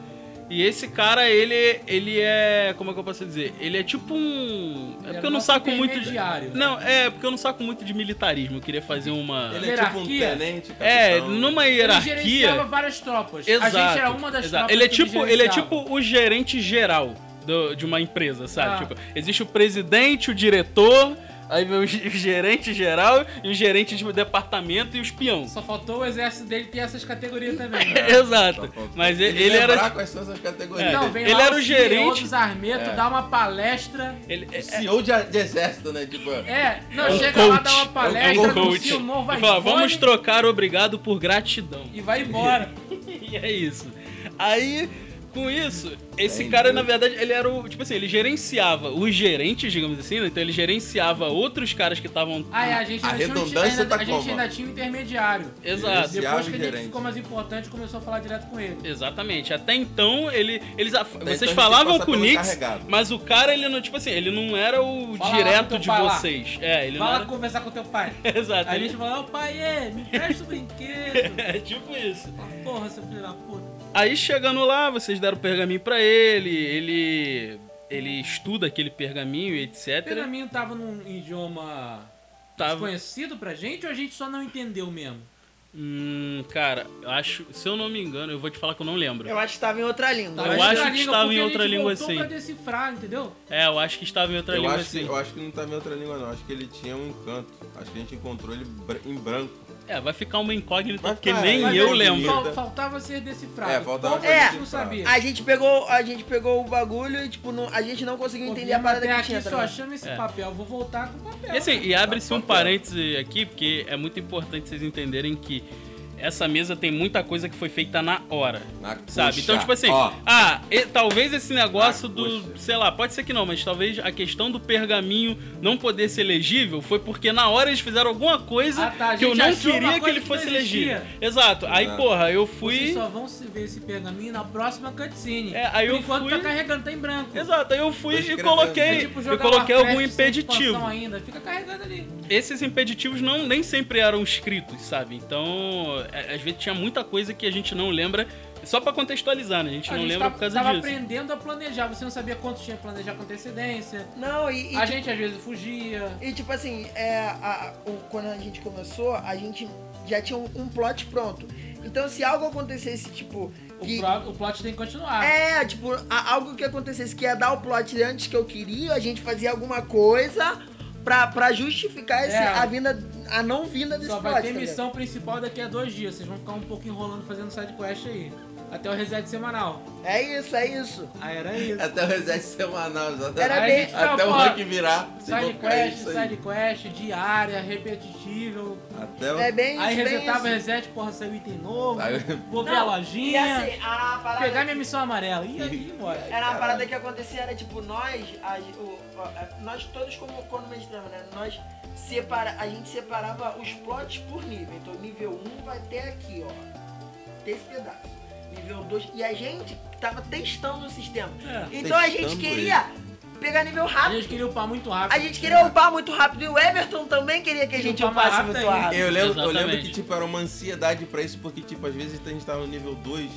[SPEAKER 1] E esse cara, ele, ele é. Como é que eu posso dizer? Ele é tipo um. É
[SPEAKER 2] Ele
[SPEAKER 1] porque
[SPEAKER 2] é
[SPEAKER 1] eu não
[SPEAKER 2] nosso
[SPEAKER 1] saco muito. De,
[SPEAKER 2] intermediário. né?
[SPEAKER 1] não, é porque eu não saco muito de militarismo. Eu queria fazer uma.
[SPEAKER 4] Ele é tipo um
[SPEAKER 2] Hierarquia.
[SPEAKER 4] tenente,
[SPEAKER 1] É,
[SPEAKER 4] capitão.
[SPEAKER 1] numa
[SPEAKER 2] então, Ele
[SPEAKER 1] hierarquia.
[SPEAKER 2] gerenciava várias tropas.
[SPEAKER 1] Exato.
[SPEAKER 2] a gente era uma das
[SPEAKER 1] exato.
[SPEAKER 2] tropas
[SPEAKER 1] Ele é
[SPEAKER 2] que
[SPEAKER 1] tipo, ele é
[SPEAKER 2] gerenciava.
[SPEAKER 1] tipo o gerente geral do- de uma empresa, sabe?
[SPEAKER 2] Ah.
[SPEAKER 1] Tipo, existe o presidente, o diretor, aí vem o ge- gerente geral e o gerente de departamento e o
[SPEAKER 2] (laughs)
[SPEAKER 1] espião.
[SPEAKER 2] Só faltou o exército dele ter
[SPEAKER 1] (laughs)
[SPEAKER 2] essas categorias também. né?
[SPEAKER 4] Só
[SPEAKER 1] Exato.
[SPEAKER 4] falta-
[SPEAKER 1] Mas e-
[SPEAKER 4] tem que
[SPEAKER 1] ele,
[SPEAKER 4] Lembrar
[SPEAKER 1] era
[SPEAKER 4] quais são essas
[SPEAKER 1] É.
[SPEAKER 4] categorias. tipo
[SPEAKER 2] Não, vem
[SPEAKER 1] Ele
[SPEAKER 2] lá
[SPEAKER 1] era o
[SPEAKER 2] CEO
[SPEAKER 1] gerente. É.
[SPEAKER 2] dos Armeto, dá uma palestra.
[SPEAKER 1] ele, é-
[SPEAKER 4] CEO de, de exército, né? Tipo,
[SPEAKER 2] É, não,
[SPEAKER 1] é um
[SPEAKER 2] chega lá,
[SPEAKER 1] coach.
[SPEAKER 2] dá uma palestra,
[SPEAKER 1] é um
[SPEAKER 2] anuncia
[SPEAKER 1] coach.
[SPEAKER 2] o novo
[SPEAKER 1] Ele fala,
[SPEAKER 2] iPhone
[SPEAKER 1] vamos trocar obrigado por gratidão.
[SPEAKER 2] e vai embora.
[SPEAKER 1] (laughs) E é isso. Aí, com isso, esse
[SPEAKER 4] Entendi.
[SPEAKER 1] cara, na verdade, ele era o. Tipo assim, ele gerenciava os gerentes, digamos assim, né? Então ele gerenciava outros caras que estavam.
[SPEAKER 2] Ah, é, a gente,
[SPEAKER 4] A
[SPEAKER 2] ainda tinha um-
[SPEAKER 4] redundância
[SPEAKER 2] ainda,
[SPEAKER 4] tá
[SPEAKER 2] a gente
[SPEAKER 4] como?
[SPEAKER 2] ainda tinha um intermediário.
[SPEAKER 1] Exato.
[SPEAKER 4] Esse-
[SPEAKER 2] Depois que a gente
[SPEAKER 4] gerente.
[SPEAKER 2] ficou mais importante, começou a falar direto com ele.
[SPEAKER 1] Exatamente. Até então, ele. Eles, vocês
[SPEAKER 4] então, ele
[SPEAKER 1] falavam
[SPEAKER 4] passa
[SPEAKER 1] com o
[SPEAKER 4] pelo
[SPEAKER 1] Nix,
[SPEAKER 4] carregado.
[SPEAKER 1] mas o cara, ele não. Tipo assim, ele não era o
[SPEAKER 2] Fala lá com
[SPEAKER 1] direto
[SPEAKER 2] teu
[SPEAKER 1] de
[SPEAKER 2] pai lá.
[SPEAKER 1] vocês. É, ele
[SPEAKER 2] Fala
[SPEAKER 1] não
[SPEAKER 2] conversar com teu pai.
[SPEAKER 1] era. (laughs) Exato.
[SPEAKER 2] Aí a
[SPEAKER 1] ele-
[SPEAKER 2] gente fala, ô pai, é, me presta o
[SPEAKER 1] (laughs)
[SPEAKER 2] brinquedo.
[SPEAKER 1] É tipo isso.
[SPEAKER 2] Fala, Porra, seu filho da puta.
[SPEAKER 1] Aí chegando lá, vocês deram o pergaminho pra ele, ele. Ele estuda aquele pergaminho e etc.
[SPEAKER 2] O pergaminho tava num idioma
[SPEAKER 1] Tava.
[SPEAKER 2] desconhecido pra gente ou a gente só não entendeu mesmo?
[SPEAKER 1] Hum, cara, eu acho. Se eu não me engano, eu vou te falar que eu não lembro.
[SPEAKER 3] Eu acho que tava em outra língua.
[SPEAKER 1] Tá.
[SPEAKER 2] em
[SPEAKER 1] acho
[SPEAKER 2] outra
[SPEAKER 1] que
[SPEAKER 2] língua,
[SPEAKER 1] estava
[SPEAKER 2] porque
[SPEAKER 1] em
[SPEAKER 2] a
[SPEAKER 1] outra
[SPEAKER 2] gente
[SPEAKER 1] língua, assim.
[SPEAKER 2] voltou
[SPEAKER 1] sim.
[SPEAKER 2] pra decifrar, entendeu?
[SPEAKER 1] É, eu acho que estava em outra
[SPEAKER 4] eu,
[SPEAKER 1] língua
[SPEAKER 4] acho que,
[SPEAKER 1] assim.
[SPEAKER 4] eu acho que não tá em outra língua, não. Acho que ele tinha um encanto. Acho que a gente encontrou ele br- em branco.
[SPEAKER 1] É, vai ficar uma incógnita
[SPEAKER 4] Vai
[SPEAKER 1] porque
[SPEAKER 4] ficar,
[SPEAKER 1] nem
[SPEAKER 4] mas
[SPEAKER 1] eu
[SPEAKER 4] aí-
[SPEAKER 1] lembro.
[SPEAKER 2] Fal- faltava ser decifrado. Então,
[SPEAKER 4] É, faltava
[SPEAKER 2] Pouco
[SPEAKER 4] ser
[SPEAKER 2] a gente não
[SPEAKER 4] decifrado.
[SPEAKER 2] sabia.
[SPEAKER 3] A gente pegou, a gente pegou o bagulho e, tipo, não- a gente não conseguiu
[SPEAKER 2] Pô,
[SPEAKER 3] entender a
[SPEAKER 2] viemos
[SPEAKER 3] parada
[SPEAKER 2] até
[SPEAKER 3] que tinha.
[SPEAKER 2] aqui
[SPEAKER 3] tá
[SPEAKER 2] só
[SPEAKER 3] ligado?
[SPEAKER 2] achando esse
[SPEAKER 1] É.
[SPEAKER 2] papel. Vou voltar com o papel.
[SPEAKER 1] E assim, e abre-se um parêntese aqui, porque é muito importante vocês entenderem que essa mesa tem muita coisa que foi feita na hora.
[SPEAKER 4] Na
[SPEAKER 1] Sabe?
[SPEAKER 4] coxa.
[SPEAKER 1] Então, tipo assim,
[SPEAKER 4] Ó,
[SPEAKER 1] ah, e- talvez esse negócio
[SPEAKER 4] Na
[SPEAKER 1] do.
[SPEAKER 4] coxa.
[SPEAKER 1] Sei lá, pode ser que não, mas talvez a questão do pergaminho não poder ser legível foi porque na hora eles fizeram alguma coisa
[SPEAKER 2] Ah, tá, a
[SPEAKER 1] que eu
[SPEAKER 2] gente
[SPEAKER 1] não
[SPEAKER 2] achou uma
[SPEAKER 1] queria que
[SPEAKER 2] coisa
[SPEAKER 1] ele
[SPEAKER 2] que
[SPEAKER 1] fosse
[SPEAKER 2] não existia.
[SPEAKER 1] legível. Exato. Aí,
[SPEAKER 4] Exato.
[SPEAKER 1] porra, eu
[SPEAKER 2] Vocês
[SPEAKER 1] fui.
[SPEAKER 2] só vão se ver esse pergaminho na próxima cutscene.
[SPEAKER 1] É, aí
[SPEAKER 2] Por
[SPEAKER 1] eu
[SPEAKER 2] enquanto
[SPEAKER 1] fui-
[SPEAKER 2] tá carregando, tá em branco.
[SPEAKER 1] Exato, aí eu fui
[SPEAKER 4] Tô
[SPEAKER 1] e
[SPEAKER 4] escrevendo.
[SPEAKER 1] coloquei.
[SPEAKER 2] É tipo
[SPEAKER 1] eu
[SPEAKER 2] jogar
[SPEAKER 1] coloquei
[SPEAKER 2] Warcraft
[SPEAKER 1] algum
[SPEAKER 2] sem
[SPEAKER 1] impeditivo.
[SPEAKER 2] expansão ainda. Fica carregando ali.
[SPEAKER 1] esses impeditivos não nem sempre eram escritos, sabe? Então, é- às vezes tinha muita coisa que a gente não lembra. Só pra contextualizar, né? A gente
[SPEAKER 2] A
[SPEAKER 1] não
[SPEAKER 2] gente
[SPEAKER 1] lembra
[SPEAKER 2] tá-
[SPEAKER 1] por causa
[SPEAKER 2] tava
[SPEAKER 1] disso.
[SPEAKER 2] aprendendo a planejar. Você não sabia quanto tinha que planejar com antecedência.
[SPEAKER 3] Não, e, e,
[SPEAKER 2] A
[SPEAKER 3] tipo,
[SPEAKER 2] gente às vezes fugia.
[SPEAKER 3] e, tipo assim, é, a- o- quando a gente começou, a gente já tinha um, um plot pronto. Então, se algo acontecesse, tipo.
[SPEAKER 2] O,
[SPEAKER 3] que-
[SPEAKER 2] pro- o plot tem que continuar.
[SPEAKER 3] É, tipo, a- algo que acontecesse que ia dar o plot antes que eu queria, a gente fazia alguma coisa pra, pra justificar esse-
[SPEAKER 2] É.
[SPEAKER 3] a vinda, a não vinda desse
[SPEAKER 2] Só
[SPEAKER 3] plot.
[SPEAKER 2] vai ter
[SPEAKER 3] tá ligado?
[SPEAKER 2] missão principal daqui a dois dias. Vocês vão ficar um pouco enrolando fazendo sidequest aí. Até o reset semanal.
[SPEAKER 3] É isso, é isso.
[SPEAKER 2] Ah, era isso.
[SPEAKER 4] Até o reset semanal, exatamente.
[SPEAKER 3] Era
[SPEAKER 2] Aí a
[SPEAKER 3] bem-
[SPEAKER 2] gente tá,
[SPEAKER 4] Até o
[SPEAKER 2] tava,
[SPEAKER 4] rank virar. vocês vão ficar
[SPEAKER 2] Sidequest,
[SPEAKER 4] isso aí.
[SPEAKER 2] sidequest, diária, repetitível.
[SPEAKER 4] Até o...
[SPEAKER 3] É bem isso.
[SPEAKER 2] Então, Aí
[SPEAKER 3] bem
[SPEAKER 2] resetava
[SPEAKER 3] isso.
[SPEAKER 2] reset, porra, saiu item novo.
[SPEAKER 4] (laughs) Aí-
[SPEAKER 2] Vou ver
[SPEAKER 3] Não,
[SPEAKER 2] a
[SPEAKER 3] E
[SPEAKER 2] lojinha.
[SPEAKER 3] assim, a parada.
[SPEAKER 2] Pegar minha missão amarela. E
[SPEAKER 4] (laughs)
[SPEAKER 2] aí, bora.
[SPEAKER 3] Era uma
[SPEAKER 4] Caralho.
[SPEAKER 3] parada que acontecia, era tipo, nós, a gen- o- a- nós todos como quando mestramos, né? Nós separa, a gente separava os plots por nível. Então nível 1 vai até aqui, ó. Desse pedaço. Nível 2. E a gente tava testando o sistema.
[SPEAKER 2] É.
[SPEAKER 3] Então a gente
[SPEAKER 4] Testando
[SPEAKER 3] queria pegar nível
[SPEAKER 2] A
[SPEAKER 3] rápido.
[SPEAKER 2] gente queria upar muito rápido.
[SPEAKER 3] A gente queria upar muito rápido e o Everton também queria que a gente
[SPEAKER 2] Upar mais
[SPEAKER 3] upasse
[SPEAKER 2] rápido
[SPEAKER 3] muito
[SPEAKER 2] ainda.
[SPEAKER 3] rápido.
[SPEAKER 4] Eu lembro, eu lembro
[SPEAKER 1] Exatamente.
[SPEAKER 4] que tipo, era uma ansiedade pra isso, porque tipo, às vezes a gente tava no nível 2,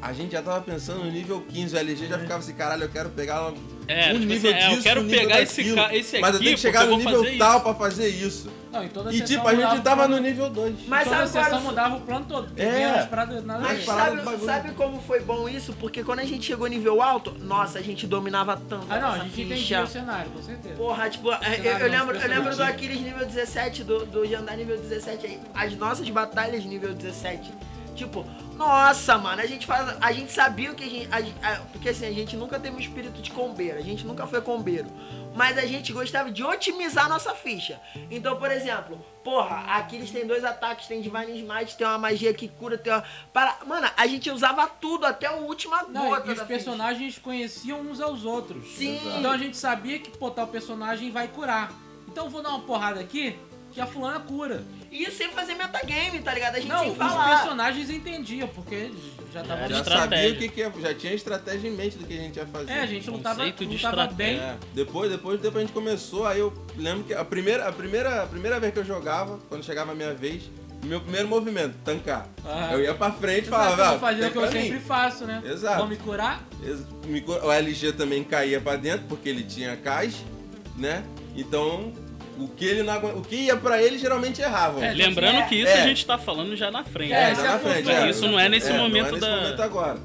[SPEAKER 4] a gente já tava pensando no nível 15, o LG já ficava assim, caralho, eu quero pegar lá
[SPEAKER 1] É,
[SPEAKER 4] um
[SPEAKER 1] tipo
[SPEAKER 4] nível
[SPEAKER 1] assim, é, eu
[SPEAKER 4] disso,
[SPEAKER 1] quero
[SPEAKER 4] um nível
[SPEAKER 1] pegar esse
[SPEAKER 4] daquilo,
[SPEAKER 1] ca- esse
[SPEAKER 4] mas eu
[SPEAKER 1] aqui,
[SPEAKER 4] tenho que chegar
[SPEAKER 1] porque eu
[SPEAKER 4] no
[SPEAKER 1] vou
[SPEAKER 4] nível
[SPEAKER 1] fazer
[SPEAKER 4] tal
[SPEAKER 1] isso. é
[SPEAKER 4] pra fazer isso.
[SPEAKER 2] Não, em toda
[SPEAKER 4] E
[SPEAKER 2] sessão
[SPEAKER 4] tipo, a
[SPEAKER 2] mudava
[SPEAKER 1] um
[SPEAKER 4] gente
[SPEAKER 2] o
[SPEAKER 4] tava
[SPEAKER 2] plano.
[SPEAKER 4] no nível 2.
[SPEAKER 3] Mas
[SPEAKER 2] toda
[SPEAKER 3] agora-
[SPEAKER 2] sessão mudava o plano todo.
[SPEAKER 4] É.
[SPEAKER 2] Vinha as paradas, nada
[SPEAKER 3] Mas
[SPEAKER 2] mais.
[SPEAKER 4] parada do
[SPEAKER 3] sabe,
[SPEAKER 4] bagulho.
[SPEAKER 3] sabe como foi bom isso? Porque quando a gente chegou nível alto, nossa, a gente dominava tanto
[SPEAKER 2] Ah, não, a
[SPEAKER 3] nossa
[SPEAKER 2] gente
[SPEAKER 3] ficha.
[SPEAKER 2] entendia o cenário, com certeza.
[SPEAKER 3] Porra, tipo, eu, eu
[SPEAKER 2] não,
[SPEAKER 3] lembro, eu lembro do
[SPEAKER 2] personagem.
[SPEAKER 3] Aquiles nível 17, do, do Jandar nível 17 aí. As nossas batalhas nível 17. Tipo, nossa, mano, a gente faz. A gente sabia o que a gente. a gen- a- porque assim, a gente nunca teve um espírito de combeiro, a gente nunca foi combeiro. Mas a gente gostava de otimizar a nossa ficha. Então, por exemplo, porra, Aquiles tem dois ataques, tem Divine Smite, tem uma magia que cura, tem uma. Para... Mano, a gente usava tudo, até o último gota
[SPEAKER 2] Não, e- e
[SPEAKER 3] da
[SPEAKER 2] os
[SPEAKER 3] ficha.
[SPEAKER 2] personagens conheciam uns aos outros.
[SPEAKER 3] Sim.
[SPEAKER 2] Então a gente sabia que pô, tal personagem vai curar. Então eu vou dar uma porrada aqui que a fulana cura.
[SPEAKER 3] E isso sem fazer metagame, tá ligado? A gente
[SPEAKER 2] Não,
[SPEAKER 3] sem
[SPEAKER 2] os
[SPEAKER 3] falar.
[SPEAKER 2] personagens entendiam, porque eles já estavam
[SPEAKER 4] Já
[SPEAKER 1] estratégia.
[SPEAKER 4] sabia o que, que ia, já tinha estratégia em mente do que a gente ia fazer.
[SPEAKER 2] É, a gente lutava,
[SPEAKER 1] Conceito de
[SPEAKER 2] lutava bem.
[SPEAKER 1] estratégia.
[SPEAKER 4] É, depois, depois do tempo a gente começou, aí eu lembro que a primeira, a primeira, a primeira vez que eu jogava, quando chegava a minha vez, meu primeiro movimento, tancar.
[SPEAKER 2] Aham.
[SPEAKER 4] Eu ia pra frente e
[SPEAKER 2] Exato, eu
[SPEAKER 4] falava,
[SPEAKER 2] vou fazer
[SPEAKER 4] "Ah,
[SPEAKER 2] o é que eu
[SPEAKER 4] tanca pra mim."
[SPEAKER 2] sempre faço, né?
[SPEAKER 4] Exato.
[SPEAKER 2] Vou me curar.
[SPEAKER 4] Ex- me co- O LG também caía pra dentro porque ele tinha caixa, né? Então, o que ele não aguenta, o que ia pra ele geralmente errava.
[SPEAKER 1] É, lembrando que isso
[SPEAKER 4] É.
[SPEAKER 1] a gente tá falando já na frente.
[SPEAKER 2] É,
[SPEAKER 1] né?
[SPEAKER 2] isso é frente,
[SPEAKER 1] Mas
[SPEAKER 2] é.
[SPEAKER 1] Isso não é nesse momento
[SPEAKER 4] não é nesse
[SPEAKER 1] da.
[SPEAKER 4] momento agora.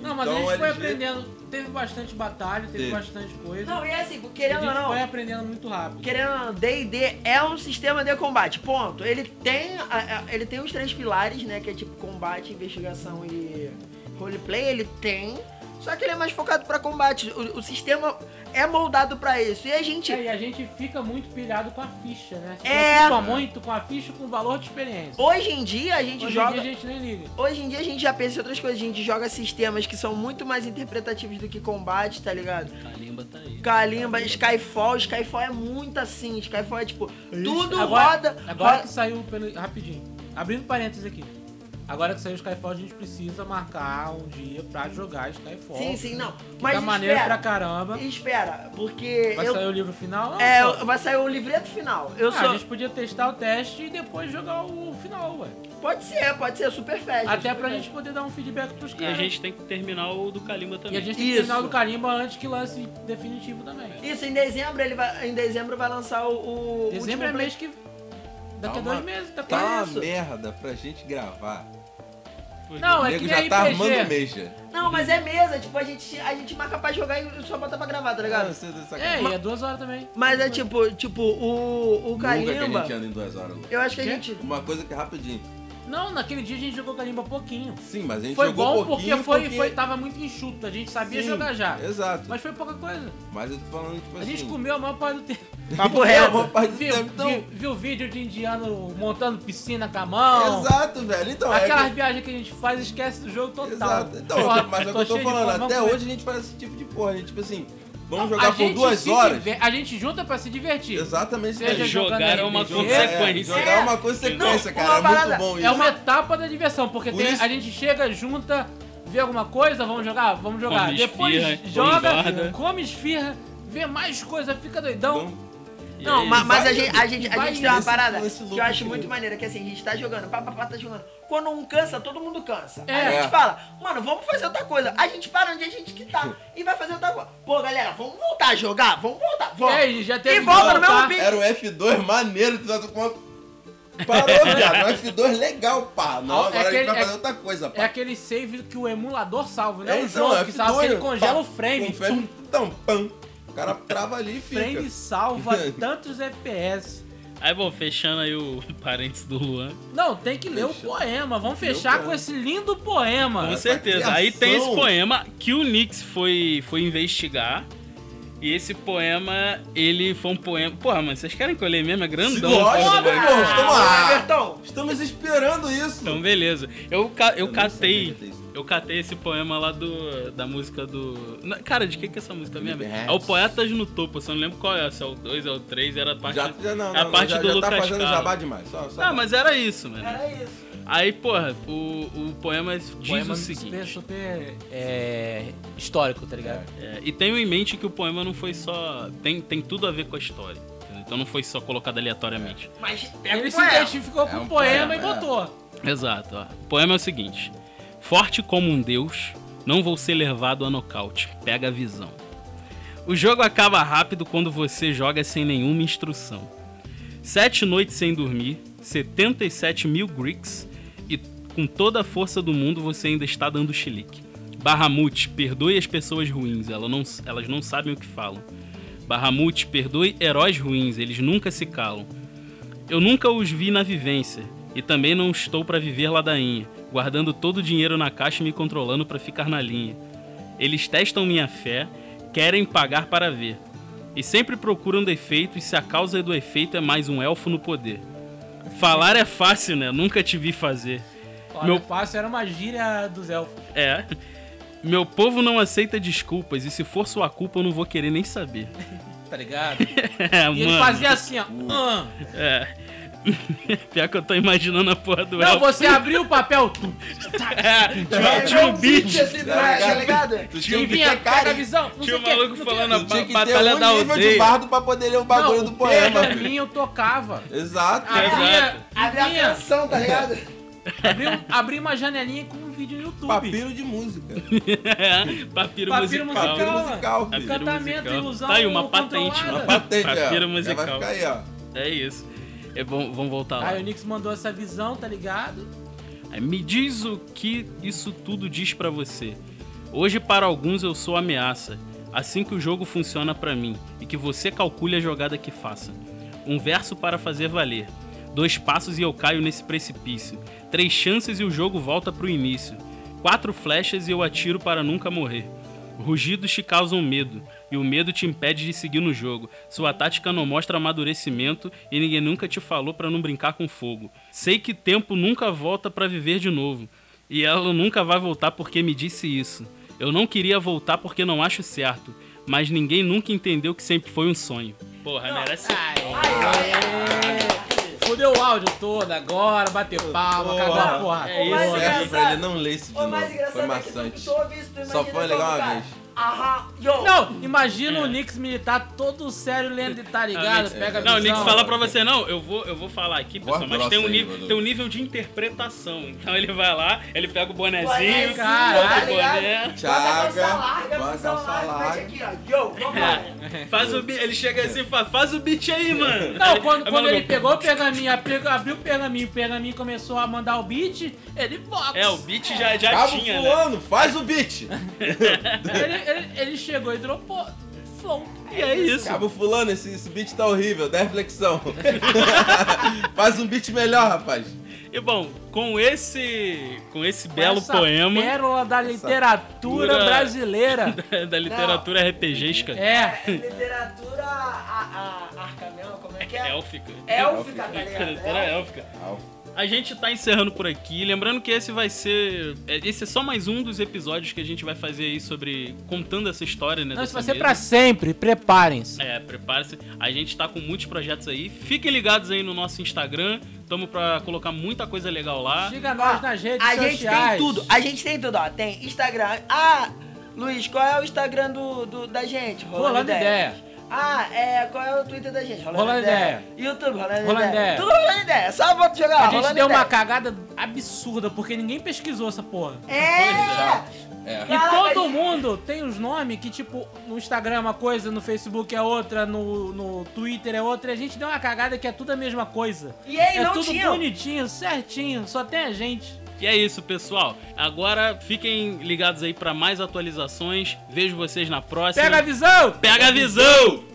[SPEAKER 2] Não, mas a
[SPEAKER 4] Então,
[SPEAKER 2] gente foi
[SPEAKER 4] LG
[SPEAKER 2] aprendendo. Teve bastante batalha, teve
[SPEAKER 4] Teve.
[SPEAKER 2] bastante coisa.
[SPEAKER 3] Não, e é assim,
[SPEAKER 2] a gente
[SPEAKER 3] querendo ou não,
[SPEAKER 2] foi aprendendo muito rápido.
[SPEAKER 3] querendo ou não, D&D é um sistema de combate, ponto. Ele tem, a- a- ele tem os três pilares, né, que é tipo combate, investigação e roleplay, ele tem, só que ele é mais focado pra combate. O, o sistema é moldado pra isso. E a gente,
[SPEAKER 2] É, e a gente fica muito pilhado com a ficha, né? Se
[SPEAKER 3] Tipo. É.
[SPEAKER 2] preocupa muito com a ficha e com o valor de experiência.
[SPEAKER 3] hoje em dia, a gente
[SPEAKER 2] Hoje
[SPEAKER 3] joga...
[SPEAKER 2] em dia a gente nem liga.
[SPEAKER 3] Hoje em dia a gente já pensa em outras coisas, a gente joga sistemas que são muito mais interpretativos do que combate, tá ligado?
[SPEAKER 1] Kalimba tá aí.
[SPEAKER 3] Kalimba, Skyfall, Skyfall é muito assim, Skyfall é tipo, tudo
[SPEAKER 2] agora,
[SPEAKER 3] roda...
[SPEAKER 2] Agora
[SPEAKER 3] roda-
[SPEAKER 2] que saiu pelo. Rapidinho. Abrindo parênteses aqui. Agora que saiu o Skyfall, a gente precisa marcar um dia pra jogar Skyfall.
[SPEAKER 3] Sim, sim, não.
[SPEAKER 2] Que
[SPEAKER 3] Mas
[SPEAKER 2] tá maneiro
[SPEAKER 3] espera,
[SPEAKER 2] pra caramba.
[SPEAKER 3] Espera, porque
[SPEAKER 2] Vai
[SPEAKER 3] eu,
[SPEAKER 2] sair o livro final? Não,
[SPEAKER 3] é,
[SPEAKER 2] pô.
[SPEAKER 3] eu- vai sair o livreto final. Eu
[SPEAKER 2] Ah,
[SPEAKER 3] sou.
[SPEAKER 2] A gente podia testar o teste e depois jogar o final, ué.
[SPEAKER 3] Pode ser, pode ser super festa.
[SPEAKER 2] Até
[SPEAKER 3] super
[SPEAKER 2] pra
[SPEAKER 3] festa.
[SPEAKER 2] gente poder dar um feedback pros
[SPEAKER 1] E a
[SPEAKER 2] caras.
[SPEAKER 1] gente tem que terminar o do Kalimba
[SPEAKER 2] E
[SPEAKER 1] também.
[SPEAKER 2] a gente tem que
[SPEAKER 3] Isso.
[SPEAKER 2] terminar o do carimba antes que lance definitivo também.
[SPEAKER 3] Isso em dezembro ele vai, em dezembro vai lançar o, o último
[SPEAKER 2] Dezembro é
[SPEAKER 3] play-
[SPEAKER 2] mês que. Daqui a
[SPEAKER 4] Tá uma-
[SPEAKER 2] dois meses, tá
[SPEAKER 4] Tá uma
[SPEAKER 3] isso.
[SPEAKER 4] merda pra gente gravar.
[SPEAKER 1] Pois
[SPEAKER 2] Não,
[SPEAKER 4] O
[SPEAKER 2] é
[SPEAKER 4] nego
[SPEAKER 2] que
[SPEAKER 4] já
[SPEAKER 2] nem
[SPEAKER 4] tá
[SPEAKER 2] RPG.
[SPEAKER 4] armando mexa.
[SPEAKER 3] Não, mas é mesa, tipo, a gente, a gente marca pra jogar e só bota pra gravar, tá ligado?
[SPEAKER 2] É, e é duas horas também.
[SPEAKER 3] Mas é tipo, tipo, o, o
[SPEAKER 4] Nunca que a
[SPEAKER 3] Kalimba.
[SPEAKER 4] gente anda em duas horas, Lu.
[SPEAKER 3] Eu acho que a
[SPEAKER 2] Quê?
[SPEAKER 3] gente.
[SPEAKER 4] Uma coisa que é rapidinho.
[SPEAKER 2] Não, naquele dia a gente jogou carimba pouquinho.
[SPEAKER 4] Sim, mas a gente
[SPEAKER 2] Foi
[SPEAKER 4] jogou
[SPEAKER 2] bom porque
[SPEAKER 4] pouquinho
[SPEAKER 2] foi, foi, tava muito enxuto, a gente sabia
[SPEAKER 4] Sim,
[SPEAKER 2] jogar já.
[SPEAKER 4] Exato. Mas,
[SPEAKER 2] Mas foi pouca coisa.
[SPEAKER 4] eu tô falando, tipo
[SPEAKER 2] A
[SPEAKER 4] assim...
[SPEAKER 2] gente comeu a maior parte do tempo. (laughs)
[SPEAKER 3] Papo
[SPEAKER 4] É, a
[SPEAKER 3] reto.
[SPEAKER 4] maior parte do
[SPEAKER 2] Viu,
[SPEAKER 4] tempo, então...
[SPEAKER 2] viu, viu vídeo de indiano montando piscina com a mão.
[SPEAKER 4] Exato, velho. Então, é
[SPEAKER 2] Aquelas
[SPEAKER 4] que-
[SPEAKER 2] viagens que a gente faz esquece do jogo total.
[SPEAKER 4] Exato. Então,
[SPEAKER 2] Porra,
[SPEAKER 4] mas é o que eu tô
[SPEAKER 2] cheio de
[SPEAKER 4] falando.
[SPEAKER 2] fome,
[SPEAKER 4] Até
[SPEAKER 2] vamos
[SPEAKER 4] hoje a gente faz esse tipo de porra. A gente, tipo assim,
[SPEAKER 2] comer.
[SPEAKER 4] vamos
[SPEAKER 2] A
[SPEAKER 4] jogar por
[SPEAKER 2] gente
[SPEAKER 4] duas
[SPEAKER 2] se
[SPEAKER 4] horas.
[SPEAKER 2] diver- A gente junta pra se divertir.
[SPEAKER 4] Exatamente isso
[SPEAKER 2] Seja
[SPEAKER 4] aí.
[SPEAKER 2] jogando
[SPEAKER 1] Jogar é uma
[SPEAKER 2] RPG,
[SPEAKER 4] É,
[SPEAKER 1] consequência.
[SPEAKER 4] jogar é uma consequência, cara.
[SPEAKER 3] Não, uma
[SPEAKER 4] É muito
[SPEAKER 3] parada-
[SPEAKER 4] bom isso.
[SPEAKER 2] É uma etapa da diversão, porque
[SPEAKER 4] Por
[SPEAKER 2] tem-
[SPEAKER 4] isso-
[SPEAKER 2] a gente chega, junta, vê alguma coisa, vamos jogar, vamos jogar.
[SPEAKER 1] Come
[SPEAKER 2] Depois
[SPEAKER 1] esfirra,
[SPEAKER 2] joga,
[SPEAKER 1] engorda.
[SPEAKER 2] come esfirra, vê mais coisa, fica doidão.
[SPEAKER 4] Então,
[SPEAKER 3] Não,
[SPEAKER 1] E
[SPEAKER 3] ma- mas a
[SPEAKER 4] vai-
[SPEAKER 3] gente, a gente, a
[SPEAKER 2] vai
[SPEAKER 3] gente tem uma
[SPEAKER 4] nesse-
[SPEAKER 3] parada
[SPEAKER 4] nesse
[SPEAKER 3] que
[SPEAKER 4] loop
[SPEAKER 3] eu acho
[SPEAKER 4] de-
[SPEAKER 3] muito maneira, que assim, a gente tá jogando, papapá, tá jogando. Quando um cansa, todo mundo cansa.
[SPEAKER 2] É.
[SPEAKER 3] Aí a
[SPEAKER 4] É.
[SPEAKER 3] gente fala, mano, vamos fazer outra coisa. A gente para onde a gente que tá e vai fazer outra coisa. Pô, galera, vamos voltar a jogar? Vamos voltar, vamos.
[SPEAKER 2] É, e já teve tá?
[SPEAKER 3] e
[SPEAKER 2] que
[SPEAKER 3] volta no
[SPEAKER 2] voltar.
[SPEAKER 3] mesmo bicho.
[SPEAKER 4] Era o F2 maneiro, tu tá com uma...
[SPEAKER 2] (laughs)
[SPEAKER 4] Parou, viado. O F2 legal, pá. Não,
[SPEAKER 2] É
[SPEAKER 4] agora a gente
[SPEAKER 2] aquele-
[SPEAKER 4] vai
[SPEAKER 2] é-
[SPEAKER 4] fazer outra coisa, pá.
[SPEAKER 2] É aquele save que o emulador salva, né?
[SPEAKER 4] É, Tá,
[SPEAKER 2] o
[SPEAKER 4] então,
[SPEAKER 2] jogo que salva, que ele
[SPEAKER 4] F2,
[SPEAKER 2] congela
[SPEAKER 4] pá,
[SPEAKER 2] o frame.
[SPEAKER 4] com frame então, pam. O cara trava ali e
[SPEAKER 2] O
[SPEAKER 4] fica.
[SPEAKER 2] frame salva
[SPEAKER 4] (laughs)
[SPEAKER 2] tantos FPS.
[SPEAKER 1] Aí, bom, fechando aí o (laughs) parênteses do Luan.
[SPEAKER 2] Não, tem que ler o
[SPEAKER 4] Fechou.
[SPEAKER 2] poema. Vamos
[SPEAKER 4] Leu o
[SPEAKER 2] fechar com
[SPEAKER 4] poema.
[SPEAKER 2] esse lindo poema.
[SPEAKER 1] Com
[SPEAKER 4] essa
[SPEAKER 1] certeza. Aí tem esse
[SPEAKER 4] criação.
[SPEAKER 1] poema que o Nix foi, foi investigar. E esse poema, ele foi um poema. Porra, mano, vocês querem que eu leia mesmo? É grandão.
[SPEAKER 4] Lógico,
[SPEAKER 1] a porra do
[SPEAKER 4] pô,
[SPEAKER 1] bagulho.
[SPEAKER 4] estamos
[SPEAKER 3] Ah,
[SPEAKER 4] lá.
[SPEAKER 3] Everton,
[SPEAKER 4] Estamos esperando isso.
[SPEAKER 1] Então, beleza. Eu, ca- eu
[SPEAKER 4] Eu nem sabia
[SPEAKER 1] catei.
[SPEAKER 4] que tem isso.
[SPEAKER 1] Eu catei esse poema lá do. Da música do. Na- Cara, de que que é essa música mesmo?
[SPEAKER 4] Felipe
[SPEAKER 1] É
[SPEAKER 4] Hetz.
[SPEAKER 1] o Poetas no Topo, eu só não lembro qual é, se é o 2 é o 3, era a parte.
[SPEAKER 4] Já, já não,
[SPEAKER 1] é a
[SPEAKER 4] não,
[SPEAKER 1] parte
[SPEAKER 4] já,
[SPEAKER 1] do
[SPEAKER 4] já
[SPEAKER 1] Lucas
[SPEAKER 4] tá fazendo
[SPEAKER 1] Carlos.
[SPEAKER 4] jabá demais. Só, só
[SPEAKER 1] Ah, mas era isso, mano.
[SPEAKER 3] era isso.
[SPEAKER 1] Aí, porra, o, o poema é, diz o seguinte.
[SPEAKER 2] super, super é, histórico, tá ligado?
[SPEAKER 1] É, e tenho em mente que o poema não foi só. Tem, tem tudo a ver com a história. entendeu? Então não foi só colocado aleatoriamente.
[SPEAKER 3] Mas pega
[SPEAKER 2] Ele
[SPEAKER 3] o
[SPEAKER 2] se
[SPEAKER 3] poema.
[SPEAKER 2] identificou
[SPEAKER 4] É
[SPEAKER 2] com o
[SPEAKER 4] um
[SPEAKER 2] poema,
[SPEAKER 4] poema,
[SPEAKER 2] e
[SPEAKER 4] é.
[SPEAKER 2] botou.
[SPEAKER 1] Exato, ó. O poema é o seguinte: Forte como um deus, não vou ser levado a nocaute. Pega a visão. O jogo acaba rápido quando você joga sem nenhuma instrução. Sete noites sem dormir, 77 mil Greeks, e com toda a força do mundo você ainda está dando chilique. Barramute, perdoe as pessoas ruins, elas não, elas não sabem o que falam. Barramute, perdoe heróis ruins, eles nunca se calam. Eu nunca os vi na vivência e também não estou para viver ladainha, guardando todo o dinheiro na caixa e me controlando para ficar na linha. Eles testam minha fé, querem pagar para ver. E sempre procuram defeitos se a causa do efeito é mais um elfo no poder. Falar é fácil, né? Nunca te vi fazer.
[SPEAKER 2] Olha,
[SPEAKER 1] Meu-
[SPEAKER 2] Meu passo era uma gíria dos elfos.
[SPEAKER 1] É. Meu povo não aceita desculpas e se for sua culpa eu não vou querer nem saber. (laughs)
[SPEAKER 2] Tá ligado?
[SPEAKER 1] É,
[SPEAKER 2] E ele
[SPEAKER 1] mano.
[SPEAKER 2] fazia assim, ó.
[SPEAKER 4] Uh.
[SPEAKER 2] "Ah".
[SPEAKER 1] É. (laughs) Pior que eu tô imaginando a porra do
[SPEAKER 2] Não,
[SPEAKER 1] elfo. (laughs)
[SPEAKER 2] você abriu o papel.
[SPEAKER 1] É, tinha,
[SPEAKER 3] É,
[SPEAKER 1] tinha um
[SPEAKER 3] igual
[SPEAKER 1] beat.
[SPEAKER 3] City, assim, tá tá ligado?
[SPEAKER 4] Tu
[SPEAKER 2] Quem
[SPEAKER 4] tinha um que
[SPEAKER 2] vinha,
[SPEAKER 4] ter
[SPEAKER 2] pega a
[SPEAKER 4] cara, hein?
[SPEAKER 2] visão. Não
[SPEAKER 1] Tinha
[SPEAKER 2] sei
[SPEAKER 1] um
[SPEAKER 2] o quê,
[SPEAKER 1] maluco
[SPEAKER 2] não sei o
[SPEAKER 1] falando
[SPEAKER 2] quê.
[SPEAKER 1] a
[SPEAKER 4] Tu tinha que
[SPEAKER 1] Batalha
[SPEAKER 4] ter
[SPEAKER 1] da
[SPEAKER 4] um nível de
[SPEAKER 1] Aldeia.
[SPEAKER 4] bardo pra poder ler o bagulho
[SPEAKER 2] Não,
[SPEAKER 4] do poema.
[SPEAKER 2] Pra
[SPEAKER 4] filho.
[SPEAKER 2] mim, Ah, eu tocava.
[SPEAKER 4] Exato.
[SPEAKER 2] Abria,
[SPEAKER 3] Abre a
[SPEAKER 2] abria,
[SPEAKER 3] atenção, tá ligado?
[SPEAKER 2] abria, um, abria uma janelinha com um vídeo no YouTube.
[SPEAKER 4] Papiro de música.
[SPEAKER 1] É, (laughs) papiro,
[SPEAKER 2] Papiro
[SPEAKER 1] musical.
[SPEAKER 4] Papiro
[SPEAKER 2] Calma.
[SPEAKER 4] musical,
[SPEAKER 1] Papiro
[SPEAKER 4] filho.
[SPEAKER 2] Encantamento,
[SPEAKER 1] musical.
[SPEAKER 2] ilusão
[SPEAKER 1] Tá aí uma patente. Uma
[SPEAKER 2] controlada.
[SPEAKER 4] Patente, ó.
[SPEAKER 1] Papiro
[SPEAKER 4] Já
[SPEAKER 1] musical.
[SPEAKER 4] Vai ficar aí, ó.
[SPEAKER 1] É isso. É bom, vamos voltar lá.
[SPEAKER 2] Aí o Nix mandou essa visão, tá ligado?
[SPEAKER 1] Aí, Me diz o que isso tudo diz pra você. Hoje, para alguns, eu sou ameaça. Assim que o jogo funciona pra mim e que você calcule a jogada que faça. Um verso para fazer valer. Dois passos e eu caio nesse precipício. Três chances e o jogo volta pro início. Quatro flechas e eu atiro para nunca morrer. Rugidos te causam medo, e o medo te impede de seguir no jogo. Sua tática não mostra amadurecimento e ninguém nunca te falou pra não brincar com fogo. Sei que tempo nunca volta pra viver de novo, e ela nunca vai voltar porque me disse isso. Eu não queria voltar porque não acho certo, mas ninguém nunca entendeu que sempre foi um sonho. Porra, merece.
[SPEAKER 2] Fudeu o áudio todo agora, bateu palma,
[SPEAKER 4] Boa.
[SPEAKER 2] cagou a porra.
[SPEAKER 1] É
[SPEAKER 3] Mas
[SPEAKER 4] Não
[SPEAKER 2] toda.
[SPEAKER 3] é-
[SPEAKER 4] serve pra ele não ler isso de
[SPEAKER 3] O
[SPEAKER 4] novo.
[SPEAKER 3] mais
[SPEAKER 4] Foi
[SPEAKER 3] engraçado é que tu
[SPEAKER 4] maçante.
[SPEAKER 3] tu ouve isso, tu imagina
[SPEAKER 4] Só foi
[SPEAKER 3] todo
[SPEAKER 4] legal uma
[SPEAKER 3] lugar.
[SPEAKER 4] vez.
[SPEAKER 3] Aham, yo.
[SPEAKER 2] Não, imagina o Nix militar todo sério lendo, tá ligado?
[SPEAKER 1] Nix-
[SPEAKER 2] Pega a
[SPEAKER 1] Não, o
[SPEAKER 2] visão.
[SPEAKER 1] Nix fala pra você, não, eu vou, eu vou falar aqui, pessoal,
[SPEAKER 5] Voz
[SPEAKER 1] mas tem um,
[SPEAKER 5] grossa aí,
[SPEAKER 1] nível,
[SPEAKER 5] Manu.
[SPEAKER 1] tem um nível de interpretação. Então ele vai lá, ele pega o
[SPEAKER 3] Bonézinho,
[SPEAKER 1] bonezinho, Tá
[SPEAKER 2] caralho,
[SPEAKER 1] bota o boné,
[SPEAKER 3] assim, tá Bota a calça
[SPEAKER 4] Chaga,
[SPEAKER 3] larga,
[SPEAKER 4] bota a
[SPEAKER 3] blusa
[SPEAKER 4] calça
[SPEAKER 3] larga,
[SPEAKER 4] larga.
[SPEAKER 3] mete aqui, ó. Yo,
[SPEAKER 2] É.
[SPEAKER 3] vambora.
[SPEAKER 1] faz o bi- ele chega assim e fala, faz o beat aí, mano.
[SPEAKER 2] Não,
[SPEAKER 1] Aí-
[SPEAKER 2] quando,
[SPEAKER 1] aí
[SPEAKER 2] quando
[SPEAKER 1] Manu,
[SPEAKER 2] ele pegou o pergaminho, apri- abriu o pergaminho, o pergaminho começou a mandar o beat, ele box.
[SPEAKER 1] É, o beat já, já
[SPEAKER 4] Cabo
[SPEAKER 1] tinha, né?
[SPEAKER 4] fulano, faz o beat.
[SPEAKER 2] Ele, ele- ele chegou e dropou. Flow.
[SPEAKER 1] E é isso.
[SPEAKER 4] Cabo fulano, esse, esse beat tá horrível, dá reflexão. (laughs) faz um beat melhor, rapaz.
[SPEAKER 1] E bom, com esse, com esse belo
[SPEAKER 2] Essa
[SPEAKER 1] poema
[SPEAKER 2] Pérola da literatura
[SPEAKER 1] Dura-
[SPEAKER 2] brasileira.
[SPEAKER 1] (laughs) da literatura RPGística
[SPEAKER 2] É.
[SPEAKER 3] Literatura a, a, arcamel, como é que é?
[SPEAKER 1] élfica.
[SPEAKER 3] Élfica, tá ligado?
[SPEAKER 1] (laughs) Literatura élfica. A gente tá encerrando por aqui. Lembrando que esse vai ser. é, Esse é só mais um dos episódios que a gente vai fazer aí sobre. contando essa história, né?
[SPEAKER 2] Não, isso
[SPEAKER 1] dessa
[SPEAKER 2] vai ser
[SPEAKER 1] mesa.
[SPEAKER 2] pra sempre, preparem-se.
[SPEAKER 1] É, prepare-se. A gente tá com muitos projetos aí. Fiquem ligados aí no nosso Instagram. Tamo pra colocar muita coisa legal lá.
[SPEAKER 2] Siga
[SPEAKER 3] Ó,
[SPEAKER 2] nós nas redes
[SPEAKER 3] a
[SPEAKER 2] sociais.
[SPEAKER 3] gente tem tudo, a gente tem tudo, ó. Tem Instagram. Ah, Luiz, qual é o Instagram do, do- da gente?
[SPEAKER 2] Rolando ideia.
[SPEAKER 3] Ah, é, qual é o Twitter da gente?
[SPEAKER 2] Rolando Ideia.
[SPEAKER 3] YouTube, Rolando,
[SPEAKER 2] Rolando
[SPEAKER 3] ideia.
[SPEAKER 2] Ideia.
[SPEAKER 3] Tudo Rolando Ideia, só bota jogar lá,
[SPEAKER 2] A gente
[SPEAKER 3] Rolando
[SPEAKER 2] deu uma
[SPEAKER 3] Ideia.
[SPEAKER 2] cagada absurda, porque ninguém pesquisou essa porra.
[SPEAKER 3] É!
[SPEAKER 5] É.
[SPEAKER 2] E
[SPEAKER 3] Caraca,
[SPEAKER 2] todo
[SPEAKER 3] gente.
[SPEAKER 2] mundo tem os nomes que, tipo, no Instagram é uma coisa, no Facebook é outra, no, no Twitter é outra, e a gente deu uma cagada que é tudo a mesma coisa.
[SPEAKER 3] E aí,
[SPEAKER 2] é
[SPEAKER 3] não
[SPEAKER 2] tudo
[SPEAKER 3] tinha.
[SPEAKER 2] bonitinho, certinho, só tem a gente.
[SPEAKER 1] E é isso, pessoal. Agora fiquem ligados aí pra mais atualizações. Vejo vocês na próxima.
[SPEAKER 2] Pega a visão!
[SPEAKER 1] Pega a visão!